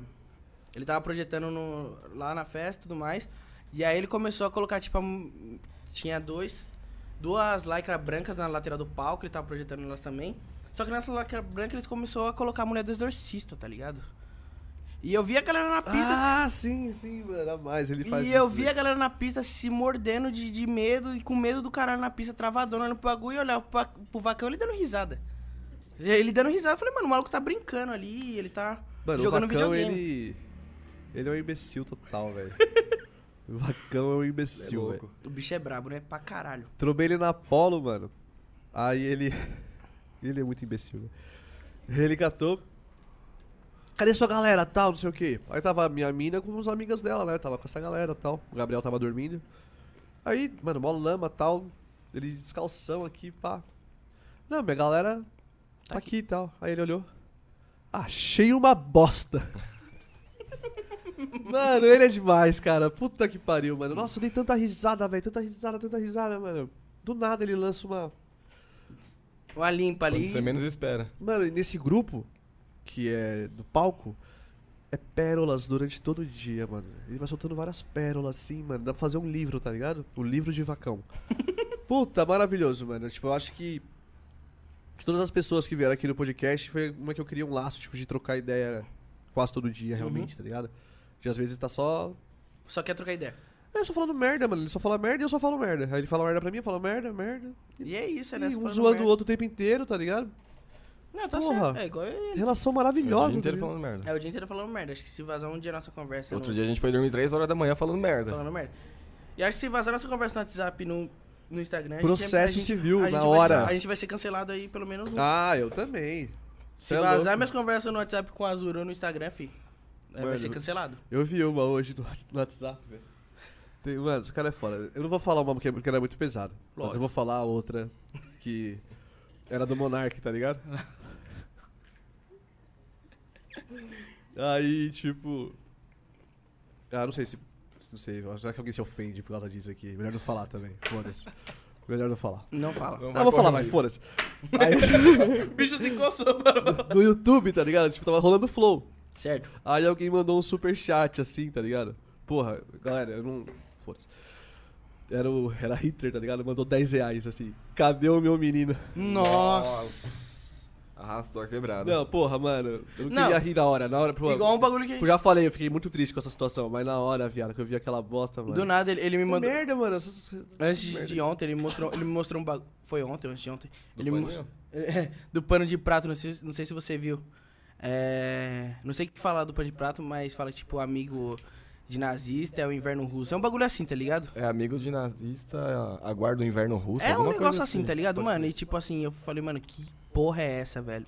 Ele tava projetando no- lá na festa e tudo mais. E aí ele começou a colocar, tipo, a m- tinha dois. Duas lycra brancas na lateral do palco, ele tava projetando elas também. Só que nessa lycra branca eles começou a colocar a mulher do exorcista, tá ligado? E eu vi a galera na pista.
Ah, sim, sim, mano. A mais, ele faz
e eu
isso,
vi
né?
a galera na pista se mordendo de, de medo e com medo do caralho na pista, travadona no bagulho e olhar pra- pro vacão ele dando risada. Ele dando risada, eu falei, mano, o maluco tá brincando ali, ele tá
Mano,
jogando
o Vacão,
videogame.
ele. Ele é um imbecil total, velho. o Vacão é um imbecil, velho.
O bicho é brabo, né? Pra caralho.
Trobei ele na Polo, mano. Aí ele. Ele é muito imbecil, né? Ele catou. Cadê sua galera, tal, não sei o quê. Aí tava a minha mina com uns amigas dela, né? Tava com essa galera, tal. O Gabriel tava dormindo. Aí, mano, mó lama, tal. Ele descalção aqui, pá. Não, minha galera tá aqui e tal. Aí ele olhou. Achei uma bosta. Mano, ele é demais, cara. Puta que pariu, mano. Nossa, eu dei tanta risada, velho. Tanta risada, tanta risada, mano. Do nada ele lança uma.
Uma limpa
Quando
ali.
você menos espera. É
Mano, e nesse grupo, que é do palco, é pérolas durante todo o dia, mano. Ele vai soltando várias pérolas assim, mano. Dá pra fazer um livro, tá ligado? O livro de vacão. Puta, maravilhoso, mano. Tipo, eu acho que. De todas as pessoas que vieram aqui no podcast, foi uma que eu queria um laço, tipo, de trocar ideia quase todo dia,
Uhum.
realmente, tá ligado? De às vezes tá só
Só quer trocar ideia.
É, eu só falando merda, mano. Ele só fala merda e eu só falo merda. Aí ele fala merda pra mim, eu falo merda, merda.
E é isso,
E
ele é
um zoando o outro o tempo inteiro, tá ligado?
Não, tá
Porra.
certo. É igual ele.
Relação
Uhum. O dia
maravilhosa.
inteiro
tá ligado?
falando merda.
É o dia inteiro falando merda. Acho que se vazar um dia nossa conversa.
Outro
no-
dia a gente foi dormir 3 horas da manhã falando merda.
Falando merda. E acho que se vazar nossa conversa no WhatsApp e no, no Instagram. a gente-
Processo
a gente-
civil,
a gente
na
vai ser-
hora.
a gente vai ser cancelado aí pelo menos um.
Ah, eu também. Cê
Se
é
vazar
louco.
minhas conversas no WhatsApp com a Azura ou no Instagram, fi, é, vai
Mano,
ser cancelado.
Eu vi uma hoje no no WhatsApp, velho. Tem- Mano, esse cara é foda. Eu não vou falar uma porque é porque era muito pesado. Mas
Lógico.
eu vou falar outra que era do Monark, tá ligado? Aí, tipo. Ah, não sei se. se- Não sei, será que alguém se ofende por causa disso aqui? Melhor não falar também. Foda-se. Melhor não falar.
Não fala.
Não
Ah,
Então
vou
vai
falar,
correr
mas
isso.
foda-se. Aí,
O bicho se encostou, mano.
no YouTube, tá ligado? Tipo, tava rolando flow.
Certo.
Aí alguém mandou um superchat assim, tá ligado? Porra, galera, eu não. Foda-se. Era, o... Era Hitler, tá ligado? Mandou 10 reais assim. Cadê o meu menino?
Nossa.
Arrastou a quebrada.
Não, porra, mano. Eu não,
Não.
queria rir na hora. Na hora, pô,
Igual um bagulho que a
Eu
gente...
já falei, eu fiquei muito triste com essa situação, mas na hora, viado, que eu vi aquela bosta, mano.
Do nada ele, ele me
Que
mandou.
merda, mano. essas- essas
Antes de,
merda.
de ontem, ele, mostrou, ele me mostrou um bagulho. Foi ontem, antes de ontem.
Do
ele me
paninho?
mos- É, do pano de prato, não sei, não sei se você viu. É, não sei o que falar do pano de prato, mas fala tipo amigo de nazista, é o inverno russo. É um bagulho assim, tá ligado?
É amigo de nazista, aguarda o inverno russo.
é um
alguma
negócio
coisa
assim,
né?
tá ligado,
Pode
mano?
crer.
E tipo assim, eu falei, mano, que porra é essa, velho?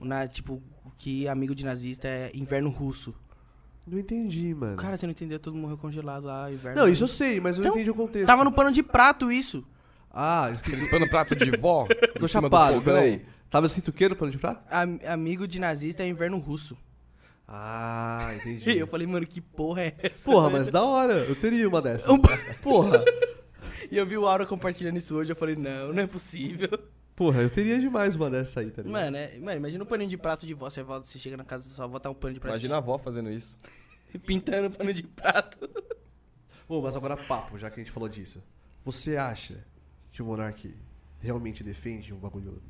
Na, tipo, que amigo de nazista é inverno russo.
Não entendi, mano.
Cara, você não entendeu? Todo mundo morreu congelado lá, inverno
não, isso
russo.
eu sei, mas eu não
Então,
entendi o contexto.
Tava no pano de prato isso.
Ah, esqueci.
Eles põem no prato de vó.
Tô
em cima do
chapado,
fogão.
peraí. Tava escrito o quê no pano de prato?
Am- amigo de nazista é inverno russo.
Ah,
E
entendi.
eu falei, mano, que porra é essa?
Porra, mas da hora. Eu teria uma dessa.
Um ba-
Porra.
E eu vi o Aura compartilhando isso hoje, eu falei, não, não é possível.
Porra, eu teria demais uma dessa aí, tá ligado?
Mano, é- mano, imagina um paninho de prato de vó, você, volta, você chega na casa da sua avó, tá um pano de prato
Imagina a vó fazendo isso.
pintando pano de prato.
Ô, mas agora papo, já que a gente falou disso. Você acha que o Monark realmente defende um bagulho?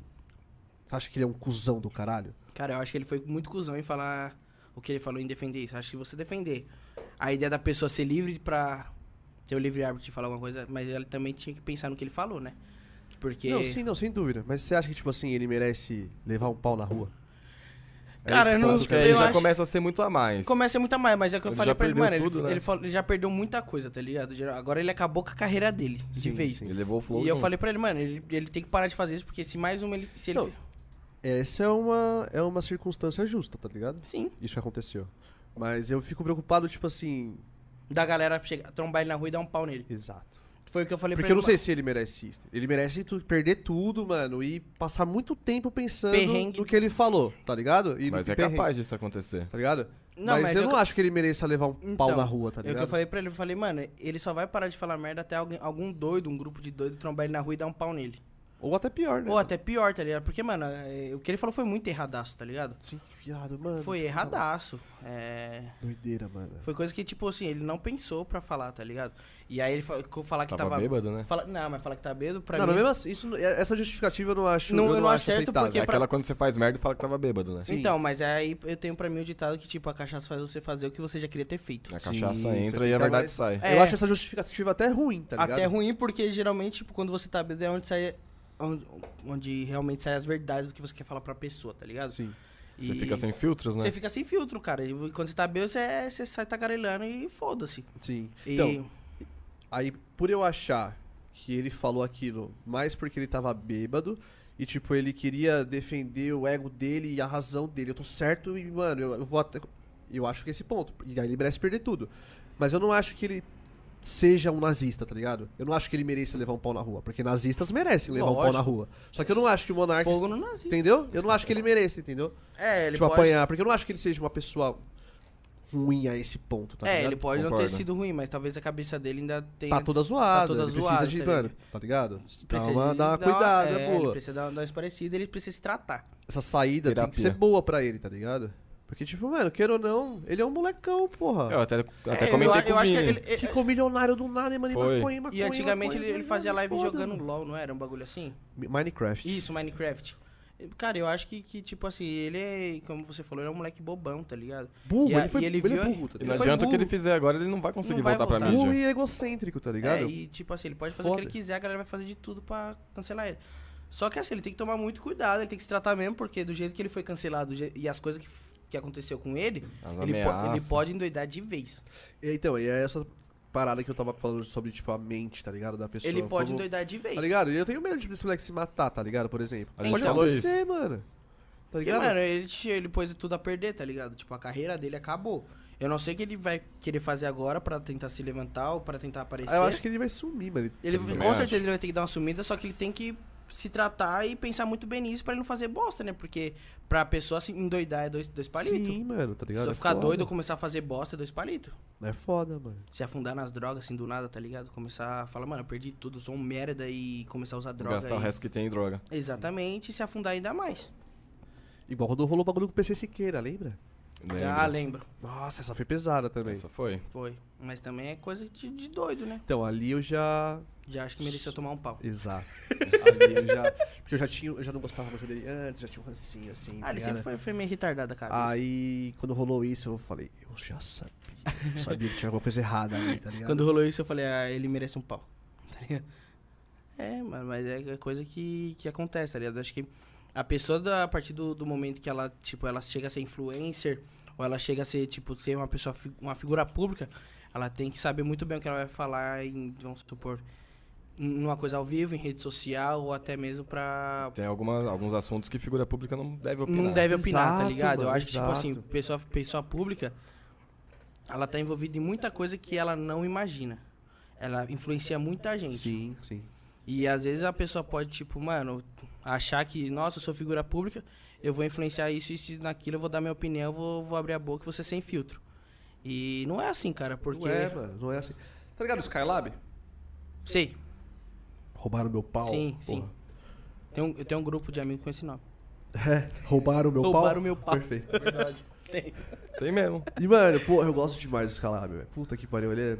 Você acha que ele é um cuzão do caralho?
Cara, eu acho que ele foi muito cuzão em falar o que ele falou em defender isso. Acho que você defender a ideia da pessoa ser livre pra ter o livre-árbitro de falar alguma coisa, mas ela também tinha que pensar no que ele falou, né? Porque...
Não, sim, não, sem dúvida. Mas você acha que, tipo assim, ele merece levar um pau na rua?
Cara, eu não-
ponto que
eu
Ele já
acho-
começa a ser muito a mais.
Começa muito a mais, mas é o que eu
Ele
falei
já
pra ele,
perdeu
mano. ele-
tudo,
ele,
né?
falou- ele já perdeu muita coisa, tá ligado? Geral- Agora ele acabou com a carreira dele, de
Sim,
vez.
sim.
Ele levou o flow
E eu
junto.
falei pra ele, mano, ele, ele tem que parar de fazer isso, porque se mais uma ele. Se ele
Não. Essa é uma, é uma circunstância justa, tá ligado?
Sim.
Isso que aconteceu. Mas eu fico preocupado, tipo assim.
Da galera chegar, trombar ele na rua e dar um pau nele.
Exato.
Foi o que eu falei
Porque
pra
eu
ele.
não sei se ele merece isso. Ele merece tu- perder tudo, mano, e passar muito tempo pensando
Perrengue.
no que ele falou, tá ligado? E
Mas
no
é
perrengue,
capaz disso acontecer.
Tá ligado?
Não,
mas,
mas
eu
é
não
que-
acho que ele mereça levar um pau
Então,
na rua, tá
É o
ligado?
que eu falei pra ele, eu falei, mano, ele só vai parar de falar merda até alguém, algum doido, um grupo de doido, trombar ele na rua e dar um pau nele.
Ou até pior, né?
Ou até pior, tá ligado? Porque, mano, é, o que ele falou foi muito erradaço, tá ligado?
Sim, viado, mano.
Foi
tipo, tá
erradaço. É.
uma Doideira, mano.
Foi coisa que, tipo assim, ele não pensou pra falar, tá ligado? E aí ele fa- co- falar que
Tava,
tava.
bêbado, né?
Fala- não, mas falar que tá bêbado, pra
não,
mim.
mas mesmo assim, isso, essa justificativa eu não acho,
Não,
eu
eu
não
não
acho
acerto
aceitável.
porque
É
pra-
aquela quando você faz merda e fala que tava bêbado, né?
Sim.
Então, mas aí eu tenho pra mim o ditado que, tipo, a cachaça faz você fazer o que você já queria ter feito.
A
Sim,
cachaça
você
entra e a
fica
verdade
mais-
sai.
É.
Eu acho essa justificativa até ruim, tá ligado?
Até ruim, porque geralmente, tipo, quando você tá bêbado é onde sai. Onde, onde realmente saem as verdades do que você quer falar pra pessoa, tá ligado?
Sim.
E
Você fica sem filtros, né?
Você fica sem filtro, cara. E quando você tá bêbado, você, você sai tagarelando e foda-se.
Sim.
E
Então, aí por eu achar que ele falou aquilo mais porque ele tava bêbado e, tipo, ele queria defender o ego dele e a razão dele. Eu tô certo e, mano, eu, eu vou até. Eu acho que é esse ponto. E aí ele merece perder tudo. Mas eu não acho que ele seja um nazista, tá ligado? Eu não acho que ele mereça levar um pau na rua. Porque nazistas merecem levar um pau na
Lógico.
rua. Só que eu não acho é que o monarca.
fogo no nazismo.
Entendeu? Eu não acho que ele mereça, entendeu?
É, ele
tipo,
pode.
apanhar. Porque eu não acho que ele seja uma pessoa ruim a esse ponto, tá
é,
ligado?
ele pode não ter
Concordo.
sido ruim, mas talveis a cabeça dele ainda tenha.
Tá toda zoada.
toda
ele
zoada,
precisa de,
tá
mano, tá ligado? Dá
Precisa
uma,
de-
dá uma cuidada,
é, Ele
boa.
precisa dar uma, dar uma esparecida, ele precisa se tratar.
Essa saída tem que
Terapia.
ser boa pra ele, tá ligado? Porque, tipo, mano, queira ou não, ele é um molecão, porra.
Eu até, até
É, eu-
comentei
eu,
com o
acho que
Vini.
ele- ele-
Ficou milionário do nada, e, mano, e
Foi.
maconha, e maconha.
E antigamente
maconha,
ele, ele
maconha,
fazia live
foda,
jogando
mano.
LOL, não era? Um bagulho assim?
Minecraft.
Isso, Minecraft. Cara, eu acho que, que, tipo assim, ele é, como você falou, ele é um moleque bobão, tá ligado?
Burro,
E a-
ele foi
e ele
ele é
viu-
burro, tá
E não
ligado?
foi
adianta o que
burro.
ele né? fizer agora, ele não vai conseguir
Não vai
voltar, pra
voltar.
Burro
mídia.
e egocêntrico, tá ligado?
É, e tipo assim, ele pode fazer o
Foda.
que ele quiser, a galera vai fazer de tudo pra cancelar ele. Só que assim, ele tem que tomar muito cuidado, ele tem que se tratar mesmo, porque do jeito que ele foi cancelado do je- e as coisas que, que aconteceu com ele,
As
ele, po- ele
ameaças.
pode endoidar de vez.
E, Então, e é essa parada que eu tava falando sobre, tipo, a mente, tá ligado? Da pessoa.
ele pode
como-
endoidar de vez.
Tá ligado? E eu tenho medo tipo, desse moleque se matar, tá ligado? Por exemplo.
A gente
Pode
falou
acontecer, mano. Tá
Porque,
ligado?
mano, ele, te- ele pôs tudo a perder, tá ligado? Tipo, a carreira dele acabou. Eu não sei o que ele vai querer fazer agora pra tentar se levantar ou pra tentar aparecer.
Ah, eu acho que ele vai sumir, mano.
Ele,
Tá ligado?
com
também acho.
certeza ele vai ter que dar uma sumida, só que ele tem que se tratar e pensar muito bem nisso pra ele não fazer bosta, né? Porque pra pessoa se endoidar é dois, dois palitos.
Sim, mano, tá ligado?
Se eu
É
ficar
foda.
doido ou começar a fazer bosta, é dois palitos.
É foda, mano.
Se afundar nas drogas, assim, do nada, tá ligado? Começar a falar, mano, eu perdi tudo, sou um merda e começar a usar droga.
Gastar o
e-
resto que tem em droga.
Exatamente, e se afundar ainda mais.
Igual quando rolou o bagulho com o PC Siqueira, lembra?
Ah,
Lembra?
lembro.
Nossa, essa foi pesada também.
Essa foi.
Foi. Mas também é coisa de, de doido, né?
Então, ali eu já.
Já acho que mereceu tomar um pau.
Exato. Ali eu já, porque eu já tinha, eu já não gostava muito dele antes, já tinha um rancinho assim.
Ah, ele
tá
sempre
ligado?
foi, foi meio retardado,
Ah,
cara.
Aí, quando rolou isso, eu falei, eu já sabia. Eu sabia que tinha alguma coisa errada ali, tá ligado?
Quando rolou isso, eu falei, ah, ele merece um pau. Tá ligado? É, mano, mas é coisa que, que acontece, tá ligado? Acho que a pessoa, da- a partir do, do momento que ela, tipo, ela chega a ser influencer, ou ela chega a ser, tipo, ser uma pessoa, fi- uma figura pública, ela tem que saber muito bem o que ela vai falar em, vamos supor, n- numa coisa ao vivo, em rede social, ou até mesmo pra,
Tem alguma, alguns assuntos que figura pública não deve opinar.
não deve opinar,
Exato,
tá ligado? Eu
mano,
acho que, tipo
exato.
assim, pessoa, pessoa pública, ela tá envolvida em muita coisa que ela não imagina. Ela influencia muita gente.
Sim, sim.
E às vezes a pessoa pode, tipo, mano, achar que, nossa, eu sou figura pública, eu vou influenciar isso, isso e naquilo, eu vou dar minha opinião, eu vou, vou abrir a boca, você sem filtro. E não é assim, cara, porque.
Não é, mano, não é assim. Tá ligado o Skylab?
Sei,
Roubaram meu pau.
sim,
porra.
sim. Tem um, eu tenho um grupo de amigos com esse nome.
É, roubaram meu pau.
Roubaram meu pau.
Perfeito.
Tem.
Tem mesmo.
E, mano, pô, eu gosto demais do Skylab, velho. Puta que pariu, ele é...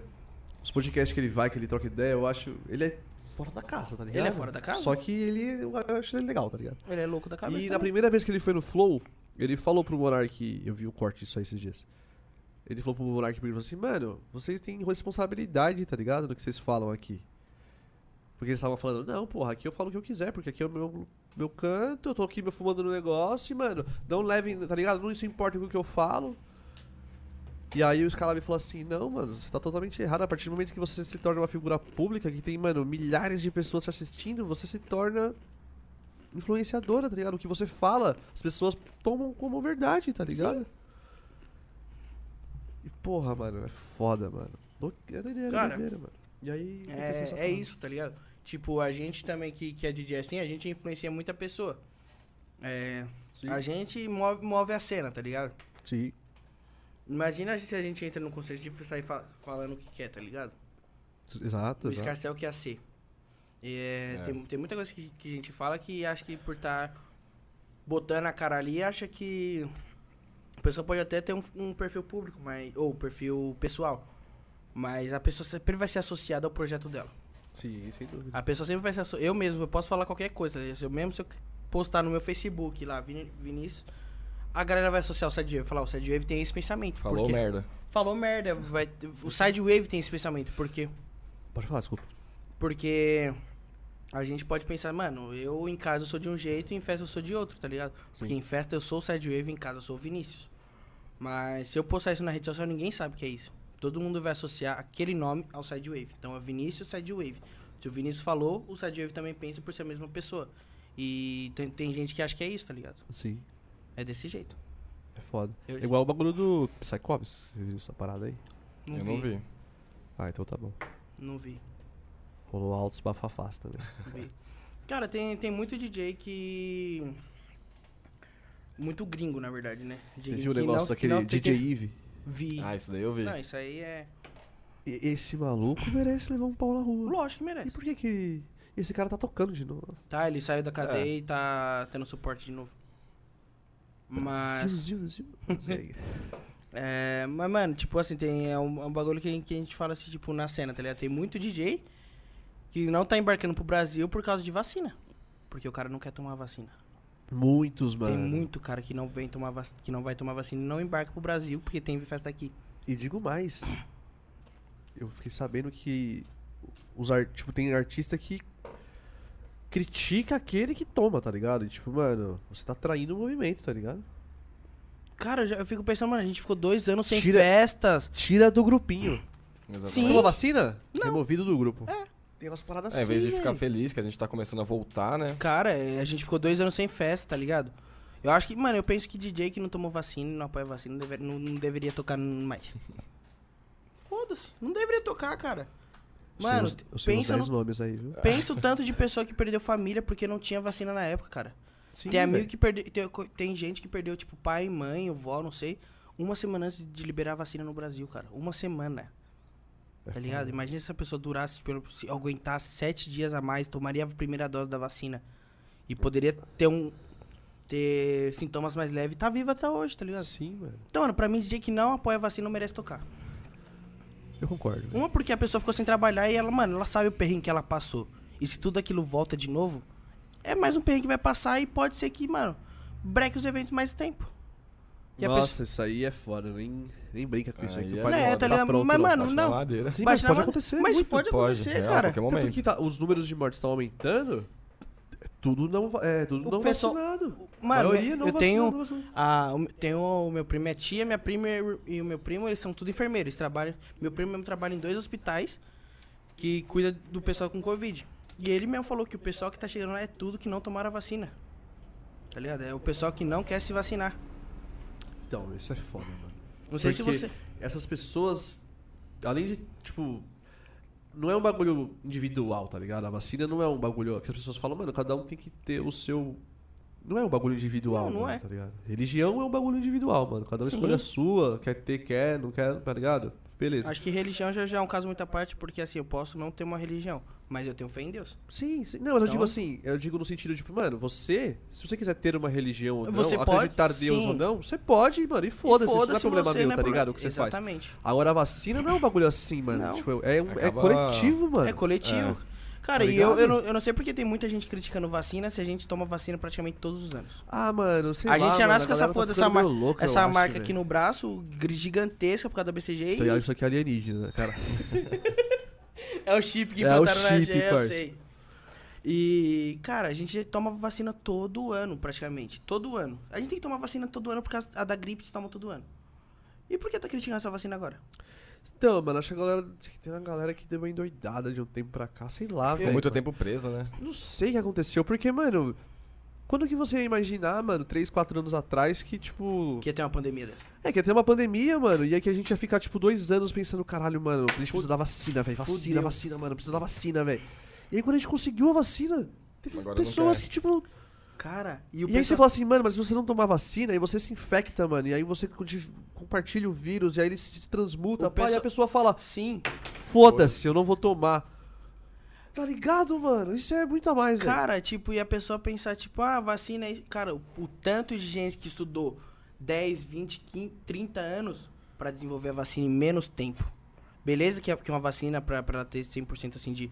Os podcasts que ele vai, que ele troca ideia, eu acho... Ele é fora da casa, tá ligado?
Ele é fora da casa?
Só que ele... Eu acho ele legal, tá ligado?
Ele é louco da cabeça.
E na
também.
primeira vez que ele foi no Flow, ele falou pro Monark, eu vi um corte disso aí esses dias. Ele falou pro Monark primeiro assim, mano, vocês têm responsabilidade, tá ligado? No que vocês falam aqui. Porque eles estavam falando, não, porra, aqui eu falo o que eu quiser, porque aqui é o meu, meu canto, eu tô aqui me fumando no negócio, e, mano, não levem, tá ligado? Não isso importa com o que eu falo. E aí o Scalab falou assim, não, mano, você tá totalmente errado. A partir do momento que você se torna uma figura pública, que tem, mano, milhares de pessoas te assistindo, você se torna influenciadora, tá ligado? O que você fala, as pessoas tomam como verdade, tá ligado? E porra, mano, é foda, mano. Dou- É doideira,
Cara,
é doideira, mano. E aí. aconteceu essa
É, é
porra.
isso, tá ligado? Tipo, a gente também que, que é DJ assim, a gente influencia muita pessoa. É,
Sim.
a gente move, move a cena, tá ligado?
Sim.
Imagina se a gente entra num conceito de sair fa- falando o que quer, tá ligado?
Exato, exato.
O escarcel que é ser. É,
É.
Tem, tem muita coisa que, que a gente fala que acho que por estar botando a cara ali, acha que a pessoa pode até ter um, um perfil público, mas, ou perfil pessoal. Mas a pessoa sempre vai ser associada ao projeto dela.
Sim, sem dúvida.
A pessoa sempre vai ser. asso- Eu mesmo, eu posso falar qualquer coisa. Eu mesmo se eu postar no meu Facebook lá, Vini- Vinícius, a galera vai associar o Sidewave. Falar, o Sidewave tem esse pensamento.
Falou
porque...
merda.
Falou merda. Vai... O Sidewave tem esse pensamento. Por quê?
Pode falar, desculpa.
Porque a gente pode pensar, mano, eu em casa eu sou de um jeito e em festa eu sou de outro, tá ligado? Porque
Sim.
em festa eu sou o Sidewave, em casa eu sou o Vinícius. Mas se eu postar isso na rede social, ninguém sabe o que é isso. Todo mundo vai associar aquele nome ao Sidewave. Então é Vinícius Sidewave. Se o Vinícius falou, o Sidewave também pensa por ser a mesma pessoa. E tem, tem gente que acha que é isso, tá ligado?
Sim.
É desse jeito.
É foda.
Eu-
É Igual o bagulho do Psychovis, você viu essa parada aí?
Não
eu
vi,
não vi.
Ah, então tá bom.
Não vi.
Rolou altos bafafás também.
Vi. Cara, tem, tem muito DJ que. Muito gringo, na verdade, né?
Você
DJ
viu o
que
negócio
não- que
daquele
não tem
DJ
que-
Eve?
Vi.
Ah, isso daí eu vi.
Não, isso aí é.
E- Esse maluco merece levar um pau na rua.
Lógico que
E
merece.
por que que esse cara tá tocando de novo?
Tá, ele saiu da cadeia
É.
e tá tendo suporte de novo. Mas.
Zil, zil, zil.
É, mas, mano, tipo assim, tem, é, um, é um bagulho que, a gente- que a gente fala assim, tipo, na cena, tá ligado? Tem muito DJ que não tá embarcando pro Brasil por causa de vacina. Porque o cara não quer tomar vacina.
Muitos, mano.
Tem muito cara que não, vem tomar vac- que não vai tomar vacina e não embarca pro Brasil porque tem festa aqui.
E digo mais. Eu fiquei sabendo que os ar... tipo, tem artista que critica aquele que toma, tá ligado? E, tipo, mano, você tá traindo o movimento, tá ligado?
Cara, eu, já- eu fico pensando, mano, a gente ficou dois anos sem
Tira-
festas.
Tira do grupinho.
Exatamente.
Sim.
Tomou vacina? Removido do grupo.
É.
Tem umas paradas
É, em
assim.
vez de ficar
velho.
feliz que a gente tá começando a voltar, né?
Cara, é, a gente ficou dois anos sem festa, tá ligado? Eu acho que, mano, eu penso que DJ que não tomou vacina, e não apoia vacina, não, deve- não- não deveria tocar n- mais. Foda-se, não deveria tocar, cara.
Eu sei
Mano,
uns- eu sei uns
pensa
10
no-
nomes aí, viu?
Pensa o tanto de pessoa que perdeu família porque não tinha vacina na época, cara.
Sim,
tem amigo
velho.
que perdeu. Tem, co- tem gente que perdeu, tipo, pai, mãe, vó, não sei, uma semana antes de liberar a vacina no Brasil, cara. Uma semana.
É
tá ligado? Imagina se essa pessoa durasse, pelo, se aguentasse sete dias a mais, tomaria a primeira dose da vacina. E poderia ter um. ter sintomas mais leves. e Tá vivo até hoje, tá ligado?
Sim, mano.
Então, mano, pra mim, DJ que não apoia a vacina não merece tocar.
Eu concordo. velho.
Uma porque a pessoa ficou sem trabalhar e ela, mano, ela sabe o perrengue que ela passou. E se tudo aquilo volta de novo, é mais um perrengue que vai passar e pode ser que, mano, breque os eventos mais tempo. E a
Nossa,
pessoa-
isso aí é foda. Nem, nem brinca com isso aí.
Aí
Que
é
o pai
foda.
não
É,
tá
tá ligado?
pronto,
Mas,
não.
mano,
Baixa na
não.
ladeira.
Sim, mas
Baixa
pode
na-
acontecer.
Mas
muito.
pode
Pode,
acontecer,
é, a
cara.
qualquer
Tanto
momento.
que tá- os números de mortes estão aumentando. Tudo não, va- é, tudo
O
não
pessoal-
vacinado.
Mano,
a maioria não
eu
vacinado,
tenho-
não vacinado.
Ah, o, tem o, o meu primo, minha tia, minha prima e o- e o meu primo, eles são tudo enfermeiros. Eles trabalham, meu primo mesmo trabalha em dois hospitais que cuida do pessoal com Covid. E ele mesmo falou que o pessoal que tá chegando lá é tudo que não tomaram a vacina. Tá ligado? É o pessoal que não quer se vacinar.
Então, isso é foda, mano.
Não sei
Porque
se você.
Essas pessoas, além de, tipo. Não é um bagulho individual, tá ligado? A vacina não é um bagulho que as pessoas falam, mano, cada um tem que ter o seu. Não é um bagulho individual,
Não, não
mano,
é.
tá ligado? Religião é um bagulho individual, mano. Cada um
Sim.
escolhe a sua, quer ter, quer, não quer, tá ligado? Beleza.
Acho que religião já, já é um caso muito à parte, porque assim, eu posso não ter uma religião, mas eu tenho fé em Deus.
Sim, sim. Não, mas eu
Então-
digo assim, eu digo no sentido de, mano, você, se você quiser ter uma religião ou não,
Você pode,
acreditar em Deus
sim.
ou não, você pode, mano, e foda-se, isso não é
Foda-se
problema
você,
meu,
não é
tá
problema.
ligado? O que você faz.
Exatamente.
Agora a vacina não é um bagulho assim, mano.
Não.
Tipo, é, um- é
Acaba-
coletivo, mano.
É coletivo. Cara,
Tá
e eu,
ligado?
eu, não, eu não sei porque tem muita gente criticando vacina se a gente toma vacina praticamente todos os anos.
Ah, mano, sei
a
lá,
gente já
mano,
nasce
a
com essa
galera
porra
tá
dessa,
ficando
mar-
meio louca, eu
essa
acho,
marca
velho.
aqui no braço, gr- gigantesca por causa da BCG.
Isso,
e
aí- isso aqui é alienígena, cara.
É o chip que
É o
botaram na
chip,
G, eu
parça.
sei. E, cara, a gente já toma vacina todo ano, praticamente. Todo ano. A gente tem que tomar vacina todo ano, porque a- a da gripe se toma todo ano. E por que tá criticando essa vacina agora?
Então, mano, acho que a galera. que Tem uma galera que deu uma endoidada de um tempo pra cá, sei lá, velho.
Ficou muito tempo preso, né?
Não sei o que aconteceu, porque, mano. Quando que você ia imaginar, mano, 3, 4 anos atrás, que, tipo.
Porque tem uma pandemia né? dessa.
É, que ia ter uma pandemia, mano. E aí que a gente ia ficar, tipo, dois anos pensando, caralho, mano, a gente precisa da vacina, velho. Vacina,
Fudeu.
vacina, mano. Precisa da vacina, velho. E aí quando a gente conseguiu a vacina, teve
Agora não
pessoas
quer.
que, tipo,
Cara,
E,
e o
aí você
pessoal-
fala assim, mano, mas se você não tomar vacina, aí você se infecta, mano. E aí você co- de- compartilha o vírus, e aí ele se transmuta,
O
pá, e
pessoa-
a pessoa fala,
Sim,
foda-se, eu não vou tomar. Tá ligado, mano? Isso é muito a mais, velho.
Cara, tipo, e a pessoa pensar, tipo, ah, vacina é. Cara, o, o tanto de gente que estudou 10, 20, 15, 30 anos pra desenvolver a vacina em menos tempo. Beleza que, a- que uma vacina, pra, pra ter 100% assim de,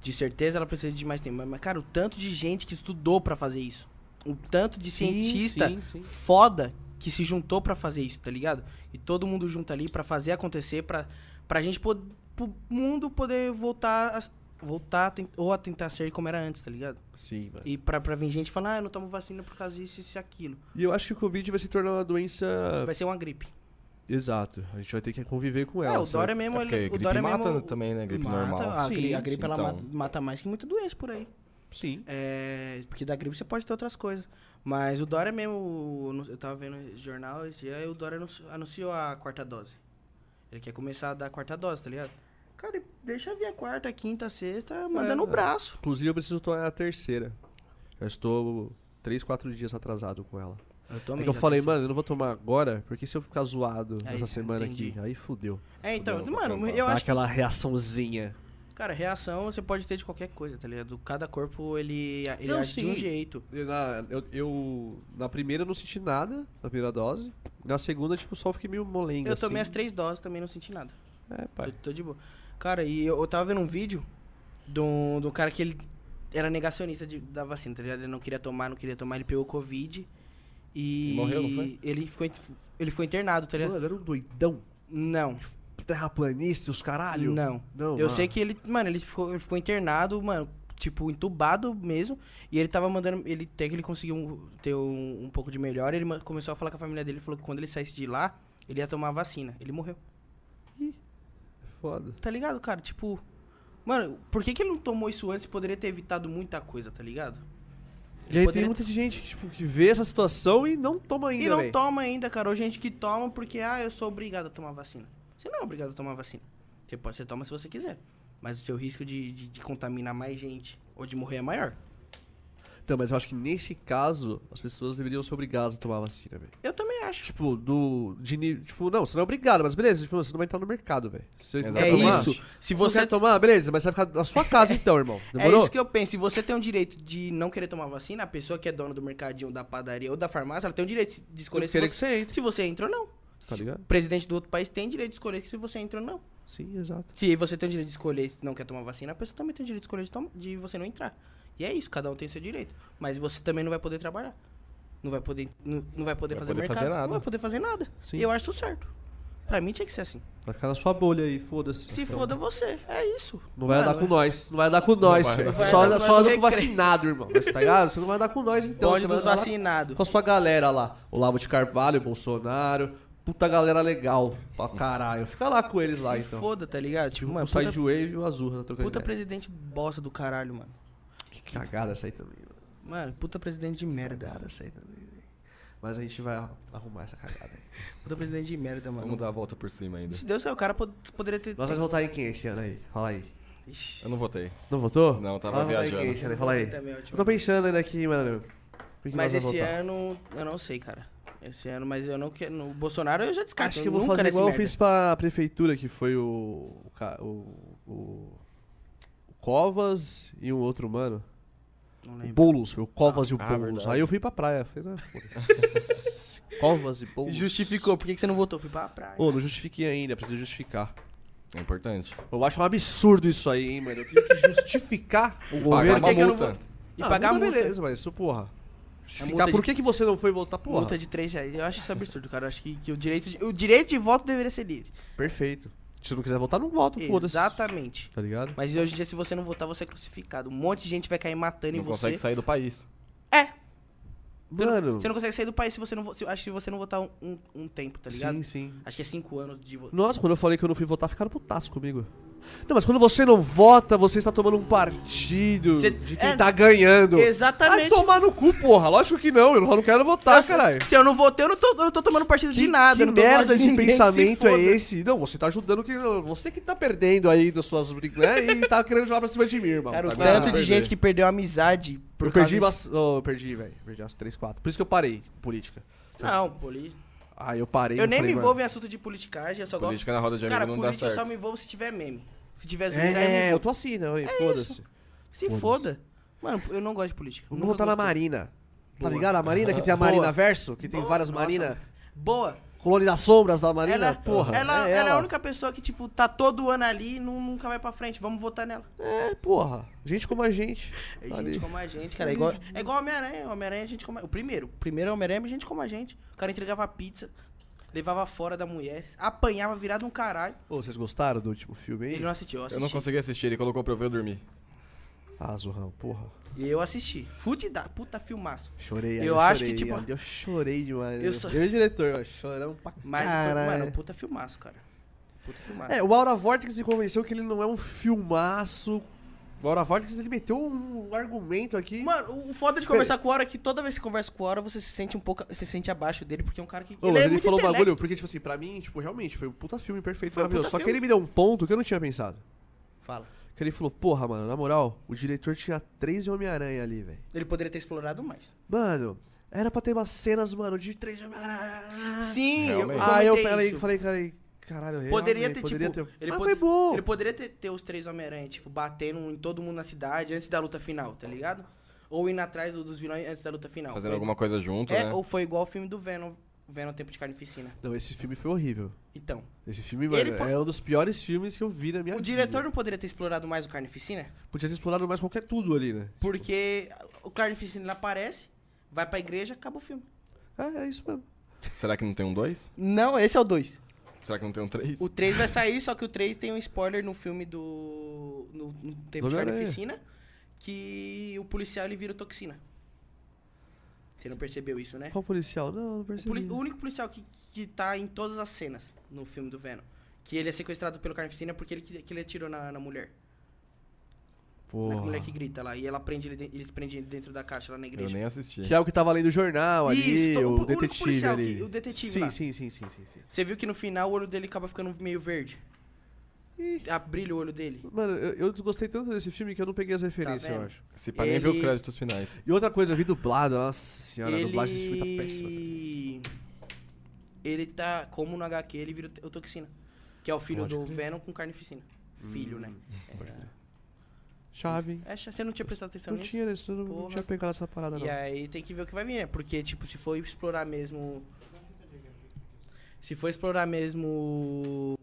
de certeza, ela precisa de mais tempo. Mas, mas, cara, o tanto de gente que estudou pra fazer isso. O tanto de
Sim,
cientista
sim, sim.
foda que se juntou pra fazer isso, tá ligado? E todo mundo junto ali pra fazer acontecer, pra, pra gente poder. pro mundo poder voltar a, voltar a ten- ou a tentar ser como era antes, tá ligado?
Sim, mano.
E pra, pra vir gente falar, ah, eu não tomo vacina por causa disso, isso e aquilo.
E eu acho que o Covid vai se tornar uma doença.
É.
Vai ser uma gripe.
Exato. A gente vai ter que conviver com
é,
ela.
o
sabe?
Dória mesmo,
É porque
ele, o
gripe
Dória
mata
mesmo.
também, né? Gripe
mata, Ah,
normal.
A, gri-
Sim,
a gripe
sim,
ela
então.
mata, mata mais que muita doença por aí.
Sim.
É, porque da gripe você pode ter outras coisas. Mas o Dória mesmo, eu não- eu tava vendo esse jornal esse dia, e o Dória anunci- anunciou a quarta dose. Ele quer começar a dar a quarta dose, tá ligado? Cara, ele deixa vir a quarta, a quinta, a sexta, mandando o
é.
braço.
Inclusive, eu preciso tomar a terceira. Eu estou três, quatro dias atrasado com ela.
Eu
É que eu falei, mano, eu não vou tomar agora, porque se eu ficar zoado
Aí,
essa semana
entendi.
aqui, aí fudeu.
É, então,
Fudeu,
mano,
pra
eu
Dá
acho
aquela reaçãozinha.
Cara, reação você pode ter de qualquer coisa, tá ligado? Cada corpo, ele, ele
Não,
age de um
sim.
jeito.
Eu na, eu, eu- na primeira eu não senti nada, na primeira dose. Na segunda, tipo, só fiquei meio molengo.
Eu tomei as
assim.
três doses, também não senti nada.
É,
Eu
pai.
tô de boa. Cara, e eu, eu tava vendo um vídeo do, do um cara que ele era negacionista de- da vacina, tá ligado? Ele não queria tomar, não queria tomar, ele pegou Covid e...
Ele morreu, não foi?
Ele ficou, in- ele foi internado, tá ligado?
Mano, era um doidão.
Não,
Terraplanista, os caralho.
não.
Não,
Eu
ah.
sei que ele, mano, ele ficou, ele ficou internado, mano, tipo, entubado mesmo. E ele tava mandando. Ele até que ele conseguiu um- ter um, um pouco de melhora. Ele ma- começou a falar com a família dele. Falou que quando ele saísse de lá, ele ia tomar a vacina. Ele morreu.
Foda.
Tá ligado, cara? Tipo. Mano, por que, que ele não tomou isso antes? Poderia ter evitado muita coisa, tá ligado?
E aí tem
Poderia-
muita gente que, tipo, que vê essa situação e não toma ainda,
E não
véi.
toma ainda, cara. Hoje gente que toma porque, ah, eu sou obrigado a tomar vacina. Você não é obrigado a tomar vacina. Você pode, você toma se você quiser. Mas o seu risco de, de, de contaminar mais gente ou de morrer é maior.
Então, mas eu acho que nesse caso, as pessoas deveriam ser obrigadas a tomar a vacina, velho.
Eu também acho.
Tipo, do... De, ni- tipo, não, você não é obrigado, mas beleza. Tipo, você não vai entrar no mercado, velho. Você quer
É
Exatamente.
tomar?
isso. Se
Se você
você
quer tomar, beleza, mas você vai ficar na sua casa então, irmão.
É
Demorou?
isso que eu penso. Se você tem o direito de não querer tomar vacina, a pessoa que é dona do mercadinho, da padaria ou da farmácia, ela tem o direito de escolher
Eu
se
queria
você,
que você entre.
se você entra ou não.
Tá
Se
ligado?
O presidente do outro país tem direito de escolher se você entra ou não.
Sim, exato.
Se você tem o direito de escolher se não quer tomar vacina, a pessoa também tem o direito de escolher de, tom- de você não entrar. E é isso, cada um tem seu direito. Mas você também não vai poder trabalhar. Não vai poder, não, não vai poder
Vai
fazer
poder
mercado.
fazer nada.
Não vai poder fazer nada.
Sim.
E eu acho isso certo. Pra mim tinha que ser assim.
Vai ficar na sua bolha aí, foda-se.
Se foda você, é isso.
Não vai andar
Mano,
com nós, não vai andar com nós,
vai.
velho.
Não vai
Só,
andar
anda-
com
só
nós no
anda com
recreio.
vacinado, irmão. Você tá ligado? Você não vai andar com nós, então.
Bonde
você vai
dos
andar lá
vacinados.
Com a sua galera lá. Olavo de Carvalho, Bolsonaro. Puta galera legal pra caralho. Fica lá com eles lá,
Hum. Se
então.
foda, tá ligado? Tipo,
Tipo,
mano,
o Sai
puta,
de Wave e o Azul, né? Trocando
puta
ideia.
presidente bosta do caralho, mano.
Que cagada essa aí também, mano.
Mano, puta presidente de merda.
Cagada essa aí também, velho. Mas a gente vai arrumar essa cagada aí.
Puta presidente de merda, mano.
Vamos dar a volta por cima ainda.
Se Deus é o cara, pod- poderia ter.
Nós vamos votar em quem esse ano aí? Fala aí.
Ixi,
Eu não votei.
Não votou?
Não, tava
Nós vamos votar em
viajando.
quem esse ano aí? Fala aí.
Também, é
Eu
ótimo.
tô pensando ainda aqui, mano. Quem que
Mas
nós vamos
esse
votar?
ano, eu não sei, cara. Esse ano, mas eu não quero. No Bolsonaro eu já descarto.
Acho que eu vou
nunca
fazer
nesse
igual eu
merda.
fiz pra prefeitura, que foi o. o ca- O. o- o Covas e um outro mano.
Não
O
lembro.
Boulos, foi o Covas e o
Ah,
Boulos.
verdade.
Aí eu fui pra praia. Falei, não, foda-se. Covas e Boulos.
Justificou, por que, que você não votou? Fui pra praia.
Ô, não justifiquei ainda, preciso justificar.
É importante.
Eu acho um absurdo isso aí, hein, mano. Eu tenho que justificar o governo.
Pagar
Por
uma
que que eu não
multa.
vou- E
Ah,
pagar a multa.
Beleza, mas isso, porra. Justificar.
multa
Por
de-
que, que você não foi votar, porra?
Multa de 3 reais. Eu acho isso absurdo, cara. Eu acho que, que o, direito de, o direito de voto deveria ser livre.
Perfeito. Se não quiser votar, não voto, Então foda-se.
Exatamente.
Tá ligado?
Mas hoje em dia, se você não votar, você é crucificado. Um monte de gente vai cair matando
Não
em você.
consegue sair do país.
É.
Mano.
Você não consegue sair do país se você não, vo- se, acho que você não votar um, um, um tempo, tá ligado?
sim, sim.
Acho que é 5 anos de voto.
Nossa, quando eu falei que eu não fui votar, ficaram putaço comigo. Não, mas quando você não vota, você está tomando um partido
Você-
de quem
é,
tá ganhando. Vai
Exatamente.
tomar no cu, porra. Lógico que não, eu só não quero votar,
Eu-
Tá, caralho.
Se eu não votei, eu não tô, eu não tô tomando partido de nada.
que
eu não tô do
merda
lado
de
ninguém, que se
pensamento é
foda.
esse? Não, você tá ajudando que você que tá perdendo aí das suas brigas né, e tá querendo jogar pra cima de mim, irmão.
Cara, o
Tá
agora
tanto
vai
de
perder.
gente que perdeu a amizade por
eu
causa
perdi, bas-
disso.
oh, eu perdi, velho. Perdi as 3, 4. Por isso que eu parei com política.
Não, poli...
Aí eu parei.
Eu nem me
falei,
envolvo
mano,
em assunto de politicagem, eu só gosto...
Política na roda de amigo
Cara,
não dá
política eu
certo.
só me envolvo se tiver meme. Se tiver zoeira, eu me
É, eu
envolvo.
tô assim, né? ué, Foda-se.
Se foda. Mano, eu não gosto de política.
Vamos
Nunca
votar na
gostei.
Marina. Tá
Boa.
ligado? A Marina, que tem a
Boa.
Marina Verso, que tem
Boa,
várias
nossa.
Marina.
Boa.
Colônia das Sombras da Marina.
Ela,
porra.
ela,
é
ela é a única pessoa que, tipo, tá todo ano ali e nu- nunca vai pra frente. Vamos votar nela.
É, porra. Gente como a gente.
É
Tá ali.
gente como a gente, cara. É igual, é igual Homem-Aranha. Homem-Aranha, é gente como a... O primeiro. O primeiro é Homem-Aranha, é gente como a gente. O cara entregava pizza, levava fora da mulher, apanhava virado um caralho.
Ô, vocês gostaram do último filme aí?
Ele não assistiu, eu assisti.
Eu não consegui assistir, ele colocou pra eu ver eu dormir.
Ah, Zurrão, porra.
E eu assisti. Fudida, puta filmaço.
Chorei ali,
Eu acho
chorei,
que, tipo,
ali, Eu chorei demais. Eu,
eu só-
e o diretor, ó, chorão pra
Mas, tipo,
caralho.
mano, é um puta filmaço, cara. Puta filmaço.
É, o Aura Vortex me convenceu que ele não é um filmaço. O Aura Vortex, ele meteu um argumento aqui.
Mano, o foda de conversar com o Aura é que toda vez que conversa com o Aura, você se sente um pouco. Você se sente abaixo dele, porque é um cara que.
Ô, mas
é
ele
muito
falou um
intelecto.
bagulho, porque, tipo assim, pra mim, tipo, realmente, foi um puta filme perfeito,
Foi um
maravilhoso.
puta
Só que
filme.
ele me deu um ponto que eu não tinha pensado.
Fala.
Que ele falou, porra, mano, na moral, o diretor tinha três Homem-Aranha ali, velho.
Ele poderia ter explorado mais.
Mano, era pra ter umas cenas, mano, de três Homem-Aranha.
Sim,
Realmente.
eu
Aí Ah, eu
comentei
falei,
isso.
falei, falei, caralho, real,
Poderia
né?
ter,
poderia
tipo,
ter...
ele
Mas
pod-
foi bom.
Ele poderia ter, ter os três Homem-Aranha, tipo, batendo em todo mundo na cidade antes da luta final, tá ligado? Ou indo atrás do- dos vilões antes da luta final.
Fazendo
Foi-
alguma coisa junto,
É,
né?
ou foi igual o filme do Venom, Venom Tempo de Carnificina.
Não, esse filme foi horrível.
Então,
Esse filme,
Ele
mano,
po-
é um dos piores filmes que eu vi na minha
o
vida.
diretor não poderia ter explorado mais o Carnificina?
Podia ter explorado mais qualquer tudo ali, né?
Porque o Carnificina ele aparece, vai pra igreja, acaba o filme.
É, é isso mesmo.
Será que não tem um dois?
Não, esse é o 2.
Será que não tem um três?
O 3 vai sair, só que o 3 tem um spoiler no filme do. No, no Tempo de
Homem-Aranha.
Carnificina. Que o policial ele vira toxina. Você não percebeu isso, né?
Qual policial? Não, não
O,
percebi.
poli- o único policial que, que tá em todas as cenas no filme do Venom. Que ele é sequestrado pelo Carnificina porque ele, que que ele atirou na, na mulher.
Porra.
Na mulher que grita lá. E ela prende ele, de- eles prendem ele dentro da caixa lá na
Eu
igreja.
nem assisti.
Que é o que tava lendo o jornal ali,
Isso, to- o
o,
único
detetive
policial
ali.
que- o detetive
sim,
lá.
sim, sim, sim, sim, sim.
Você viu que no final o olho dele acaba ficando meio verde.
Ih.
Ah, brilha o olho dele.
Mano, eu, eu desgostei tanto desse filme que eu não peguei as referências, eu
Tá vendo?
acho.
Se pá, nem ver os
Ele-
créditos finais.
E outra coisa, eu vi dublado, nossa senhora, a dublagem desse filme tá péssima. também.
ele... ele tá, como no HQ, ele vira o Toxina. Que é o filho
Pode
do
crer. Hum,
Venom com carnificina. Filho, né?
Chave.
É, acha- você não tinha prestado atenção
Não
nisso?
tinha né? isso, não
Porra.
tinha pegado essa parada,
E
não.
aí tem que ver o que vai vir, né? Porque, tipo, se for explorar mesmo... Se for explorar mesmo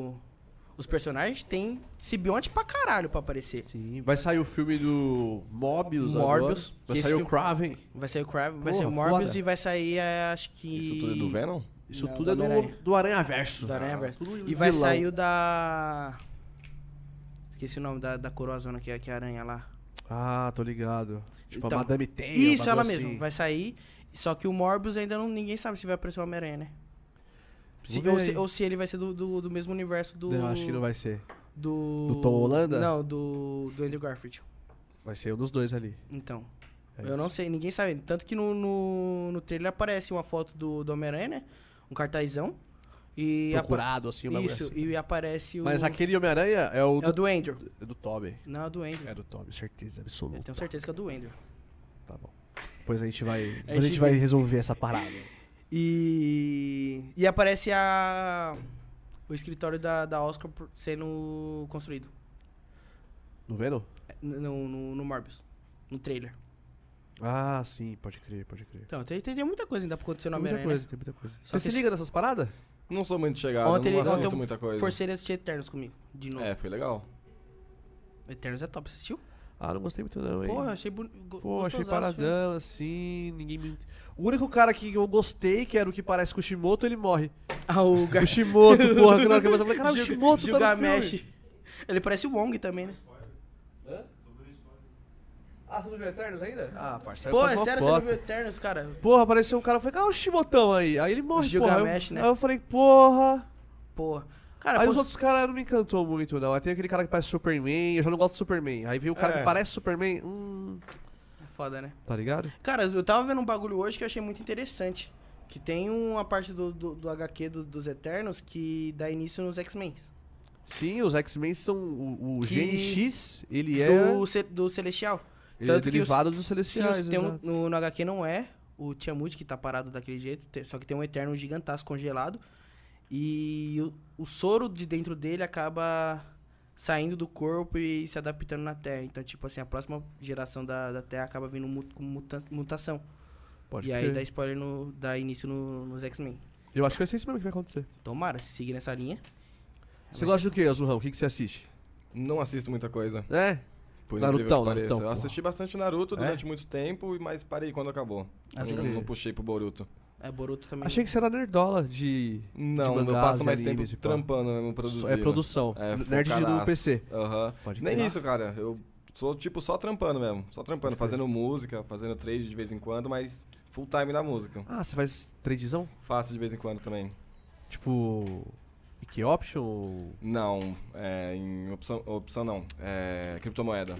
os personagens têm simbionte pra caralho pra aparecer.
Sim. Vai sair o filme do Mobius,
Morbius,
agora.
que
Vai
esse
sair o
filme-
Kraven.
Vai sair o Kraven, vai
Porra,
sair o Morbius
foda.
e vai sair, é, acho que...
Isso tudo é do Venom?
Isso
Não,
tudo é
do
do,
Homem-Aranha.
do Aranha Verso. Ah,
Do Aranhaverse.
Tudo um
E vai
vilão.
sair o da... Esqueci o nome da, da coroazona que é, que é a aranha lá.
Ah, tô ligado. Tipo,
Então,
a Madame Teia.
Isso,
um
ela
bagulho
mesmo.
assim.
Vai sair. Só que o Morbius ainda não, ninguém sabe se vai aparecer o Homem-Aranha, né?
Vou
Se-
ver
ou, se,
aí.
ou se ele vai ser do, do, do mesmo universo do.
Não, acho que não vai ser.
Do,
Do Tom Holanda?
Não, do, do Andrew Garfield.
Vai ser um dos dois ali.
Então.
É
eu não sei, ninguém sabe. Tanto que no, no, no trailer aparece uma foto do, do Homem-Aranha, né? Um cartazão. E apa-
Procurado, assim, o bagulho
Isso,
assim.
e aparece o.
Mas aquele Homem-Aranha é o
É o
do,
do Andrew.
é do Toby.
Não, é o do Andrew.
É do Toby, certeza
Eu
absoluta.
tenho certeza que é o do Andrew.
Tá bom. Depois a gente vai, depois a
gente
gente vai
vê.
resolver essa parada.
E. E aparece a. O escritório da, da Oscar por- sendo construído.
Não vendo?
No, no, no Morbius. No trailer.
Ah, sim, pode crer, pode crer.
Então, tem, tem, tem muita coisa ainda pra acontecer no
Tem muita
Homem-Aranha. né?
coisa, tem muita coisa. Você
que
se
esse-
liga nessas paradas?
Não sou muito chegado,
Ontem
não
ele-
assisto
ontem eu
muita
Né?
coisa.
Forcei ele a assistir Eternos comigo, de novo.
É, foi legal.
Eternos é top, assistiu?
Ah, não gostei muito não, hein?
Porra, achei bonito.
Pô, achei paradão, assim, ninguém me... O único cara que eu gostei, que era o que parece com o Shimoto, ele morre.
Ah, o
O
Gar...
Shimoto, porra, que na hora que eu falei, caralho, o
Gil-
Shimoto tá no
Gilgamesh.
filme.
Ele parece o Wong também, né?
Ah, você não viu Eternos ainda? Ah, parceiro,
Pô,
faz
é
uma
sério, você
cota.
não viu Eternos, cara?
Porra, apareceu um cara, eu falei, ah, o Shimotão aí. Aí ele morre, porra. Aí eu-
Gilgamesh, né?
Aí eu falei, porra...
Porra. Cara,
aí
pô,
os outros caras não me encantou muito, não. Aí tem aquele cara que parece Superman, eu já não gosto de Superman. Aí veio o cara
É.
que parece Superman, hum.
é foda, né?
Tá ligado?
Cara, eu tava vendo um bagulho hoje que eu achei muito interessante. Que tem uma parte do, do, do HQ do- dos Eternos que dá início nos X-Men.
Sim, os X-Men são. O, o
Que-
GNX, ele é.
Do, Ce- do Celestial.
ele é
tanto que
derivado dos
Sim, os-
Celestiais,
tem um-
exato.
no, no HQ não é o Tiamut que tá parado daquele jeito, te- só que tem um Eterno gigantasso congelado. E o, o soro de dentro dele acaba saindo do corpo e se adaptando na Terra. Então, tipo assim, a próxima geração da, da Terra acaba vindo mu- com muta- mutação.
Pode
e aí
crer.
dá spoiler no. dá início no- nos X-Men.
Eu acho que vai ser isso mesmo que vai acontecer.
Tomara, se seguir nessa linha.
Você gosta do que, Azurrão? O que, que você assiste?
Não assisto muita coisa.
É? Narutão,
Por incrível que
Narutão,
pareça. Eu
porra.
assisti bastante Naruto
É?
durante muito tempo, mas parei quando acabou.
Ah,
Eu
pode
não,
crer.
não puxei pro Boruto.
É Boruto também.
Achei que você era nerdola de.
Não, eu
mangás,
passo mais tempo
animes e pá.
trampando mesmo, produzindo.
É produção.
É,
Nerd do
focadaço.
PC.
Aham.
Pode
Nem
crer.
isso, cara. Eu sou, tipo, só trampando mesmo. Só
Pode
trampando,
crer.
fazendo música, fazendo trade de vez em quando, mas full time na música.
Ah, você faz tradezão?
Faço de vez em quando também.
Tipo. E que option?
Não, é, em opção, opção não. É, criptomoeda.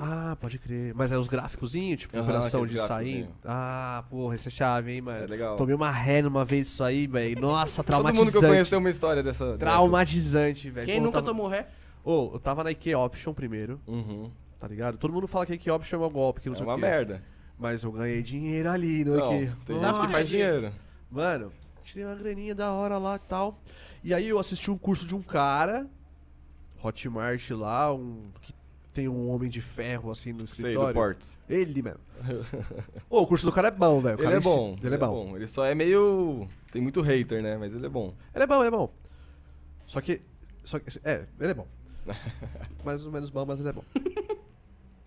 Ah, pode crer. Mas é os gráficozinhos, tipo,
Aham,
operação
aqueles
de sair.
gráficozinho.
Ah, porra, essa é chave, hein, mano.
É legal.
Tomei uma ré numa vez disso aí, velho. Nossa,
Todo
traumatizante.
mundo que eu conheço tem uma história dessa.
Traumatizante, velho.
Quem
Pô, eu
nunca
tava...
tomou ré?
Ô, eu tava na IK Option primeiro,
dessas. Uhum.
tá ligado? Todo mundo fala que a IK Option é uma golpe, que não
É
sei
uma
o quê.
merda.
Mas eu ganhei dinheiro ali, no
Então,
IK.
tem gente que
Nossa.
faz dinheiro.
Mano, tirei uma graninha da hora lá e tal. E aí eu assisti um curso de um cara, Hotmart lá, um que tem um homem de ferro assim no
Sei,
escritório.
do Ports.
Ele mesmo. Ô, o curso do cara é bom, velho. O
Ele
cara
é
ensi-
bom.
Ele é bom.
Ele só é meio. Tem muito hater, né? Mas ele é bom.
Ele é bom, ele é bom. Só que. Só que é, ele é bom. Mais ou menos bom, mas ele é bom.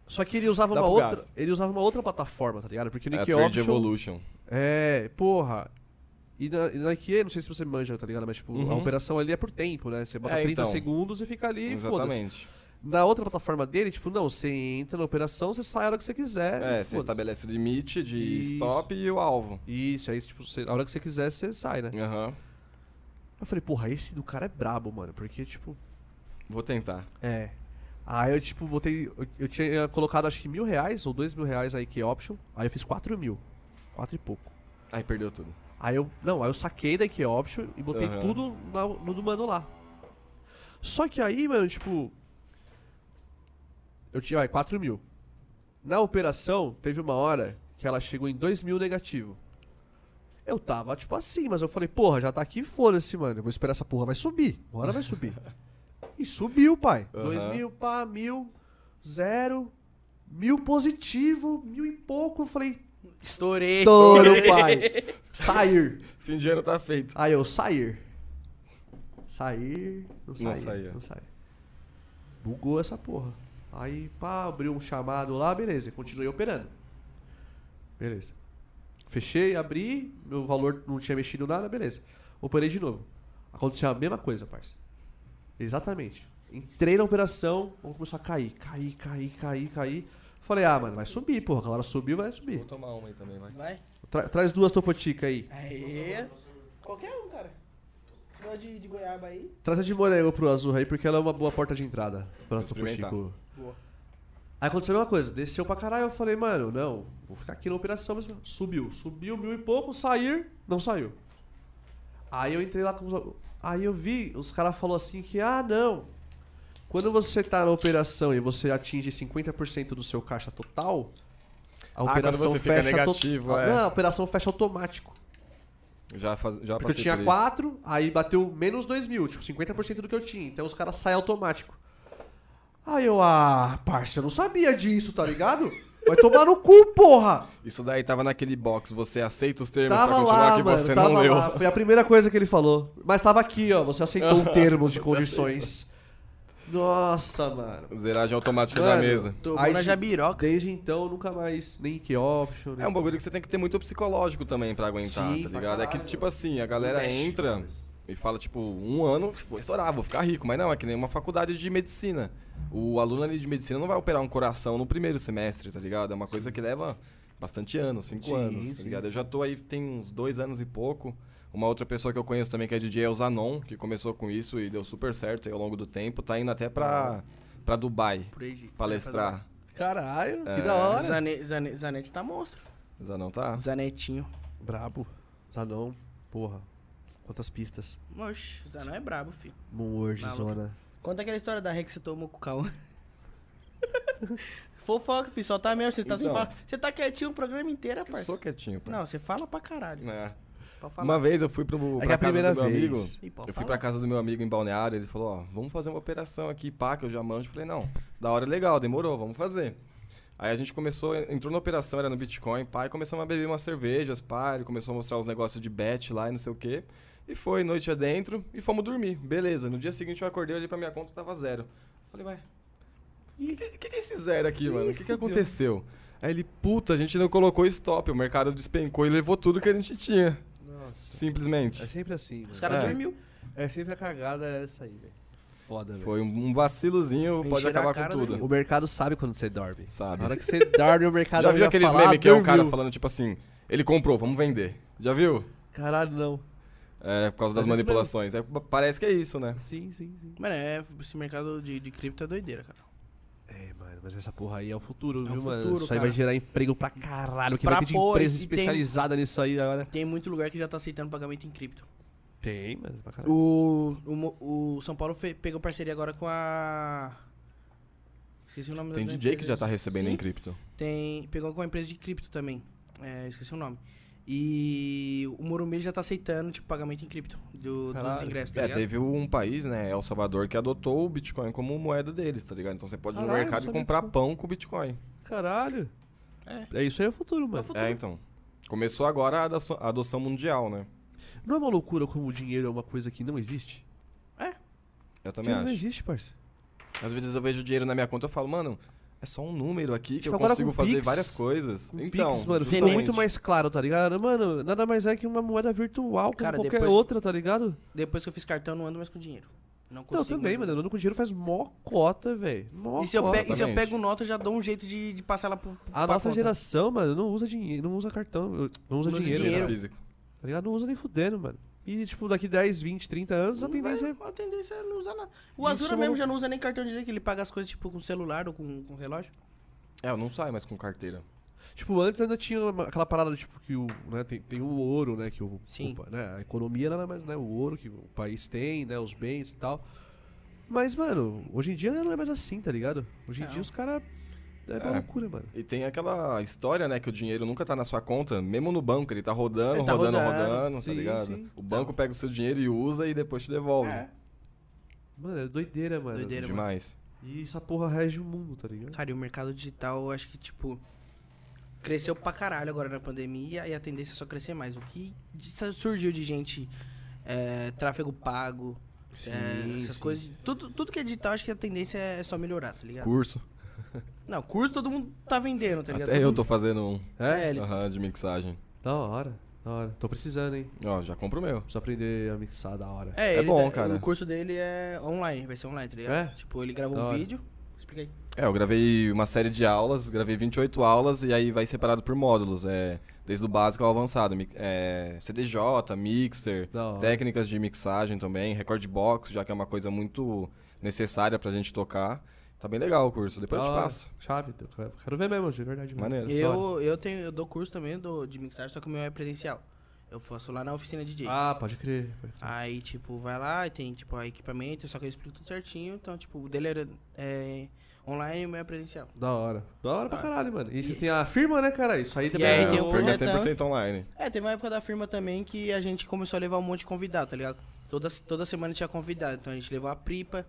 Só que ele usava
Dá
uma
pro
outra.
gasto.
Ele usava uma outra plataforma, tá ligado? Porque o
É a
Nick
Trade
Option.
Evolution.
É, porra. E na, e na IKEA, não sei se você manja, tá ligado? Mas, tipo, a
Uhum.
operação ali é por tempo, né? Você bota
É,
30
então.
segundos e fica ali e foda-se.
Exatamente.
Na outra plataforma dele, tipo, não, você entra na operação, você sai a hora que você quiser.
É,
e
você
foda-se.
estabelece o limite de
Isso.
stop e o alvo.
Isso, aí, tipo, você- a hora que você quiser, você sai, né?
Aham.
Eu falei, porra, esse do cara é brabo, mano. Porque, tipo,
Vou tentar.
É. Aí eu, tipo, botei. Eu, eu tinha colocado acho que mil reais ou dois mil reais aí que option. Aí eu fiz quatro mil. Quatro e pouco.
Aí perdeu tudo.
Aí eu. Não, aí eu saquei da IKEA Option e botei
Aham.
tudo na- no do mano lá. Só que aí, mano, tipo. Eu tinha, vai, 4 mil. Na operação, teve uma hora que ela chegou em 2 mil negativo. Eu tava, tipo, assim, mas eu falei, porra, já tá aqui, foda-se, mano. Eu vou esperar essa porra, vai subir. Uma hora vai subir. E subiu, pai.
Aham.
2 mil, pá, mil, zero, mil positivo, mil e pouco. Eu falei,
Estourei.
Estouro, pai. Sair.
Fim de ano tá feito.
Aí eu, sair. Ah, Sair, não sair,
Não
não sair.
saía.
Bugou essa porra. Aí, pá, abriu um chamado lá, beleza, continuei operando. Beleza. Fechei, abri, meu valor não tinha mexido nada, beleza. Operei de novo. Aconteceu a mesma coisa, parça. Exatamente. Entrei na operação, começou a cair, cair, cair, cair, cair. Falei, ah, mano, vai subir, porra. A hora subiu, vai subir.
Vou tomar uma aí também, vai.
Vai.
Tra- traz duas topotica aí.
Aê. Qualquer um, cara. Gosta de, de goiaba aí.
Traz a de morango pro azul aí, porque ela é uma boa porta de entrada pra
Vou
Topo Chico.
experimentar.
Boa.
Aí aconteceu a mesma coisa, desceu pra caralho, eu falei, mano, não, vou ficar aqui na operação mesmo. Subiu, subiu mil e pouco, sair, não saiu. Aí eu entrei lá com os... Aí eu vi, os caras falaram assim que, ah, não, quando você tá na operação e você atinge 50% do seu caixa total, a
Ah, quando
operação
você fica
fecha... to- Ah,
negativo, é.
Não, a operação fecha automático.
Já, faz,
Porque
já
eu
passei
tinha
por isso.
4, aí bateu menos 2 mil, tipo, 50% do que eu tinha. Então os caras saem automático. Aí eu, ah, parça, eu não sabia disso, tá ligado? Vai tomar no cu, porra!
Isso daí tava naquele box, você aceita os termos pra
Tava
continuar
lá,
que
mano,
você não
tava
leu.
lá. Foi a primeira coisa que ele falou. Mas tava aqui, ó, você aceitou o termo de
Você
condições. Nossa, mano.
Zeragem automática da
Mano,
mesa.
Tomou
Aí
na
de-
jabiroca.
Desde então, nunca mais, nem que option.
É um bagulho que você tem que ter muito psicológico também pra aguentar,
Sim,
tá
pra
ligado? É que,
caralho.
tipo assim, a galera
Mexe,
entra
talvez.
e fala, tipo, um ano, vou estourar, vou ficar rico. Mas não, é que nem uma faculdade de medicina. O aluno ali de medicina não vai operar um coração no primeiro semestre, tá ligado? É uma coisa que leva bastante anos, cinco
Sim,
anos, tá
sim,
ligado? Eu
sim.
já tô aí, tem uns dois anos e pouco. Uma outra pessoa que eu conheço também, que é DJ, é o Zanon, que começou com isso e deu super certo aí ao longo do tempo. Tá indo até pra, pra Dubai
Por aí, gente.
palestrar.
Caralho, que
É.
da hora.
Zane, Zane, Zanete tá monstro.
Zanon tá?
Zanetinho.
Brabo. Zanão, porra. Quantas pistas.
Oxe, Zanão é brabo, filho.
Moonward,
Maluco.
zona.
Conta aquela história da ré que você tomou com o Cauã. Fofoca, filho. Só tá mesmo. Você tá, sem
Então.
falar. você tá quietinho o programa inteiro,
Eu
parça.
sou quietinho, parceiro.
Não, você fala pra caralho.
É.
Pode falar.
Uma vez eu fui pro,
É
pra
que é a
casa
primeira
do meu
vez.
amigo.
Ih, pode
Eu fui pra
falar.
casa do meu amigo em Balneário, ele falou, ó, vamos fazer uma operação aqui, pá, que eu já manjo. Eu Falei, não, da hora é legal, demorou, vamos fazer. Aí a gente começou, entrou na operação, era no Bitcoin, pá, e começamos a beber umas cervejas, pá, ele começou a mostrar os negócios de bet lá e não sei o quê. E foi, noite adentro, e fomos dormir. Beleza, no dia seguinte eu acordei, olhei pra minha conta, tava zero. Falei, ué, o que, que, que é esse zero aqui, mano? O que, que aconteceu? Aí ele, puta, a gente não colocou stop, o mercado despencou e levou tudo que a gente tinha,
Nossa.
simplesmente.
É sempre assim. mano.
Os caras
É.
dormiu.
É sempre a cagada essa aí, velho. Foda, velho.
Foi um vacilozinho, pode
Encheram a
acabar
cara
com
do
O
tudo.
mercado sabe quando você dorme.
Sabe?
Na hora que você dorme, o mercado
Já viu
vai
aqueles
falar,
memes que é o
"Ah,
cara
dormiu".
falando, tipo assim, ele comprou, vamos vender. Já viu?
Caralho, não.
É, por causa das
Mas isso
manipulações. É, parece que é isso, né?
Sim, sim, sim.
Mano, é, esse mercado de, de cripto é doideira, cara.
É, mano, mas essa porra aí é o futuro,
o
viu, mano?
futuro,
Isso aí
cara.
vai gerar emprego pra caralho. Que
Pra
vai ter de
pôr,
empresa
e tem-
especializada nisso aí agora.
Tem muito lugar que já tá aceitando pagamento em cripto.
Tem, mano,
É.
pra caralho.
O, o, Mo- o São Paulo fe- pegou parceria agora com a. Esqueci o nome
Tem
da
DJ que
empresa.
já tá recebendo
Sim.
em cripto.
Tem, pegou com a empresa de cripto também. É, esqueci o nome. E o Morumbi já tá aceitando, tipo, pagamento em cripto do, dos
Caralho.
ingressos, tá
É,
ligado?
teve um país, né, El Salvador, que adotou o Bitcoin como moeda deles, tá ligado? Então você pode ir no
Caralho,
mercado e
não sabia
comprar
disso.
pão com Bitcoin.
Caralho.
É.
É isso aí é o futuro, mano.
futuro.
É, então. Começou agora a adoção- a adoção mundial, né?
Não é uma loucura como o dinheiro é uma coisa que não existe?
Eu
O
também
dinheiro não
acho.
existe, parça.
Às vezes eu vejo dinheiro na minha conta e falo, mano, é só um número aqui que
Tipo,
eu
agora
consigo
com
fazer
Pix,
várias coisas.
Com
então,
Um Pix, mano, ficou
justamente.
muito mais claro, tá ligado? Mano, nada mais é que uma moeda virtual como
Cara,
qualquer
depois-
outra, tá ligado?
Depois que eu fiz cartão, não ando mais com dinheiro. Não
Não,
consigo.
eu também, mano. Andando com dinheiro faz mó cota, velho. Mó
E se, eu
cota.
pego, e se eu
Exatamente.
pego nota, eu já dou um jeito de, de passar ela pro, pro
A
pra
nossa
conta.
geração, mano, não usa dinheiro, não usa cartão, não usa
usa
dinheiro,
dinheiro.
Cara,
é físico.
tá ligado? Não usa nem fudendo, mano. E, tipo, daqui 10, 20, 30 anos, a
Não vai-
tendência é...
a tendência é não usar nada. O
Isso,
Azura mesmo
maluco.
já não usa nem cartão direito, ele paga as coisas tipo com celular ou com, com relógio.
É, eu não saio mais com carteira.
Tipo, antes ainda tinha uma- aquela parada, tipo, que o... Né, tem, tem o ouro, né, que o...
Sim.
o- né, a economia era mais, né, o ouro que o país tem, né, os bens e tal. Mas, mano, hoje em dia não é mais assim, tá ligado? Hoje em
Não.
dia os caras... É uma
É.
loucura, mano.
E tem aquela história, né, que o dinheiro nunca tá na sua conta, mesmo no banco, ele tá rodando,
Ele tá
rodando,
rodando,
rodando,
sim,
tá ligado?
sim. Então.
O banco pega o seu dinheiro e usa e depois te devolve.
É. Mano, é doideira, mano.
Doideira.
Demais.
E essa porra rege o mundo, tá ligado?
Cara, e o mercado digital, eu acho que, tipo, cresceu pra caralho agora na pandemia e a tendência é só crescer mais. O que de- surgiu de gente, é, tráfego pago, É,
Sim,
essas
sim.
coisas. de- Tudo, tudo que é digital, acho que a tendência é só melhorar, tá ligado?
Curso.
Não, curso todo mundo tá vendendo, tá ligado?
Até
Todo
eu
mundo-
tô fazendo um
É?
É, ele-
aham, de mixagem.
Da hora, da hora. Tô precisando, hein?
Ó, já compro o meu.
Preciso aprender a mixar da hora.
É,
É
ele
bom,
dá-
cara.
O curso dele é online, vai ser online, tá ligado?
É?
Tipo, ele gravou
Da hora.
um vídeo. Explica aí.
É, eu gravei uma série de aulas, gravei 28 aulas e aí vai separado por módulos. É, desde o básico ao avançado. mi- É, CDJ, mixer,
Da hora.
técnicas de mixagem também, record box, já que é uma coisa muito necessária pra gente tocar. Tá bem legal o curso, depois
Da
eu te
hora.
passo.
Chave, eu quero- quero ver mesmo, de verdade. mesmo.
Maneiro.
É Da hora.
Eu, eu, tenho, eu dou curso também do, de mixagem, só que o meu é presencial. Eu faço lá na oficina DJ.
Ah, pode crer. pode crer.
Aí, tipo, vai lá e tem, tipo, a equipamento, só que eu explico tudo certinho. Então, tipo, o dele era é, online e o meu é presencial.
Da hora. Da hora pra caralho, mano. E vocês têm a firma, né, cara? Isso aí também
aí
é
tem
o
um
um-
curso é
projetão.
100% online.
É, teve uma época da firma também que a gente começou a levar um monte de convidado, tá ligado? Toda, toda semana tinha convidado. Então a gente levou a Pripa,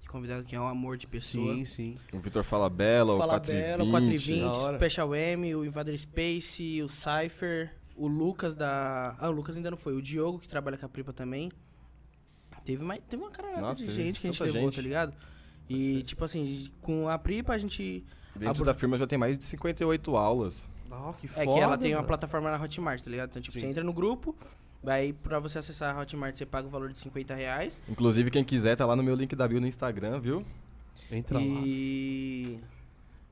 que convidado que é um amor de pessoa.
Sim, sim.
O Vitor Falabella, o
Fala
420.
Belo, 420,
Da hora.
Special M, o Invader Space, o Cypher, o Lucas da. Ah, o Lucas ainda não foi. O Diogo, que trabalha com a Pripa também. Teve, mais, teve uma caralhada
Nossa,
de
gente,
gente que a gente
tanta
levou,
gente.
tá ligado? E, tipo assim, com a Pripa a gente.
Dentro
Abro-
da firma já tem mais de 58 aulas.
Nossa, que
É
foda.
que ela tem uma
mano.
plataforma na Hotmart, tá ligado? Então, tipo,
Sim.
você entra no grupo, aí pra você acessar a Hotmart você paga o valor de 50 reais.
Inclusive, quem quiser, tá lá no meu link da bio no Instagram, viu?
Entra
então,
lá.
e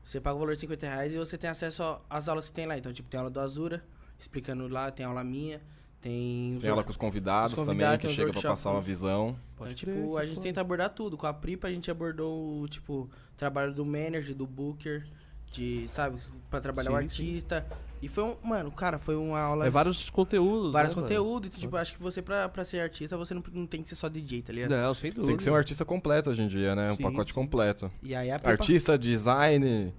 você paga o valor de 50 reais e você tem acesso a- às aulas que tem lá. Então, tipo, tem aula do Azura, explicando lá, tem aula minha, tem... os
Tem aula
outros.
com os convidados,
Os convidados,
também,
tem
que
os
chega pra
workshops.
passar uma visão.
Então,
Pode
tipo,
crer,
a
que
gente
foda.
tenta abordar tudo. Com a Pripa a gente abordou, tipo, o trabalho do manager, do booker, de, sabe, pra trabalhar o
Sim, sim.
artista. E foi um... Mano, cara, foi uma aula...
É vários conteúdos.
Vários
né, mano?
conteúdos, então, tipo, acho que você, pra, pra ser artista, você não, não tem que ser só DJ, tá ligado?
Não, sem dúvida.
Tem que ser um artista completo hoje em dia, né? Um
Sim,
pacote
sim.
completo.
E aí a Pripa-
Artista, design,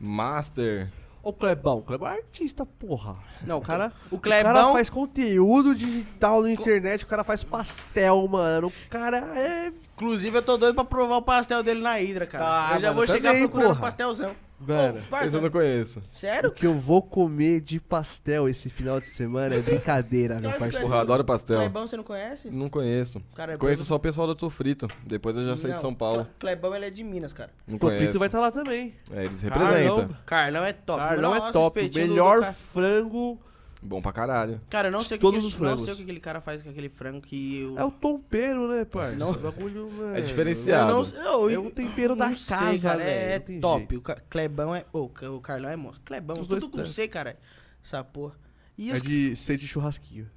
master.
Ô, Clebão, o Clebão é artista, porra.
Não,
O cara,
o
o cara
Clebão...
faz conteúdo digital na internet, o cara faz pastel, mano. O cara é.
Inclusive, eu tô doido pra provar o pastel dele na Hidra, cara.
Ah,
eu já
mano,
vou
eu
chegar
também,
procurando
porra.
o pastelzão.
Mano.
Ô,
Esse
parça,
eu não conheiro.
O
sério?
que eu vou comer de pastel esse final de semana é brincadeira, meu
Claro que é.
parceiro.
Porra, adoro pastel.
Clebão, você não conhece?
Hum,
Não conheço.
Cara, é
conheço
bom.
só o pessoal do Tô Frito. Depois eu já saí de
Não,
São Paulo.
Cle- Clebão, ele é de Minas, cara.
Não
O
conheço.
Frito vai tá- estar lá também.
É, eles representam.
Carlão.
Carlão é top.
Carlão
Nossa,
é top.
espetinho do- do
Melhor
Car-
frango
Bom pra caralho.
Cara, eu não sei o que,
todos
que-
os
não
frangos.
sei o que aquele cara faz com aquele frango que... Eu...
é o tompeiro, né, parceiro?
Não.
O bagulho, mano.
É
Eu
diferenciado.
não sei, eu-
É o tempero da
não sei,
casa,
cara,
velho,
é
não tem
top.
jeito.
O Ca- Clebão é... ô, Ca- o Carlão é monstro. Clebão,
Os
tudo
dois
com
tanto.
C, cara. Essa porra. E
É
os...
de ser de churrasquinho.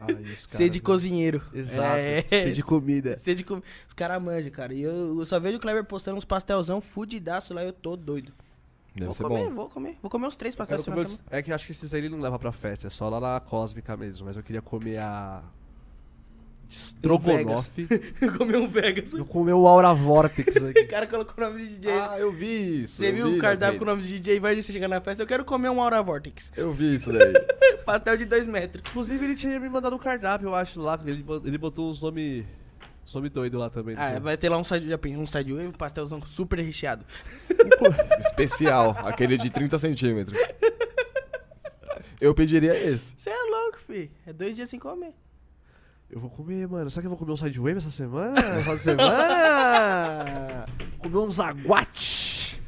Ah, isso,
C de cozinheiro.
Exato.
É,
Ser de comida.
Sei de como- Os caras manjam, cara. E eu, eu só vejo o Kleber postando uns pastelzão fudidaço lá, eu tô doido.
Deve
vou
ser
comer,
bom.
vou comer. Vou comer uns três
Eu quero
pastéis
comer
semana.
outros- É que eu acho que esses aí ele não leva pra festa, é só lá na Cósmica mesmo. Mas eu queria comer a. Strogonoff.
comer um Vegas.
Eu comi o Aura Vortex
O
aqui.
cara colocou o nome de DJ.
Ah, eu vi isso.
Você
eu
viu
vi
o
nas
cardápio com o
redes.
nome de DJ? Vai você chegar na festa, eu quero comer um Aura Vortex.
Eu vi isso daí.
Pastel de dois metros.
Inclusive, ele tinha me mandado um cardápio, eu acho, lá. Ele, bo- ele botou uns nomes. Uns nome doido lá também. não
Ah,
sei.
vai ter lá um side, já pensei, um side wave, um pastelzão super recheado.
Especial. Aquele de 30 centímetros. Eu pediria esse.
Você é louco, fi. É dois dias sem comer.
Eu vou comer, mano. Será que eu vou comer um sidewave essa semana? Essa semana? comer um zaguate.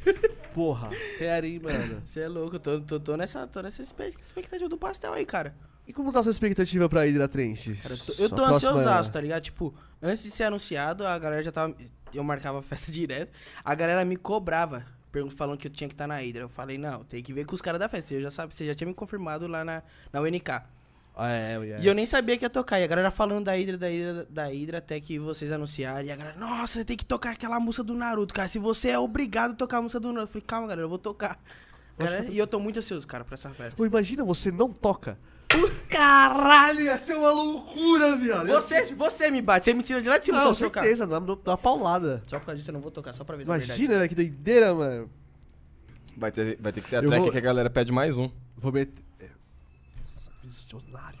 Porra, quero, hein, mano.
Você é louco, eu tô, tô, tô nessa, tô nessa espe- expectativa do pastel aí, cara.
E como tá a sua expectativa pra Hydra Trench?
Cara, eu tô, eu tô
Sua próxima-
ansiosaço, tá ligado? Tipo, antes de ser anunciado, a galera já tava. Eu marcava a festa direto. A galera me cobrava, pergun- falando que eu tinha que estar na Hydra. Eu falei, não, tem que ver com os caras da festa. Eu já sabe, você já tinha me confirmado lá na, na UNK.
Ah, é, yes.
E eu nem sabia que ia tocar. E a galera falando da Hydra, da Hydra, da Hydra, até que vocês anunciaram. E a galera, nossa, você tem que tocar aquela música do Naruto, cara. Se você é obrigado a tocar a música do Naruto. Eu falei, calma, galera, eu vou tocar. Galera, e eu tô muito ansioso, cara, pra essa festa.
Pô, imagina, você não toca. Caralho, ia ser uma loucura, viado.
Você, você me bate, você me tira de lá de cima,
Não,
se eu tocar.
certeza, na, na paulada.
Só por causa disso eu não vou tocar, só pra ver se é verdade.
Imagina, velho, que doideira, mano.
Vai ter, vai ter que ser a
Eu
track
vou-
que a galera pede mais um.
Vou meter... Nossa, visionário.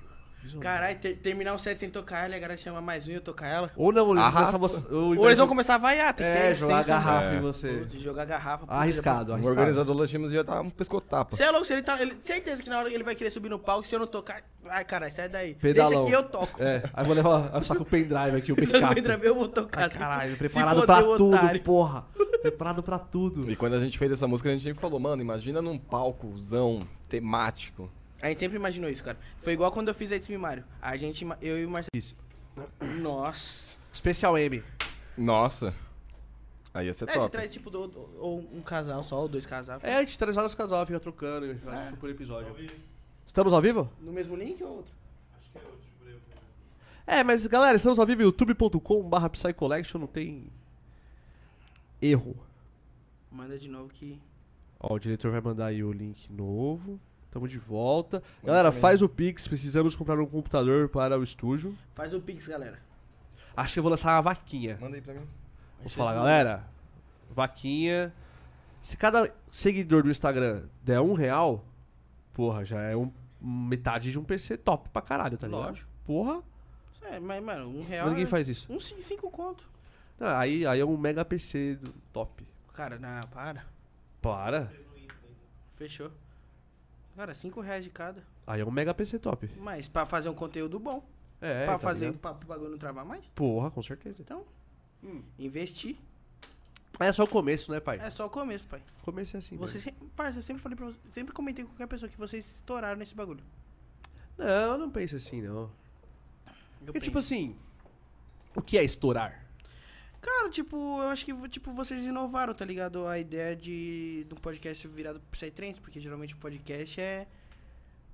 Caralho, ter- terminar o set sem tocar ela, e a galera chama mais um e eu tocar ela.
Ou não, eles
Arrasta.
vão começar você.
Ou eles vão começar a vaiar, tem que ter
É,
isso,
jogar
tem isso também.
garrafa
É.
em você.
Pô, Jogar garrafa. puta, é
Arriscado,
O
arriscado.
organizador do time já tá um pescotapa.
Você é louco, se ele tá. Ele, certeza que na hora que ele vai querer subir no palco, se eu não tocar. Ai, caralho, sai daí.
Pedalão.
Deixa que eu toco.
É, aí eu vou levar eu saco o pendrive aqui, o
Se não
pescado.
entra bem, eu vou tocar. Se-
Caralho,
se
preparado
foder,
pra
o
tudo,
otário.
porra. Preparado pra tudo.
E quando a gente fez essa música, a gente sempre falou, mano, imagina num palcozão temático.
A gente sempre imaginou isso, cara. Foi igual quando eu fiz a It's Me Mario. A gente, ima- eu e o Marcelo.
Isso.
Nossa.
Especial M.
Nossa. Aí ia ser
É, você
top.
traz tipo do- do- ou um casal só, ou dois casais.
É, a gente traz vários casal, fica trocando, a gente
É.
faz isso por episódio. Estamos ao vivo?
No mesmo link ou outro?
É, mas galera, estamos ao vivo youtube.com/barra Psycollection, não tem erro.
Manda de novo que.
Ó, o diretor vai mandar aí o link novo. Tamo de volta. Galera, faz o Pix, precisamos comprar um computador para o estúdio.
Faz o Pix, galera.
Acho que eu vou lançar uma vaquinha.
Manda aí
É
pra mim.
Vou falar, galera, vaquinha. Se cada seguidor do Instagram der um real, porra, já é um- metade de um PC top pra caralho, tá ligado?
Lógico.
Porra,
É, mas, mano, um real.
mas ninguém
é
faz isso.
Um cin- cinco conto.
Não, aí, aí é um mega PC do top.
Cara, na para.
Para.
Fechou. Cara, cinco reais de cada.
Aí é um mega PC top.
Mas pra fazer um conteúdo bom.
É,
pra
tá
fazer
ligado?
pra, pro bagulho não travar mais.
Porra, com certeza.
Então, investir
É só o começo, né, pai?
é só o começo, pai.
O começo é assim.
Você
mano.
sempre, parça, eu sempre falei pra você, sempre comentei com qualquer pessoa que vocês estouraram nesse bagulho.
Não, não pense assim, não.
Eu
Porque,
penso.
tipo assim, o que é estourar?
Cara, tipo, eu acho que tipo, vocês inovaram, tá ligado? A ideia de, de um podcast virado pro Psytrance, porque geralmente o podcast é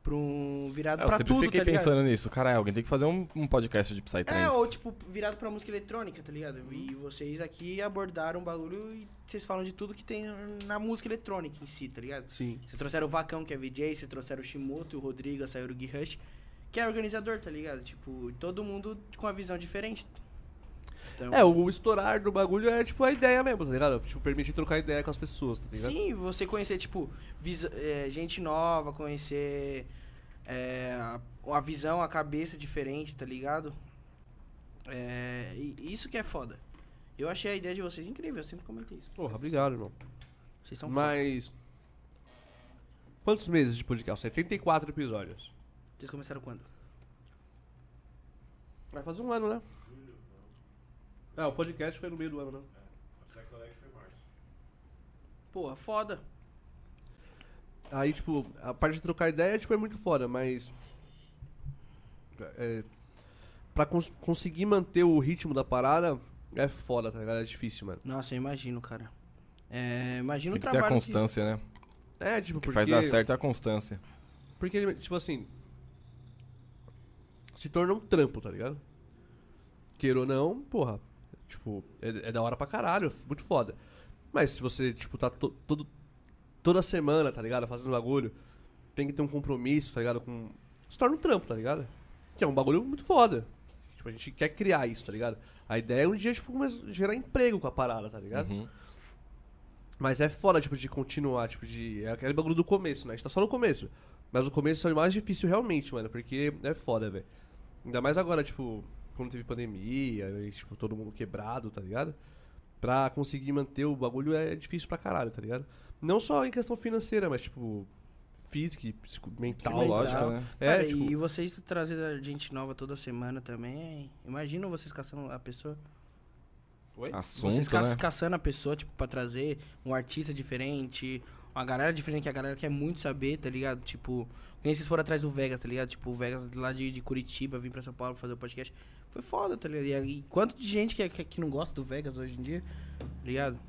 pra um virado
É, eu
pra
sempre
tudo,
fiquei
tá ligado?
pensando nisso. Caralho, alguém tem que fazer um, um podcast de Psytrance.
É, ou tipo, virado pra música eletrônica, tá ligado? E vocês aqui abordaram o bagulho e vocês falam de tudo que tem na música eletrônica em si, tá ligado?
Sim.
Vocês trouxeram o Vacão, que é VJ, vocês trouxeram o Shimoto, o Rodrigo, a Sayuri Gui Rush, que é organizador, tá ligado? Tipo, todo mundo com a visão diferente. Então,
É, o estourar do bagulho é tipo a ideia mesmo, tá ligado? Tipo, permite trocar ideia com as pessoas, tá ligado?
Sim, você conhecer, tipo, visa- é, gente nova, conhecer é, a, a visão, a cabeça diferente, tá ligado? É, e- isso que é foda. Eu achei a ideia de vocês incrível, eu sempre comentei isso.
Porra, obrigado, irmão.
Vocês são foda.
Mas. Quantos meses de podcast? 74 episódios.
Vocês começaram quando?
Vai fazer um ano, né? Ah, o podcast foi no meio do ano, né?
Porra, foda.
Aí, tipo, a parte de trocar ideia, tipo, é muito foda, mas... É, pra cons- conseguir manter o ritmo da parada, é foda, tá ligado? É difícil, mano.
Nossa, eu imagino, cara. É, imagina
Tem
o
que ter a
trabalho. que-
constância, né?
É, tipo,
O que
porque...
faz dar certo é a constância.
Porque, tipo assim... Se torna um trampo, tá ligado? Queira ou não, porra. Tipo, é, é da hora pra caralho, é muito foda. Mas se você, tipo, tá to- todo, toda semana, tá ligado? Fazendo bagulho, tem que ter um compromisso, tá ligado? Com... Se torna um trampo, tá ligado? Que é um bagulho muito foda. Tipo, a gente quer criar isso, tá ligado? A ideia é um dia, tipo, começar a gerar emprego com a parada, tá ligado?
Uhum.
Mas é foda, tipo, de continuar, tipo, de. É aquele bagulho do começo, né? A gente tá só no começo. Mas o começo é o mais difícil realmente, mano, porque é foda, velho. Ainda mais agora, tipo, quando teve pandemia, e, tipo, todo mundo quebrado, tá ligado? Pra conseguir manter o bagulho é difícil pra caralho, tá ligado? Não só em questão financeira, mas, tipo, física e psico- mental.
Psicológica,
tá?
né?
É,
Cara,
tipo,
e vocês trazer gente nova toda semana também. Imagina vocês caçando a pessoa. Vocês
Assunto,
ca-
né?
caçando a pessoa, tipo, pra trazer um artista diferente, uma galera diferente que a galera quer muito saber, tá ligado? Tipo, que nem vocês foram atrás do Vegas, tá ligado? Tipo, o Vegas lá de, de Curitiba, vim pra São Paulo fazer o podcast. Foi foda, tá ligado? E, aí, quanto de gente que, que, que não gosta do Vegas hoje em dia, tá ligado?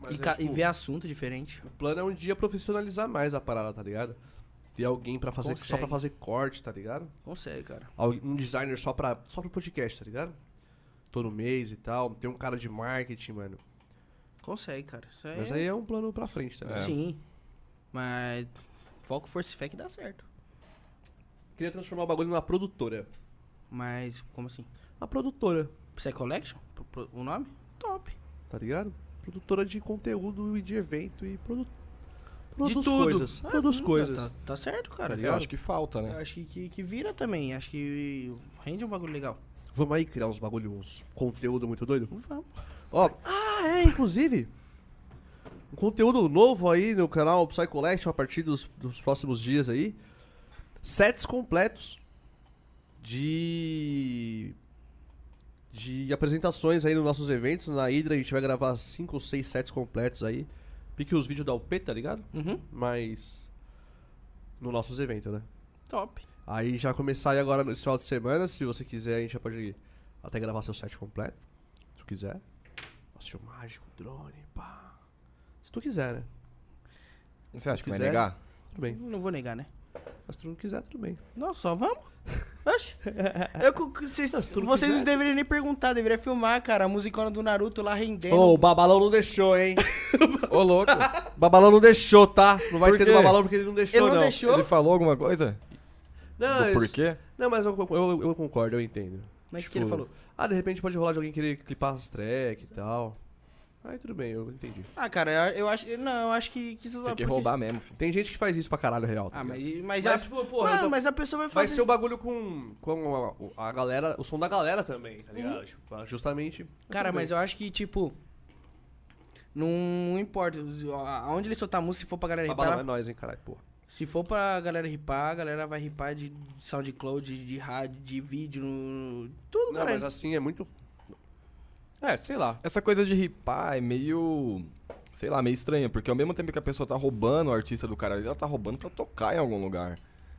mas
E,
é,
ca- e
tipo,
ver assunto diferente.
O plano é um dia profissionalizar mais a parada, tá ligado? Ter alguém para fazer só
Consegue.
pra fazer corte, tá ligado?
Consegue, cara.
Algu- um designer só pra, só pro podcast, tá ligado? Todo mês e tal. Tem um cara de marketing, mano.
Consegue, cara. Isso aí
Mas
é-
aí é um plano pra frente, tá ligado?
Sim. Mas foco, força e fé que dá certo.
Queria transformar o bagulho numa produtora.
Mas, como assim?
Uma produtora,
Psy Collection? Pro- pro- O nome? Top.
tá ligado? Produtora de conteúdo e de evento e produ... Produz
tudo.
coisas.
Ah,
Produz
não,
coisas.
Tá, tá certo, cara.
eu acho que falta,
Eu
né?
acho que, que, que vira também. Acho que rende um bagulho legal.
Vamos aí criar uns bagulho, uns conteúdo muito doido?
Vamos.
Ó, ah, é, inclusive. Um conteúdo novo aí no canal Psy Collection a partir dos, dos próximos dias aí. Sets completos de. De apresentações aí nos nossos eventos. Na Hydra a gente vai gravar cinco ou seis sets completos aí. Pique os vídeos da UP, tá ligado?
Uhum.
Mas. Nos nossos eventos, né?
Top.
Aí já começar aí agora nesse final de semana, se você quiser, a gente já pode até gravar seu set completo. Se tu quiser. Assistir o mágico, um drone, pá. Se tu quiser, né?
Você acha que vai
quiser.
negar?
Tudo bem.
Não vou negar, né?
Mas se tu não quiser, tudo bem.
Não, só vamos. Oxe. Eu cu- cu- cês-
Não, se tu não
vocês não
quiser.
deveriam nem perguntar, deveria filmar, cara. A musicona do Naruto lá rendendo.
Ô, o babalão não deixou, hein?
Ô, louco!
babalão não deixou, tá? Não vai
Por
ter
quê?
do babalão porque ele não deixou,
Ele não
não.
deixou?
Ele falou alguma coisa?
Não,
Do
mas-
porquê?
não, mas eu, eu- eu concordo, eu entendo.
Mas o é que ele falou?
Ah, de repente pode rolar de alguém querer clipar as tracks e tal. Aí tudo bem, eu entendi.
Ah, cara, eu, eu acho. Não, eu acho que. que isso-
Tem que
porque-
roubar mesmo, filho.
Tem gente que faz isso pra caralho, real. tá
Ah, mas.
ligado?
Mas,
Mas,
a...
tipo, porra, eu
Mano,
tô-
mas a pessoa vai
Vai
fazer.
ser o bagulho com, com a, o- a galera, o som da galera também, tá ligado? Tipo, pra justamente.
Uhum. Cara, mas eu acho que, tipo. Não importa. Aonde ele soltar a música, se for pra
A
galera irritar,
bala é
ela-
nós, hein, caralho, porra.
Se for pra galera ripar, a galera vai ripar de SoundCloud, de, de rádio, de vídeo, no- tudo,
Não,
cara.
mas assim é muito. É, sei lá.
Essa coisa de ripar é meio. Sei lá, meio estranha, porque ao mesmo tempo que a pessoa tá roubando o artista do cara ali, ela tá roubando pra tocar em algum lugar.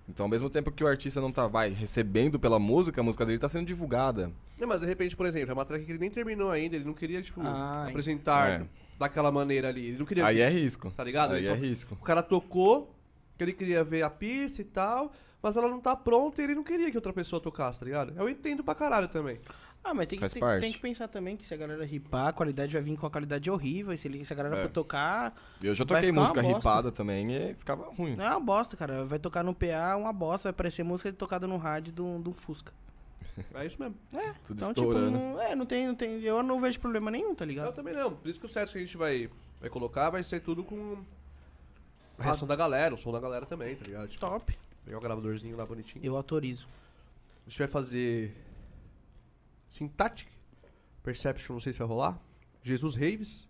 Então, ao mesmo tempo que o artista não tá, vai, recebendo pela música, a música dele tá sendo divulgada.
Não, mas de repente, por exemplo, é uma track que ele nem terminou ainda, ele não queria, tipo,
Ah,
apresentar
é.
daquela maneira ali. Ele não queria.
Aí é risco.
Tá ligado?
Aí
Ele
é
só-
risco.
O cara tocou, que ele queria ver a pista e tal, mas ela não tá pronta e ele não queria que outra pessoa tocasse, tá ligado? Eu entendo pra caralho também.
Ah, mas tem que,
Faz
tem,
parte.
tem que pensar também que se a galera ripar, a qualidade vai vir com a qualidade horrível. e Se, ele- se a galera
É.
for tocar,
Eu já
Vai
toquei
ficar uma
música
bosta.
ripada também e ficava ruim.
não é uma bosta, cara. Vai tocar no PA, uma bosta. Vai parecer música tocada no rádio do, do um Fusca.
É isso mesmo.
É,
Tudo
então,
estourando.
tipo, não, é, não tem, não tem. Eu não vejo problema nenhum, tá
Eu
ligado?
também não. Por isso que o set que a gente vai, vai colocar vai ser tudo com a reação da galera, o som da galera também, tá ligado? Tipo,
Top.
pegar o gravadorzinho lá bonitinho.
Eu autorizo.
A gente vai fazer Syntactic, Perception, não sei se vai rolar. Jesus Raves.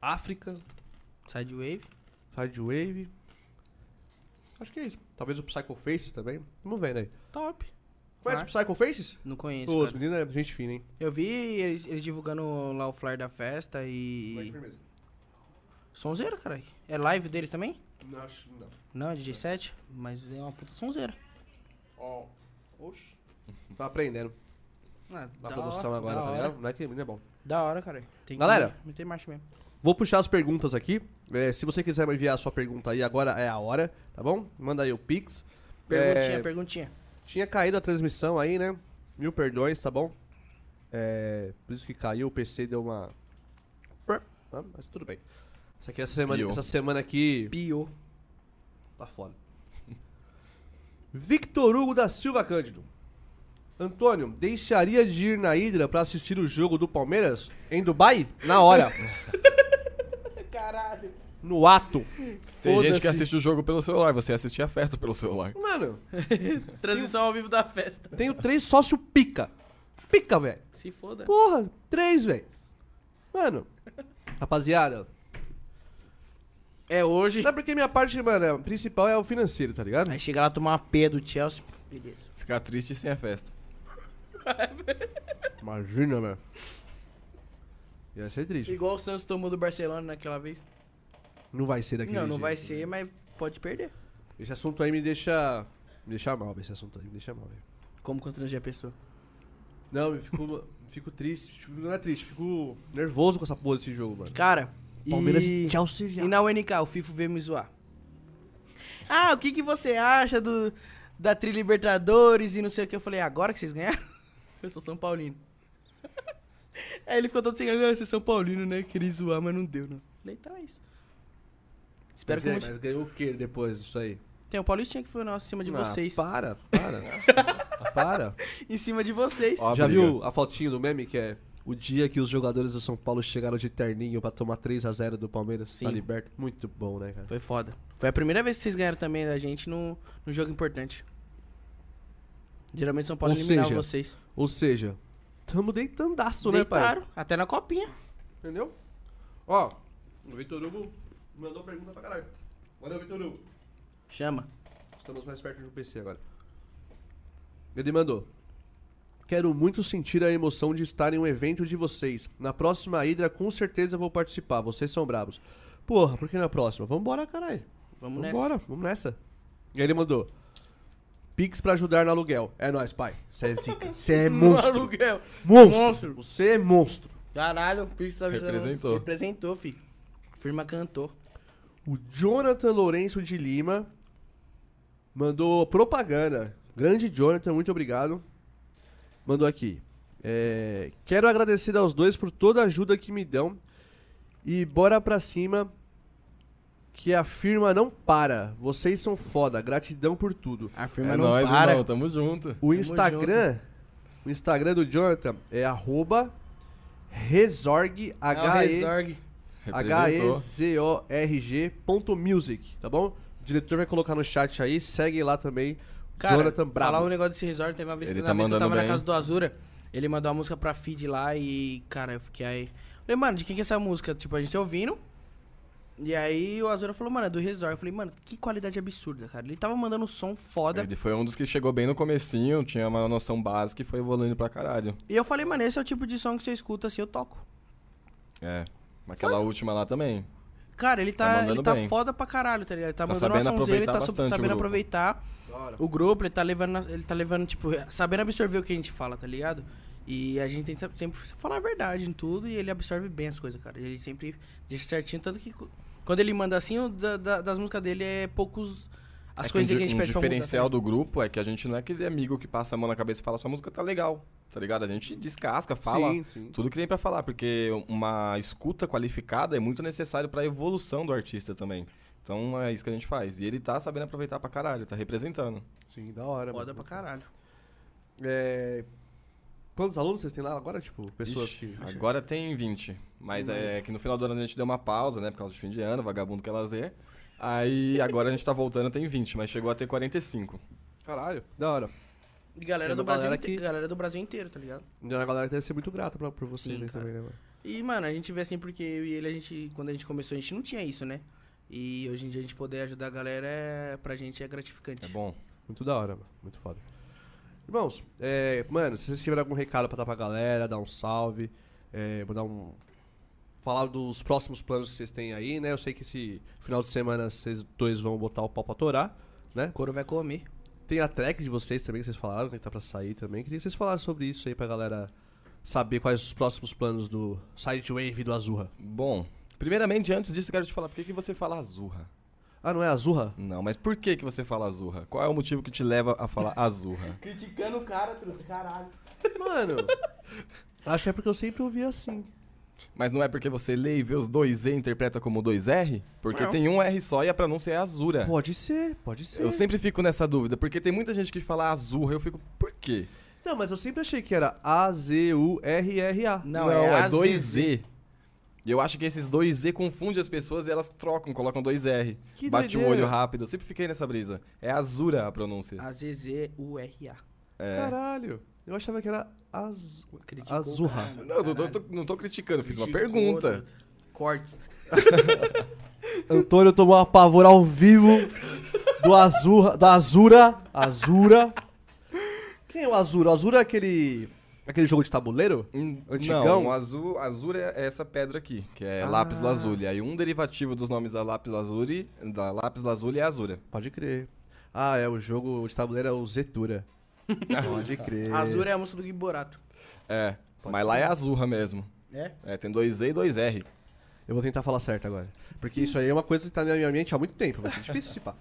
África,
Sidewave.
Sidewave. Acho que é isso. Talvez o Psycho Faces também. Vamos vendo aí.
Top.
Conhece o Psycho Faces?
Não conheço.
Os
cara.
meninos é gente fina, hein?
Eu vi eles, eles divulgando lá o flyer da festa e. Sonzeira, caralho. É live deles também?
Não, acho não.
Não, é DJ7, mas é uma puta sonzeira.
Ó. Oxi. Tá aprendendo. Na produção agora,
Ah, da
tá
hora.
ligado? Não é que não é bom.
Da hora, cara. Tem que
Galera.
meter marcha mesmo.
Vou puxar as perguntas aqui. É, se você quiser enviar a sua pergunta aí, agora é a hora, tá bom? Manda aí o Pix.
Perguntinha,
É,
perguntinha.
Tinha caído a transmissão aí, né? Mil perdões, tá bom? É, por isso que caiu, o PC deu uma. Tá, mas tudo bem. Isso aqui essa semana,
Piou.
essa semana aqui
Pio.
tá foda. Victor Hugo da Silva Cândido. Antônio, deixaria de ir na Hidra pra assistir o jogo do Palmeiras em Dubai? Na hora.
Caralho.
No ato.
Tem gente
Foda-se.
que assiste o jogo pelo celular, você assistia a festa pelo celular.
Mano,
Transição ao vivo da festa.
tenho três sócios pica. Pica, velho.
Se foda.
Porra, três, velho. Mano, rapaziada,
É hoje.
sabe porque minha parte, mano, principal é o financeiro, tá ligado?
Aí chega lá tomar uma P do Chelsea. Beleza.
Ficar triste sem a festa.
Imagina, mano. Ia ser triste.
Igual o Santos tomou do Barcelona naquela vez.
Não vai ser daquele
não, não
jeito.
vai ser, mas pode perder.
Esse assunto aí me deixa. Me deixa mal, velho. Esse assunto aí me deixa mal, velho.
Como constranger a pessoa.
Não, eu fico, fico triste. Tipo, não é triste, fico nervoso com essa porra desse jogo, mano.
Cara, e...
Chelsea
E na UNK, o FIFO veio me zoar. Ah, o que, que você acha do, da Tri Libertadores e não sei o que? Eu falei, "É agora que vocês ganharam? Eu sou São Paulino. Aí ele ficou todo sem ganhar, você é São Paulino, né? Queria zoar, mas não deu, não. Falei, então é isso. Espero
Mas,
que
é,
não...
mas ganhou o que depois disso aí?
Tem o Paulistinha que foi nosso em cima de
Ah,
vocês.
Para, para. para.
Em cima de vocês.
Ó, a
Já
briga.
viu a fotinho do meme que é O dia que os jogadores do São Paulo chegaram de terninho pra tomar 3 a 0 do Palmeiras
Sim.
na Liberta. Muito bom, né, cara?
Foi foda. Foi a primeira vez que vocês ganharam também da gente no, no jogo importante. Geralmente São Paulo
Ou
eliminava
seja,
vocês.
Ou seja, tamo deitandaço, né, pai?
Deitaram, até na copinha.
Entendeu? Ó, o Vitor Hugo mandou pergunta pra caralho. Valeu, Vitor Hugo.
Chama.
Estamos mais perto de um PC agora. Ele mandou. Quero muito sentir a emoção de estar em um evento de vocês. Na próxima Hydra, com certeza vou participar. Vocês são bravos. Porra, por que na próxima? Vambora, caralho.
Vamos nessa.
Vambora, vamos nessa. E ele mandou. Pix pra ajudar no aluguel. É nóis, pai. Você é zica. Você é
No
monstro.
aluguel.
Monstro.
Monstro.
Você é monstro.
Caralho, o Pix tá avisando.
Representou.
Representou, filho. Firma cantou.
O Jonathan Lourenço de Lima mandou propaganda. Grande Jonathan, muito obrigado. Mandou aqui. É, quero agradecer aos dois por toda a ajuda que me dão. E bora pra cima. Que a firma não para. Vocês são foda. Gratidão por tudo.
A firma
É
não
nóis,
para.
irmão, tamo junto.
O Instagram. O Instagram do Jonathan é arroba Rezorg
É o
H E
Resorg.
Representou.
H-E-Z-O-R-G ponto music, tá bom? O diretor vai colocar no chat aí, segue lá também.
Cara,
Jonathan
falar um
Bravo.
negócio desse resort, teve uma vez,
Ele
na
tá
vez que eu
mandando
tava na
bem.
casa do Azura, ele mandou uma música pra feed lá e, cara, eu fiquei aí. Falei, mano, de quem que é essa música? Tipo, a gente ouvindo. E aí o Azura falou, mano, é do Resort. Eu falei, mano, que qualidade absurda, cara. Ele tava mandando um som foda.
Ele foi um dos que chegou bem no comecinho, tinha uma noção básica e foi evoluindo pra caralho.
E eu falei, mano, esse é o tipo de som que você escuta assim, eu toco.
É. Mas aquela última lá também.
Cara, ele
Tá
tá,
mandando
ele tá
bem.
foda pra caralho, tá ligado? Ele tá,
Tá
mandando
sabendo
uma sonzeira, ele tá
aproveitar
sab-
bastante o
sabendo
grupo.
aproveitar.
Da hora.
O grupo, ele tá levando, na- ele tá levando, tipo, sabendo absorver o que a gente fala, tá ligado? E a gente tem que se- sempre falar a verdade em tudo e ele absorve bem as coisas, cara. Ele sempre deixa certinho, tanto que cu- quando ele manda assim, o da- da- das músicas dele é poucos. As
É
coisas
um,
que, a gente
di- um
pede pra mudar,
diferencial
tá
do grupo é que a gente não é aquele amigo que passa a mão na cabeça e fala sua música tá legal, tá ligado? A gente descasca, fala
Sim, sim.
tudo que tem pra falar, porque uma escuta qualificada é muito necessário pra evolução do artista também. Então é isso que a gente faz. E ele tá sabendo aproveitar pra caralho, tá representando.
Sim, da hora.
ligado? Foda pra
mano.
caralho.
É, Quantos alunos vocês têm lá agora, tipo, pessoas
Ixi,
que...
agora tem 20.
Hum.
Mas é que no final do ano a gente deu uma pausa, né? Por causa de fim de ano, vagabundo quer lazer. Aí agora a gente tá voltando, tem 20, mas chegou a ter 45.
Caralho, da hora.
E galera
Tem
do,
uma
Brasil,
galera
inte-
que-
galera do Brasil inteiro, tá ligado?
Então, A galera deve ser muito grata pra, por vocês
Sim,
aí
cara.
também, né, mano?
E, mano, a gente vê assim porque eu e ele, a gente, quando a gente começou, a gente não tinha isso, né? E hoje em dia a gente poder ajudar a galera, é, pra gente é gratificante.
É bom.
Muito da hora, mano. Muito foda. Irmãos, é, mano, se vocês tiverem algum recado pra dar pra galera, dar um salve, é, mandar um. Falar dos próximos planos que vocês têm aí, né? Eu sei que esse final de semana vocês dois vão botar o pau pra torar, né?
O couro vai comer.
Tem a track de vocês também que vocês falaram, né, que tá pra sair também. Queria que vocês falassem sobre isso aí pra galera saber quais os próximos planos do Sidewave e do Azurra.
Bom, primeiramente, antes disso, eu quero te falar, por que, que você fala azurra?
Ah, não é Azurra?
Não, mas por que, que você fala azurra? Qual é o motivo que te leva a falar azurra?
Criticando o cara, truta, caralho.
Mano! acho que é porque eu sempre ouvi assim.
Mas não é porque você lê e vê os dois E e interpreta como dois R? Porque tem um R só e a pronúncia é azura.
Pode ser, pode ser.
Eu sempre fico nessa dúvida, porque tem muita gente que fala azurra, eu fico, por quê?
Não, mas eu sempre achei que era A-Z-U-R-R-A.
Não, é, é
dois Z. E eu acho que esses dois Z confundem as pessoas e elas trocam, colocam dois R.
Que
Bate o
doideira.
olho rápido. Eu sempre fiquei nessa brisa. É azura a pronúncia.
Ah, A-Z-Z-U-R-A.
É.
Caralho. Eu achava que era az...
Criticou
Azurra.
Não, não tô, tô- não tô criticando, fiz uma
Criticou, né?
pergunta.
truta. Cortes.
Antônio tomou uma pavor ao vivo do Azurra, da Azura. Azura. Quem é o Azura? O Azura é aquele. aquele jogo de tabuleiro?
Hum,
Antigão?
Não, o azul, azul é essa pedra aqui, que é lápis
Ah.
lazuli. Aí um derivativo dos nomes da lápis lazuli, da lápis lazuli é azura.
Pode crer. Ah, é, o jogo de tabuleiro é o Zetura. Pode crer.
Azura é a música do Giborato.
É, mas lá é azurra mesmo.
É?
É, tem dois Z e dois R.
Eu vou tentar falar certo agora. Porque isso aí é uma coisa que tá na minha mente há muito tempo. Vai ser difícil se pá.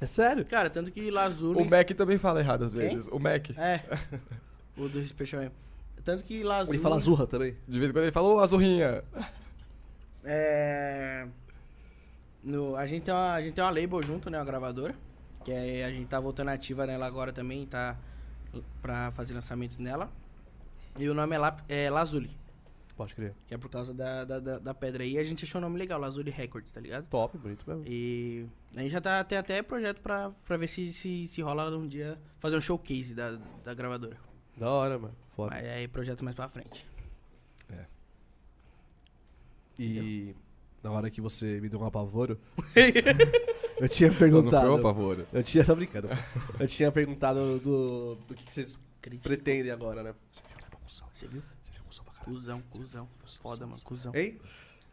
É sério?
Cara, tanto que Lazuli... é.
O Mac também fala errado às
Quem?
vezes. O Mac.
É. o do Special M. Tanto que Lazuli...
Ele fala Azurra também.
De vez em quando ele fala, ô azurrinha.
É. No, a, gente tem uma, a gente tem uma label junto, né? Uma gravadora. Que é, a gente tá voltando ativa nela agora também, tá? Pra fazer lançamentos nela. E o nome é, Lap- é Lazuli,
Pode crer.
que é por causa da, da, da, da pedra. E a gente achou o nome legal, Lazuli Records, tá ligado?
Top, bonito mesmo.
E a gente já tá, tem até projeto pra, pra ver se, se, se rola um dia fazer um showcase da, da gravadora.
Da hora, mano. Foda.
Mas aí projeto mais pra frente.
E na hora que você me deu um apavoro, eu tinha perguntado.
Não foi um apavoro.
Eu tinha, tá brincando. Eu tinha perguntado do, do que que vocês
Acredito.
pretendem agora, né? Você viu, né, mano, cuzão?
Você viu?
Você viu cuzão pra caralho.
Cusão, cuzão. Foda, mano, cuzão.
Hein?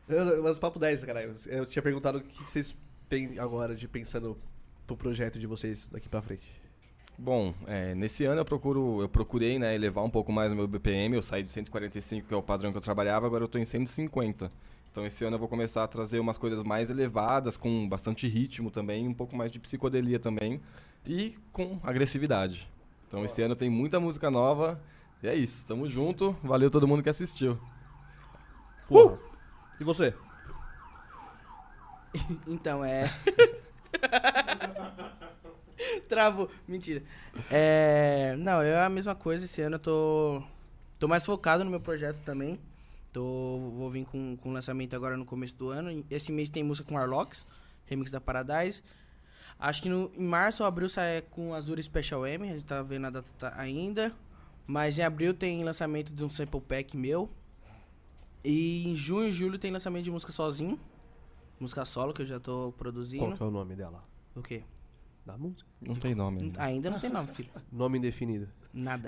Eu- Mas papo 10, caralho. Eu tinha perguntado o que que vocês têm agora de pensando pro projeto de vocês daqui pra frente.
Bom, é, nesse ano eu procuro, eu procurei, né, elevar um pouco mais o meu BPM. Eu saí de 145, que é o padrão que eu trabalhava, agora eu tô em 150. Então esse ano eu vou começar a trazer umas coisas mais elevadas, com bastante ritmo também, um pouco mais de psicodelia também e com agressividade. Então esse ano tem muita música nova. E é isso, tamo junto. Valeu todo mundo que assistiu.
Uh!
Porra. E você?
Então, é. Travou. Mentira. É. Não, eu é a mesma coisa. Esse ano eu tô. Tô mais focado no meu projeto também. Tô, vou vir com, com lançamento agora no começo do ano. Esse mês tem música com Arlox, remix da Paradise. Acho que no, em março ou abril sai com Azure Special M, a gente tá vendo a data tá- ainda. Mas em abril tem lançamento de um sample pack meu. E em junho e julho tem lançamento de música sozinho. Música solo que eu já tô
Qual
produzindo.
que é o nome dela?
O quê?
Da música?
Não tem nome.
N-
ainda.
Ainda não tem nome, filho.
Nome indefinido.
Nada.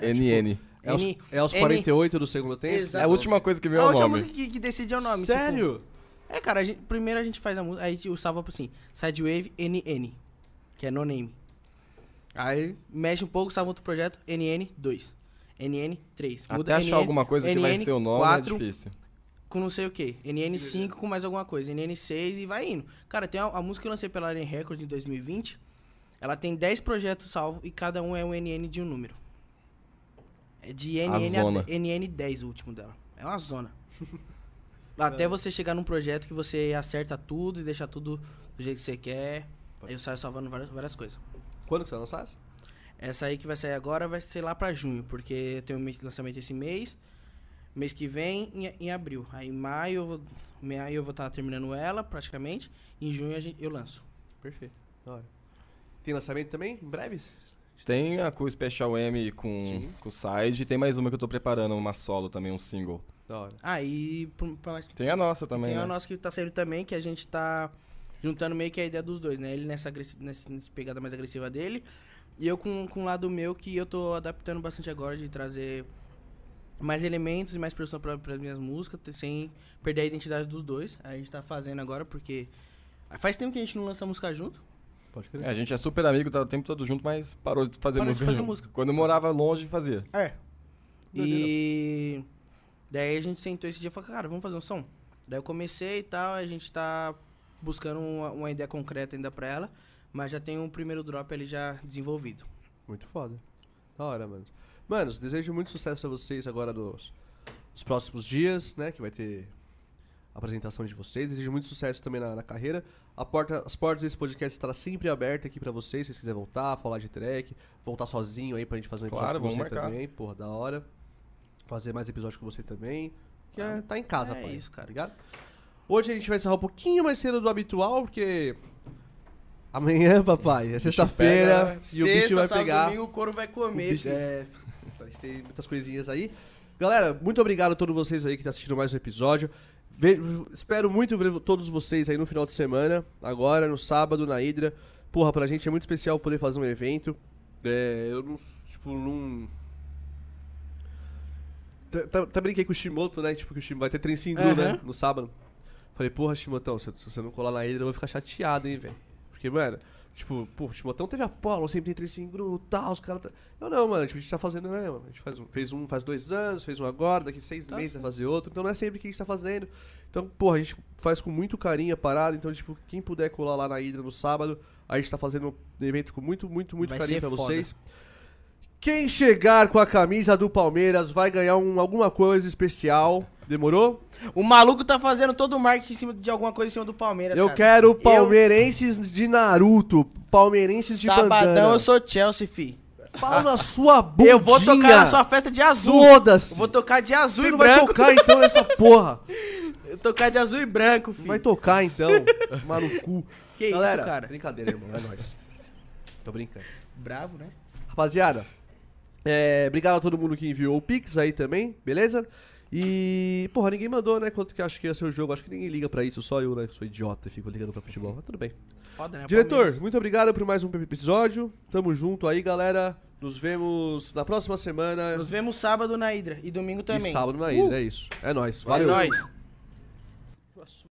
Ah,
NN.
Tipo,
É aos,
N-
é aos
N-
48 do segundo tempo?
Exato.
É a última coisa que veio
a
ao
última
nome.
música que, que decide é o nome. tipo-
Sério?
é, cara, a gente- primeiro a gente faz a música, aí o salva pro assim, Sidewave NN, que é no name. Aí mexe um pouco, salva outro projeto, NN2. NN3.
Até achar alguma coisa que vai ser o nome é difícil.
com não sei o que. NN5 com mais alguma coisa. NN6 e vai indo. Cara, tem a, a música que eu lancei pela Alien Record em 2020. Ela tem 10 projetos salvos e cada um é um NN de um número. É de NN
A zona.
até NN10 o último dela. É uma zona. Até você chegar num projeto que você acerta tudo e deixa tudo do jeito que você quer. Aí eu saio salvando várias, várias coisas.
Quando que você lançasse?
Essa aí que vai sair agora vai ser lá pra junho, porque tem o mês de lançamento esse mês. Mês que vem, em, em abril. Aí em maio eu vou, maio eu vou estar terminando ela, praticamente. Em junho a gente, eu lanço.
Perfeito. Da hora. Tem lançamento também? Em breves?
Tem a com Special M com,
Sim.
com o Side, tem mais uma que eu tô preparando, uma solo também, um single.
Da hora.
Aí pro- pra mais-
Tem a nossa também,
tem
né?
a nossa que tá saindo também, que a gente tá juntando meio que a ideia dos dois, né? Ele nessa, agressi- nessa, nessa pegada mais agressiva dele. E eu com, com o lado meu que eu tô adaptando bastante agora de trazer mais elementos e mais produção para as minhas músicas, te- sem perder a identidade dos dois. A gente tá fazendo agora porque faz tempo que a gente não lança música junto.
Pode
É, a gente é super amigo, tá o tempo todo junto, mas parou de fazer,
Parou de
música,
fazer
junto.
música.
Quando eu morava longe, fazia.
É. E daí a gente sentou esse dia e falou, cara, vamos fazer um som? Daí eu comecei e tal, a gente tá buscando uma, uma ideia concreta ainda pra ela, mas já tem um primeiro drop ali já desenvolvido.
Muito foda. Da hora, mano. Manos, desejo muito sucesso a vocês agora nos, nos próximos dias, né? Que vai ter a apresentação de vocês. Desejo muito sucesso também na, na carreira. A porta, as portas desse podcast estará sempre aberta aqui pra vocês, se vocês quiserem voltar, falar de track, voltar sozinho aí pra gente fazer um episódio
Claro,
com
vamos
você
marcar.
também. Porra, da hora. Fazer mais episódio com você também. Que
Ah,
é, tá em casa,
é
pai.
isso, cara.
Ligado? Hoje a gente vai encerrar um pouquinho mais cedo do habitual, porque. Amanhã, papai, é sexta-feira e o bicho vai pegar.
o couro vai
O
comer.
bicho- é, a gente tem muitas coisinhas aí. Galera, muito obrigado a todos vocês aí que estão assistindo mais um episódio. Ve- espero muito ver todos vocês aí no final de semana, agora, no sábado, na Hidra. Porra, pra gente é muito especial poder fazer um evento. É, eu não. Tipo, não. Tá- tá- Até brinquei com o Shimoto, né? Tipo, que o Shimoto vai ter Trencindu, né?
Aham.
No sábado. Falei, porra, Shimotão, se, se você não colar na Hidra, eu vou ficar chateado, hein, velho. Porque, mano, tipo, pô, o Shimotão teve Apollo, sempre tem Trencindu e tal, os caras. Tá... Eu não, mano, tipo, a gente tá fazendo, né, mano? A gente faz um, fez um faz dois anos, fez um agora, daqui seis
Tá
meses vai fazer outro. Então não é sempre que a gente tá fazendo. Então, porra, a gente faz com muito carinho a parada. Então, tipo, quem puder colar lá na Hidra no sábado, a gente tá fazendo um evento com muito, muito, muito
Vai
carinho
ser
pra
foda.
vocês. Quem chegar com a camisa do Palmeiras vai ganhar um, alguma coisa especial. Demorou?
O maluco tá fazendo todo o marketing em cima de alguma coisa em cima do Palmeiras,
Eu
cara.
quero palmeirenses de Naruto, palmeirenses de
Sabadão
bandana.
eu sou Chelsea, fi.
Pau na sua bunda.
Eu vou tocar na sua festa de azul.
Foda-se.
Eu vou tocar de azul
Você
e
não vai
branco.
tocar então nessa porra.
Eu Tocar de azul e branco, filho.
Não vai tocar então. Tomar no cu.
Que
Galera,
isso, cara?
Brincadeira, irmão. É nóis. Tô brincando.
Bravo, né?
Rapaziada, é, obrigado a todo mundo que enviou o Pix aí também, beleza? E, porra, ninguém mandou, né? Quanto que acho que ia ser o jogo. Acho que ninguém liga pra isso, só eu, né? Que sou idiota e fico ligando pra futebol. Mas tudo bem.
Foda, né?
Diretor,
Palmeiras.
muito obrigado por mais um episódio. Tamo junto aí, galera. Nos vemos na próxima semana.
Nos vemos sábado na Hidra e domingo também. Uh!
E sábado na Ilha, é isso. É nóis. Valeu.
É nóis.